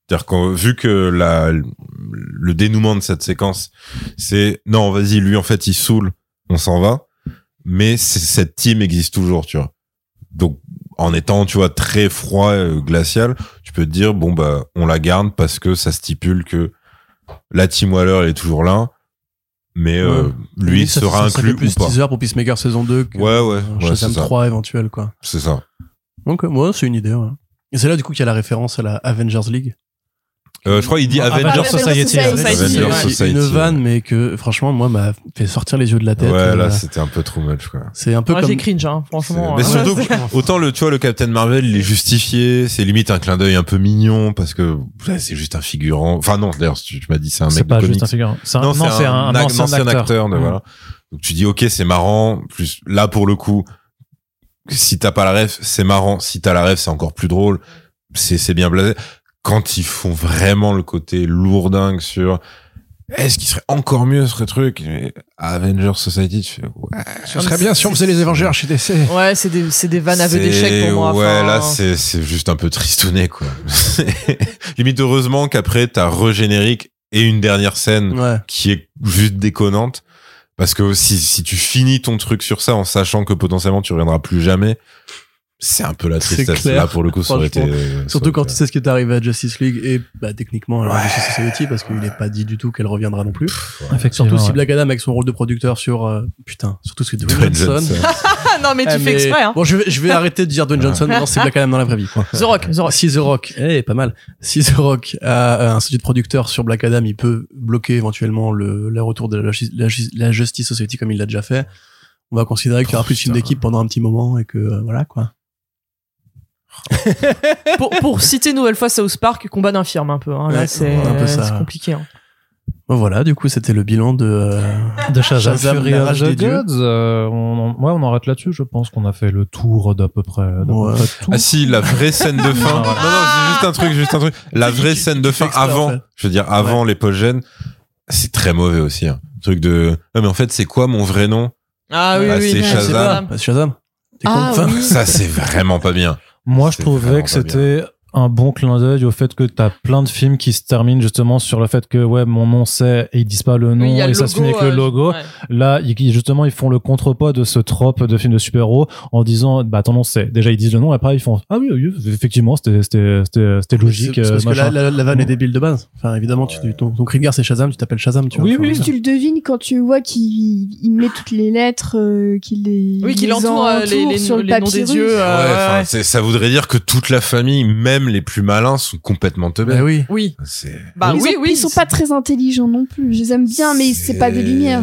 C: C'est-à-dire que vu que la, le dénouement de cette séquence, c'est non, vas-y, lui en fait, il saoule, on s'en va, mais c'est- cette team existe toujours, tu vois. Donc, en étant, tu vois, très froid, euh, glacial, tu peux te dire bon bah, on la garde parce que ça stipule que la team Waller elle est toujours là, mais euh,
B: Ouais.
C: lui
B: ça-
C: sera
B: ça serait
C: inclus
B: plus
C: ou pas.
B: teaser pour Peacemaker saison 2 que
C: Ouais, ouais,
B: euh,
C: ouais,
B: Shazam
C: c'est ça.
B: 3 éventuel, quoi.
C: C'est ça.
B: Donc, euh, ouais, c'est une idée, ouais. Et c'est là, du coup, qu'il y a la référence à la Avengers League.
C: Euh, je crois qu'il dit
F: Ah,
C: Avengers
F: Avengers
C: Society.
F: Society.
D: Avengers Society,
C: Avengers
D: ouais.
B: C'est
C: Society.
B: une vanne, mais que, franchement, moi, m'a fait sortir les yeux de la tête.
C: Ouais,
B: Euh,
C: là, c'était un peu too much, quoi.
B: c'est un peu
D: Moi,
B: comme...
D: j'ai cringe, hein, franchement.
C: Mais
D: hein.
C: surtout, autant le, tu vois, le Captain Marvel, il est justifié, c'est limite un clin d'œil un peu mignon, parce que ouais, c'est juste un figurant. Enfin, non, d'ailleurs, tu, tu m'as dit, c'est un mec
F: C'est
C: de
F: pas
C: comics.
F: juste un figurant. C'est un-
C: Non,
F: Non, c'est un, un
C: ac-
F: ancien, acteur.
C: de,
F: Mm.
C: voilà. Donc tu dis, ok, c'est marrant. Plus là, pour le coup, si t'as pas la ref, c'est marrant. Si t'as la ref, c'est encore plus drôle. C'est c'est bien blasé. Quand ils font vraiment le côté lourdingue sur est-ce qu'il serait encore mieux ce truc Mais Avengers Society, tu fais, ouais,
B: Ce serait bien si on faisait les Avengers chez DC.
D: Ouais, c'est des, c'est des vannes à vœux
C: C'est-
D: d'échec pour moi.
C: Ouais,
D: enfin,
C: là, c'est, c'est juste un peu tristouné, quoi. Limite, heureusement qu'après, t'as regénérique et une dernière scène
B: Ouais.
C: qui est juste déconnante. Parce que si, si tu finis ton truc sur ça en sachant que potentiellement tu reviendras plus jamais, c'est un peu la
B: C'est
C: tristesse.
B: clair.
C: Là, pour le coup, ça aurait été.
B: Franchement.
C: ça
B: Surtout
C: aurait
B: quand
C: été-
B: tu sais ce qui est arrivé à Justice League et bah, techniquement à la Justice Society parce qu'il n'est pas dit du tout qu'elle reviendra non plus.
F: Mmh. Effectivement,
B: Surtout si
F: ouais.
B: Black Adam avec son rôle de producteur sur euh, putain, surtout ce que Dwayne
C: Dwayne
B: Johnson.
C: Johnson.
D: Ah non, mais tu
B: Eh,
D: fais exprès, hein.
B: Bon, je vais, je vais arrêter de dire Dwayne Johnson, non, c'est Black Adam dans la vraie vie. quoi.
D: The Rock, The Rock.
B: Si The Rock, eh, pas mal. Si The Rock a un statut de producteur sur Black Adam, il peut bloquer éventuellement le, le retour de la, Justice- la Justice- la Justice Society comme il l'a déjà fait. On va considérer qu'il y aura plus de film
C: Putain.
B: d'équipe pendant un petit moment et que euh, voilà quoi.
D: pour, pour citer une nouvelle fois South Park, combat d'infirme un peu. Hein. Là,
B: Ouais,
D: c'est
B: un peu ça,
D: c'est
B: ouais.
D: compliqué. hein.
B: Bon, Bah voilà, du coup, c'était le bilan de. euh,
F: de Shazam,
B: Shazam,
F: Fury
B: la
F: of
B: rage
F: the
B: des dieux.
F: Gods, euh, on, en- ouais, on en rate là-dessus, je pense qu'on a fait le tour d'à peu près, d'à peu
B: Ouais.
F: près tout.
C: Ah si, la vraie scène de fin. non, non, c'est juste un truc, juste un truc. La
B: Tu-
C: vraie
B: tu-
C: scène
B: tu
C: de
B: fais
C: fin
B: exprès, en
C: avant,
B: fait.
C: je veux dire, avant l'épogène, c'est très mauvais aussi. Hein. Truc de. Ah, mais en fait, c'est quoi mon vrai nom
D: Ah oui,
C: Ah,
D: oui.
C: c'est
B: je
D: oui.
B: sais
C: Shazam.
B: pas, bah, Shazam. T'es con,
D: Ah
B: enfin,
D: oui.
C: Ça, c'est vraiment pas bien.
F: Moi, je
C: C'est vraiment
F: trouvais
C: pas
F: que c'était un bon clin d'œil au fait que t'as plein de films qui se terminent justement sur le fait que ouais mon nom c'est et ils disent pas le nom
D: Oui, il y a
F: et
D: le
F: ça se finit avec
D: logo,
F: le
D: euh,
F: logo
D: ouais.
F: là ils- ils- justement ils font le contrepoids de ce trope de films de super-héros en disant bah ton nom c'est déjà ils disent le nom et après ils font ah oui, oui effectivement c'était c'était c'était c'était logique
B: c'est-
F: euh,
B: Parce que
F: machin.
B: la, la, la vanne est débile de base. Enfin, évidemment, tu, ton, ton cri de guerre, c'est Shazam, tu t'appelles Shazam, tu vois.
F: Oui,
B: Enfin,
F: oui.
E: Plus tu le devines quand tu vois qu'il il met toutes les lettres, euh, qu'il les
D: Oui, qu'il
E: les
D: entoure euh, les, les,
E: sur le
D: les noms des
E: papyrus.
D: dieux. euh,
C: ouais,
D: ouais,
C: enfin,
D: ouais.
C: c'est- ça voudrait dire que toute la famille, même les plus malins, sont complètement teubés.
B: Bah oui.
D: Oui,
C: C'est
D: bah
E: ils
D: oui,
E: ont-
D: oui.
E: ils sont pas très intelligents non plus. Je les aime bien, mais c'est pas des lumières.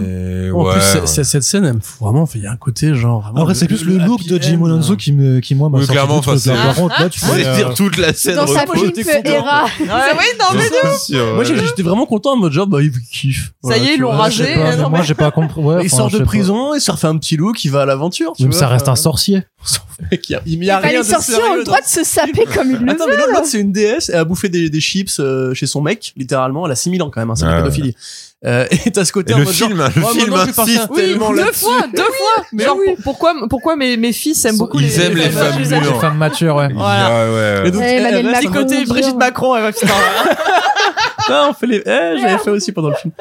B: En
C: Ouais,
B: plus, c'est-
C: ouais.
B: c'est- cette scène, elle me fout vraiment, il y a un côté genre. vraiment
F: Après, c'est plus le, look
B: happy
F: de Jim
B: end,
F: Alonso
B: hein.
F: qui, me, qui moi, m'a
C: Oui,
F: sorti
C: clairement,
F: du truc.
C: enfin,
F: Par contre, là, tu
C: Vous allez
F: fais,
C: dire
F: euh,
C: toute la scène
E: Dans sa
C: repose-
B: moi,
E: pipe,
B: j'étais content.
E: Hera.
D: Ouais, oui, non, mais
C: C'est sûr,
B: Moi,
C: ouais.
B: j'ai- j'étais vraiment content en mode genre, bah, il kiffe.
D: Ça y est, ils l'ont
B: tu vois, je
D: ragé,
B: sais
F: je sais pas,
B: pas.
D: eh,
F: mais
D: non,
F: moi,
D: mais-
F: j'ai pas compris. Ouais,
B: il
F: enfin,
B: sort
F: je
B: de
F: sais pas.
B: prison, il se refait un petit look, il va à l'aventure. tu
F: Oui, mais
B: vois,
F: ça reste
B: enfin,
F: un sorcier.
B: mec, Il y a- il y a
E: Enfin,
B: rien
E: les
B: de
E: sorciers
B: sérieux
E: ont le
B: dans
E: droit de se saper comme ils le
B: Attends, mais
E: veulent.
B: l'autre, l'autre, c'est une déesse, elle a bouffé des, des chips euh, chez son mec, littéralement, elle a 6000 ans quand même, hein, c'est de la
C: Ouais,
B: pédophilie. Euh, et t'as ce côté
C: Ah. Et
B: en
C: le
B: mode genre,
C: film, hein,
B: oh,
C: le film
B: maintenant, je vais faire ça.
C: insiste
B: Oui,
C: tellement
B: le-
C: là.
D: deux fois, deux fois.
B: Mais
D: Genre,
B: oui.
D: pour- pourquoi, pourquoi mes, mes fils aiment beaucoup
C: Ils
D: les,
C: aiment les femmes
D: plus
C: mûres.
D: âgées
F: Les femmes matures, ouais.
D: Voilà.
C: Ah, Ouais, ouais, ouais.
B: Et donc,
E: Ouais,
B: elle
E: Eh, Emmanuel
B: reste
E: Macron.
B: en mode,
D: Côté Brigitte Macron, elle va putain.
B: Ah, on fait les. Eh, je l'avais fait aussi pendant le film.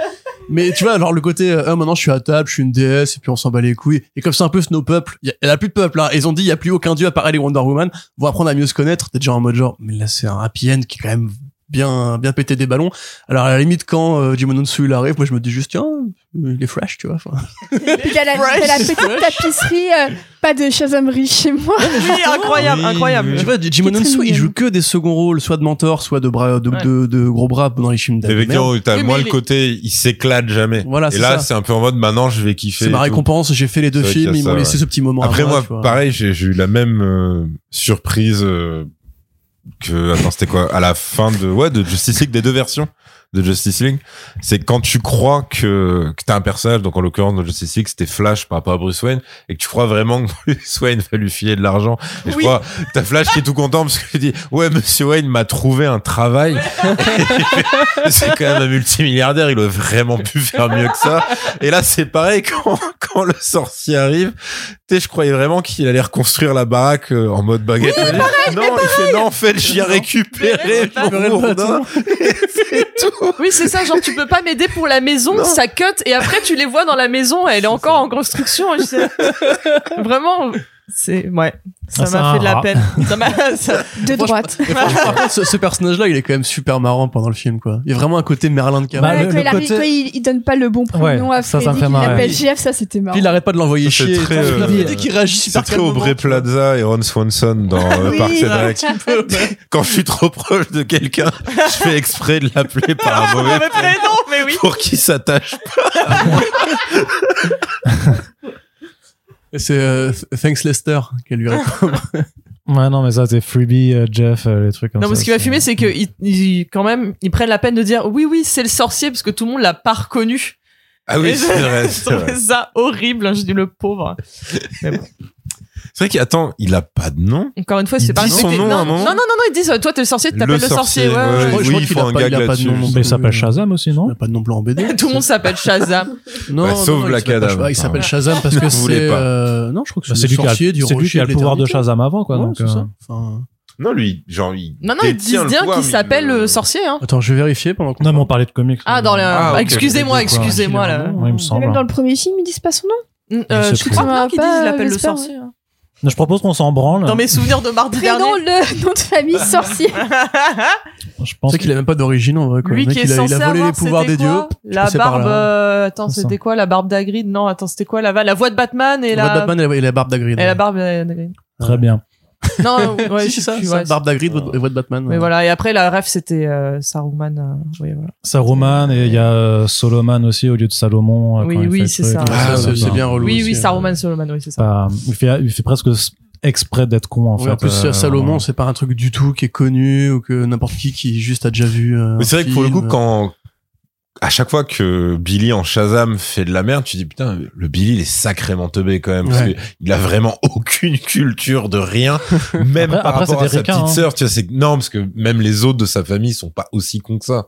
B: Mais tu vois, alors le côté, euh, Ah, maintenant je suis à table, je suis une déesse, et puis on s'en bat les couilles. Et comme c'est un peu nos peuples, y a- elle a plus de peuple là. Ils ont dit, il y a plus aucun dieu à part elle et Wonder Woman. Vont apprendre à mieux se connaître. T'es déjà en mode genre, mais là c'est un happy end qui est quand même bien, bien pété des ballons. Alors à la limite, quand euh, Jim Ononsu, il arrive, moi je me dis juste, tiens, il est fresh, tu vois. Enfin,
E: Puis t'as la, t'as la petite tapisserie, euh, pas de chasamerie chez moi.
D: Oui, incroyable,
C: Oui,
D: incroyable.
C: oui.
B: Tu vois, Jim
E: Qui est très
B: Ononsu, il
E: mignonne.
B: joue que des seconds rôles, soit de mentor, soit de bras, de,
D: Ouais.
B: de, de gros bras dans les films
C: Mais avec
B: d'animaux.
C: Hero, t'as
D: Oui, mais
C: moins
D: il
C: le
D: est-
C: côté, il s'éclate jamais.
B: Voilà, Ah,
C: et
B: c'est ça.
C: là, c'est un peu en mode, maintenant, je vais kiffer.
B: C'est ma
C: et tout.
B: récompense, j'ai fait les deux
C: C'est vrai qu'il y a
B: films, ils m'ont
C: ça,
B: laissé
C: ouais.
B: ce petit moment. à
C: Après, moi,
B: tu vois.
C: pareil, j'ai j'ai eu la même euh, surprise euh, que. Attends, c'était quoi À la fin de. Ouais, de Justice League, des deux versions de Justice League. C'est quand tu crois que, que t'as un personnage, donc en l'occurrence dans Justice League, c'était Flash par rapport à Bruce Wayne, et que tu crois vraiment que Bruce Wayne va lui filer de l'argent. Et je
D: Oui.
C: crois, t'as Flash qui est tout content parce qu'il dit Ouais, monsieur Wayne m'a trouvé un travail. c'est quand même un multimilliardaire, il aurait vraiment pu faire mieux que ça. Et là, c'est pareil quand, quand le sorcier arrive. Tu sais, je croyais vraiment qu'il allait reconstruire la baraque euh, en mode baguette. non, il fait non, en fait, j'y ai
B: Non.
C: récupéré
D: Mais
B: récupéré le
C: mon bourdin. C'est tout.
D: Oui, c'est ça, genre tu peux pas m'aider pour la maison,
C: Non.
D: ça cut, et après tu les vois dans la maison, elle est encore en construction. et je sais- Vraiment, c'est. Ouais, ça
F: Ah, c'est
D: m'a
F: un
D: fait de la
F: rat.
D: peine. Ça m'a- ça-
E: De droite.
B: Et franchement, par contre, ce, ce personnage-là, il est quand même super marrant pendant le film, quoi. Il y a vraiment un côté Merlin de Caron.
F: Bah,
E: Ouais,
F: le-
E: quand
F: le
E: il, arrive,
F: côté-
E: quand il, il donne pas le bon prénom
F: Ouais,
E: à
F: ça, ça me
E: Freddy,
F: fait
E: qu'il
F: marrant.
E: appelle GF, ça c'était marrant.
B: Puis il arrête pas de l'envoyer
C: Ça, c'est
B: chier.
C: très,
B: et tout.
F: euh,
B: Il y a des qui réagit
C: C'est
B: super
C: très Aubrey
B: calmement,
C: Plaza et Ron Swanson dans euh,
E: Oui,
C: Parks
D: bah,
C: and Rec.
E: un petit peu.
C: Quand je suis trop proche de quelqu'un, je fais exprès de l'appeler par un mauvais
D: Mais prénom, mais oui.
C: pour qu'il s'attache.
B: Et C'est euh, Thanks Lester qu'elle lui
D: Ah,
B: répond.
F: Ouais, non, mais ça, c'est Freebie, euh, Jeff, euh, les trucs comme
D: Non,
F: ça.
D: mais ce qui m'a fumé, c'est que ils- ils- quand même, ils prennent la peine de dire oui, oui, c'est le sorcier, parce que tout le monde l'a pas reconnu.
C: Ah
D: Et
C: oui,
D: je-
C: c'est vrai.
D: je
C: C'est vrai,
D: trouvais ça horrible, hein, je dis le pauvre.
C: C'est vrai qu'il attends, il a pas de nom.
D: Encore une fois,
C: Il
D: c'est pas
C: dit son
D: respecté.
C: nom à
D: non,
C: un moment
D: non, non, non, non, ils disent toi t'es le sorcier, tu t'appelles le, sorcier. ouais,
C: ouais,
D: ouais.
B: Je crois- je
C: oui,
B: crois
C: il
B: qu'il
C: faut
B: a
C: un
B: pas-
C: gag
B: il a pas de
C: là-dessus.
B: nom non
F: Mais il s'appelle Shazam aussi,
B: Il
F: non
B: n'a pas de nom blanc en BD.
D: Tout le monde s'appelle Shazam.
B: Non,
C: Bah,
B: non,
C: sauf
B: non,
C: Black
B: il s'appelle
C: Adam.
B: pas- Il s'appelle
C: Pardon.
B: Shazam parce que
C: Vous voulez
B: c'est.
C: pas.
B: euh, Non, je crois que
F: Bah,
B: c'est
F: C'est
B: le
F: lui qui a
B: sorcier du
F: c'est lui
B: rocher
F: qui a le pouvoir de
B: l'éternité.
F: Shazam avant, quoi.
B: Ouais,
F: donc,
B: c'est
F: euh,
B: ça. Enfin,
C: Non, lui, genre, il.
D: Non, non, ils disent
C: détient le
D: bien
C: pouvoir,
D: qu'il
C: mais il
D: s'appelle
C: le-
D: euh, sorcier. Hein.
B: Attends, je vais vérifier pendant qu'on
A: Non, mais on parlait de comics.
D: Ah, dans le.
C: Ah, ok.
D: excusez-moi,
A: Quoi,
D: excusez-moi là.
A: Ouais, il me
E: Et
A: semble.
E: Même dans le premier film, ils disent pas son nom.
D: Mm,
A: Je
D: euh,
A: sais
D: je
A: plus.
D: crois
E: Ah,
D: bien qu'ils disent
E: pas,
D: il appelle le
E: j'espère,
D: sorcier. hein.
A: Je propose qu'on s'en branle.
D: Dans mes souvenirs de mardi dernier.
E: Prénom, le nom de famille, sorcier.
A: Je
B: Tu
A: pense
B: sais qu'il a même pas d'origine en vrai. Quoi.
D: Lui
B: Le mec,
D: qui est
B: il, a, il
D: censé
B: a volé
D: avoir,
B: les pouvoirs
D: c'était
B: des dieux.
D: quoi La
B: passé par
D: barbe.
B: là. hein.
D: euh, attends,
A: C'est ça.
D: c'était quoi la barbe d'Agrid Non, attends, c'était quoi la, la voix de Batman et
B: La voix de
D: la.
B: Batman et la- et la barbe d'Agrid.
D: Et la barbe d'Agrid.
A: Très bien.
D: Non, ouais,
B: Si,
D: je
B: c'est
D: sais
B: ça,
D: plus,
B: ça,
D: ouais,
B: barbe d'Agrid voix de- et voix de Batman.
D: Mais voilà, et après la ref c'était euh, Saruman. euh, oui, voilà.
A: Saruman et il y a euh, Solomon aussi au lieu de Salomon. euh,
D: Oui,
A: quand il
D: oui,
A: fait le
D: c'est
A: truc.
D: ça.
B: Ouais,
C: Ah,
B: ça, c'est
C: ouais,
B: c'est
C: ouais.
B: bien relou.
D: oui, oui,
B: aussi, euh.
D: Saruman, Solomon, oui, c'est ça.
A: Pas- Euh, il, fait, il fait presque s- exprès d'être con en
B: Ouais,
A: fait.
B: en plus,
A: euh,
B: Salomon, c'est pas un truc du tout qui est connu ou que n'importe qui qui juste a déjà vu. euh,
C: Mais c'est
B: un
C: vrai que pour le coup,
B: film.
C: quand à chaque fois que Billy en Shazam fait de la merde, tu dis putain, le Billy il est sacrément teubé quand même. Parce
B: Ouais.
C: que il a vraiment aucune culture de rien, même
A: Après-
C: par
A: après, c'est
C: rapport à
A: des
C: sa
A: ricains,
C: petite
A: hein.
C: sœur. Tu vois, c'est non parce que même les autres de sa famille sont pas aussi cons que ça.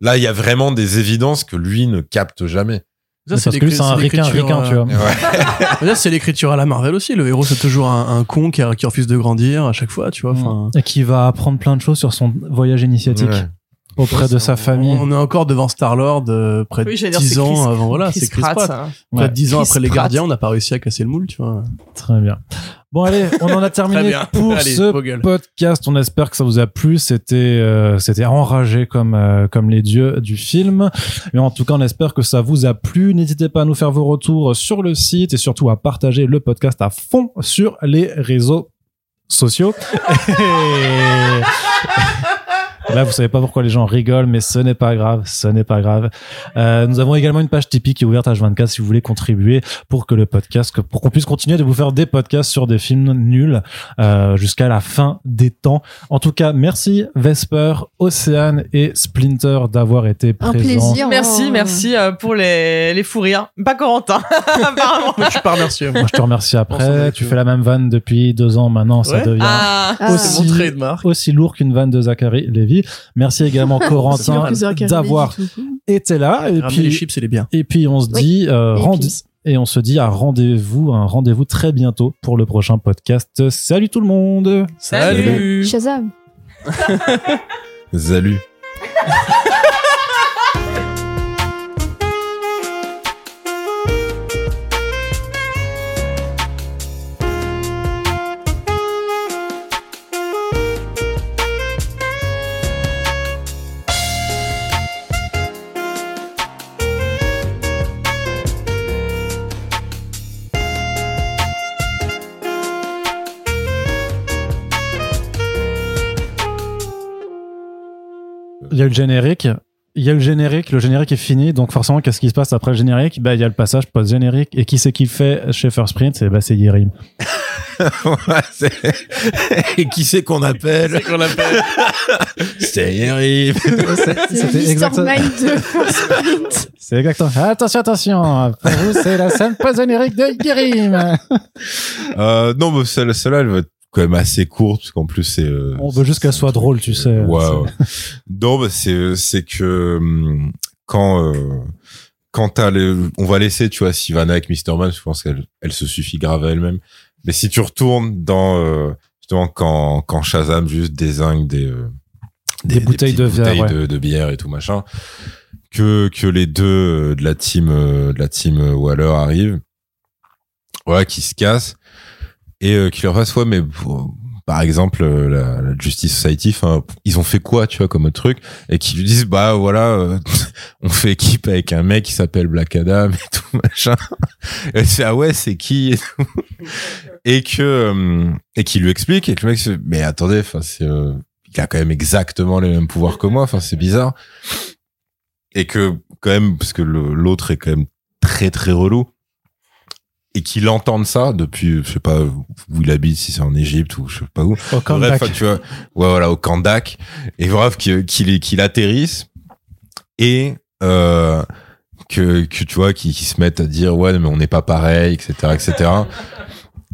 C: Là, il y a vraiment des évidences que lui ne capte jamais.
B: Ça,
A: parce que lui, c'est un ricain,
B: l'écriture,
A: ricain,
B: euh,
A: tu vois.
B: Mais là, c'est l'écriture à la Marvel aussi. Le héros, c'est toujours un, un con qui, a- qui refuse de grandir à chaque fois, tu vois. Enfin,
A: Et qui va apprendre plein de choses sur son voyage initiatique
C: Ouais.
A: auprès de sa famille.
B: On, on est encore devant Star-Lord, euh, près de
D: Oui, j'allais dire,
B: 10
D: c'est
B: ans
D: Chris-
B: avant, voilà, c'est Chris Pratt.
D: hein.
B: Près
A: Ouais.
B: de 10 ans
D: Chris
B: après Les
D: Pratt.
B: Gardiens, on n'a pas réussi à casser le moule, tu vois.
A: Très bien. Bon, allez, on en a terminé pour
B: Allez,
A: ce
B: beau gueule.
A: podcast. On espère que ça vous a plu. C'était euh, c'était enragé comme euh, comme les dieux du film. Mais en tout cas, on espère que ça vous a plu. N'hésitez pas à nous faire vos retours sur le site et surtout à partager le podcast à fond sur les réseaux sociaux. Et- Là, vous savez pas pourquoi les gens rigolent, mais ce n'est pas grave, ce n'est pas grave. Euh, nous avons également une page Tipeee qui est ouverte à 24 si vous voulez contribuer pour que le podcast, que- pour qu'on puisse continuer de vous faire des podcasts sur des films nuls euh, jusqu'à la fin des temps. En tout cas, merci Vesper, Océane et Splinter d'avoir été
E: Un
A: présents.
E: plaisir.
D: Merci,
E: Oh.
D: merci euh, pour les, les fous rires. Pas Corentin, apparemment.
B: Moi, je pars remercier.
A: Moi, je te remercie
B: On s'en
A: après.
B: est
A: Tu
B: que-
A: fais la même vanne depuis deux ans maintenant. Ça
B: Ouais.
A: devient
D: Ah,
E: Ah.
B: C'est mon trademark.
A: aussi lourd qu'une vanne de Zachary Lévy. Merci également
E: Plusieurs
A: Corentin
E: carrés
A: d'avoir
E: du tout.
A: été là. Et
B: Ramener les
A: puis,
B: chips, c'est les biens.
A: et puis on se
E: Oui.
A: dit, euh,
E: Et
A: rendez-
E: puis-
A: et on se dit à rendez-vous, un rendez-vous très bientôt pour le prochain podcast. Salut tout le monde!
D: Salut.
E: Shazam.
C: Salut.
A: Il y a eu le générique. Il y a eu le générique. Le générique est fini. Donc, forcément, qu'est-ce qui se passe après le générique bah, Il y a le passage post-générique. Et qui c'est qui le fait chez First Print Et bah, c'est Yerim.
C: Ouais, c'est- Et qui c'est qu'on appelle C'est Eric.
E: C'était
A: exactement- C'est exactement. Attention, attention. Pour vous, c'est la scène post-générique de Yerim.
C: Euh, non, mais celle- celle-là, elle va être quand même assez courte, parce qu'en plus, c'est... euh,
A: On veut juste qu'elle soit drôle, tu sais.
C: Ouais, ouais. Non, bah, c'est c'est que hum, quand euh, quand t'as le, on va laisser, tu vois, Sivana avec Mr. Man, je pense qu'elle elle se suffit grave à elle-même. Mais si tu retournes dans euh, justement quand quand Shazam juste désingue des euh,
A: Des bouteilles
C: petites
A: de verre,
C: bouteilles
A: ouais.
C: de, de bière et tout machin, que que les deux euh, de la team euh, de la team euh, Waller arrivent, voilà, qui se cassent et euh, qui leur fasse ouais, mais pour- par exemple euh, la, la Justice Society, enfin, ils ont fait quoi, tu vois, comme autre truc, et qui lui disent bah voilà, euh, on fait équipe avec un mec qui s'appelle Black Adam et tout machin. Et c'est ah ouais, c'est qui et, tout. et que euh, et qui lui explique et que le mec se dit, mais attendez, enfin c'est euh, il a quand même exactement les mêmes pouvoirs que moi, enfin c'est bizarre. Et que quand même parce que le- l'autre est quand même très très relou et qu'il entende ça depuis je sais pas où il habite si c'est en Égypte ou je sais pas où
A: Au
C: bref,
A: comeback.
C: enfin, tu vois, ouais, voilà, au Kandak. Et bref, que- qu'il est- qu'il atterrisse et euh, que, que tu vois, qu'ils qu'ils se mettent à dire ouais, mais on n'est pas pareil, etc., etc.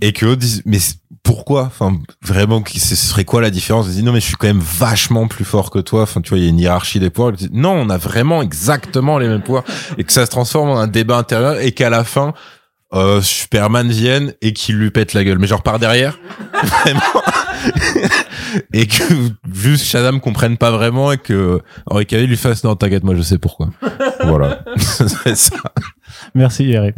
C: et que l'autre dise mais c'est- pourquoi Enfin, vraiment, qui- ce serait quoi la différence Il dit non, mais je suis quand même vachement plus fort que toi. Enfin, tu vois, il y a une hiérarchie des pouvoirs. Il dit, non, on a vraiment exactement les mêmes pouvoirs et que ça se transforme en un débat intérieur et qu'à la fin euh, Superman vienne et qu'il lui pète la gueule, mais genre par derrière, vraiment, et que juste Shazam comprenne pas vraiment et que Henri Cavill lui fasse non t'inquiète moi je sais pourquoi. Voilà, ça serait ça.
F: Merci Eric.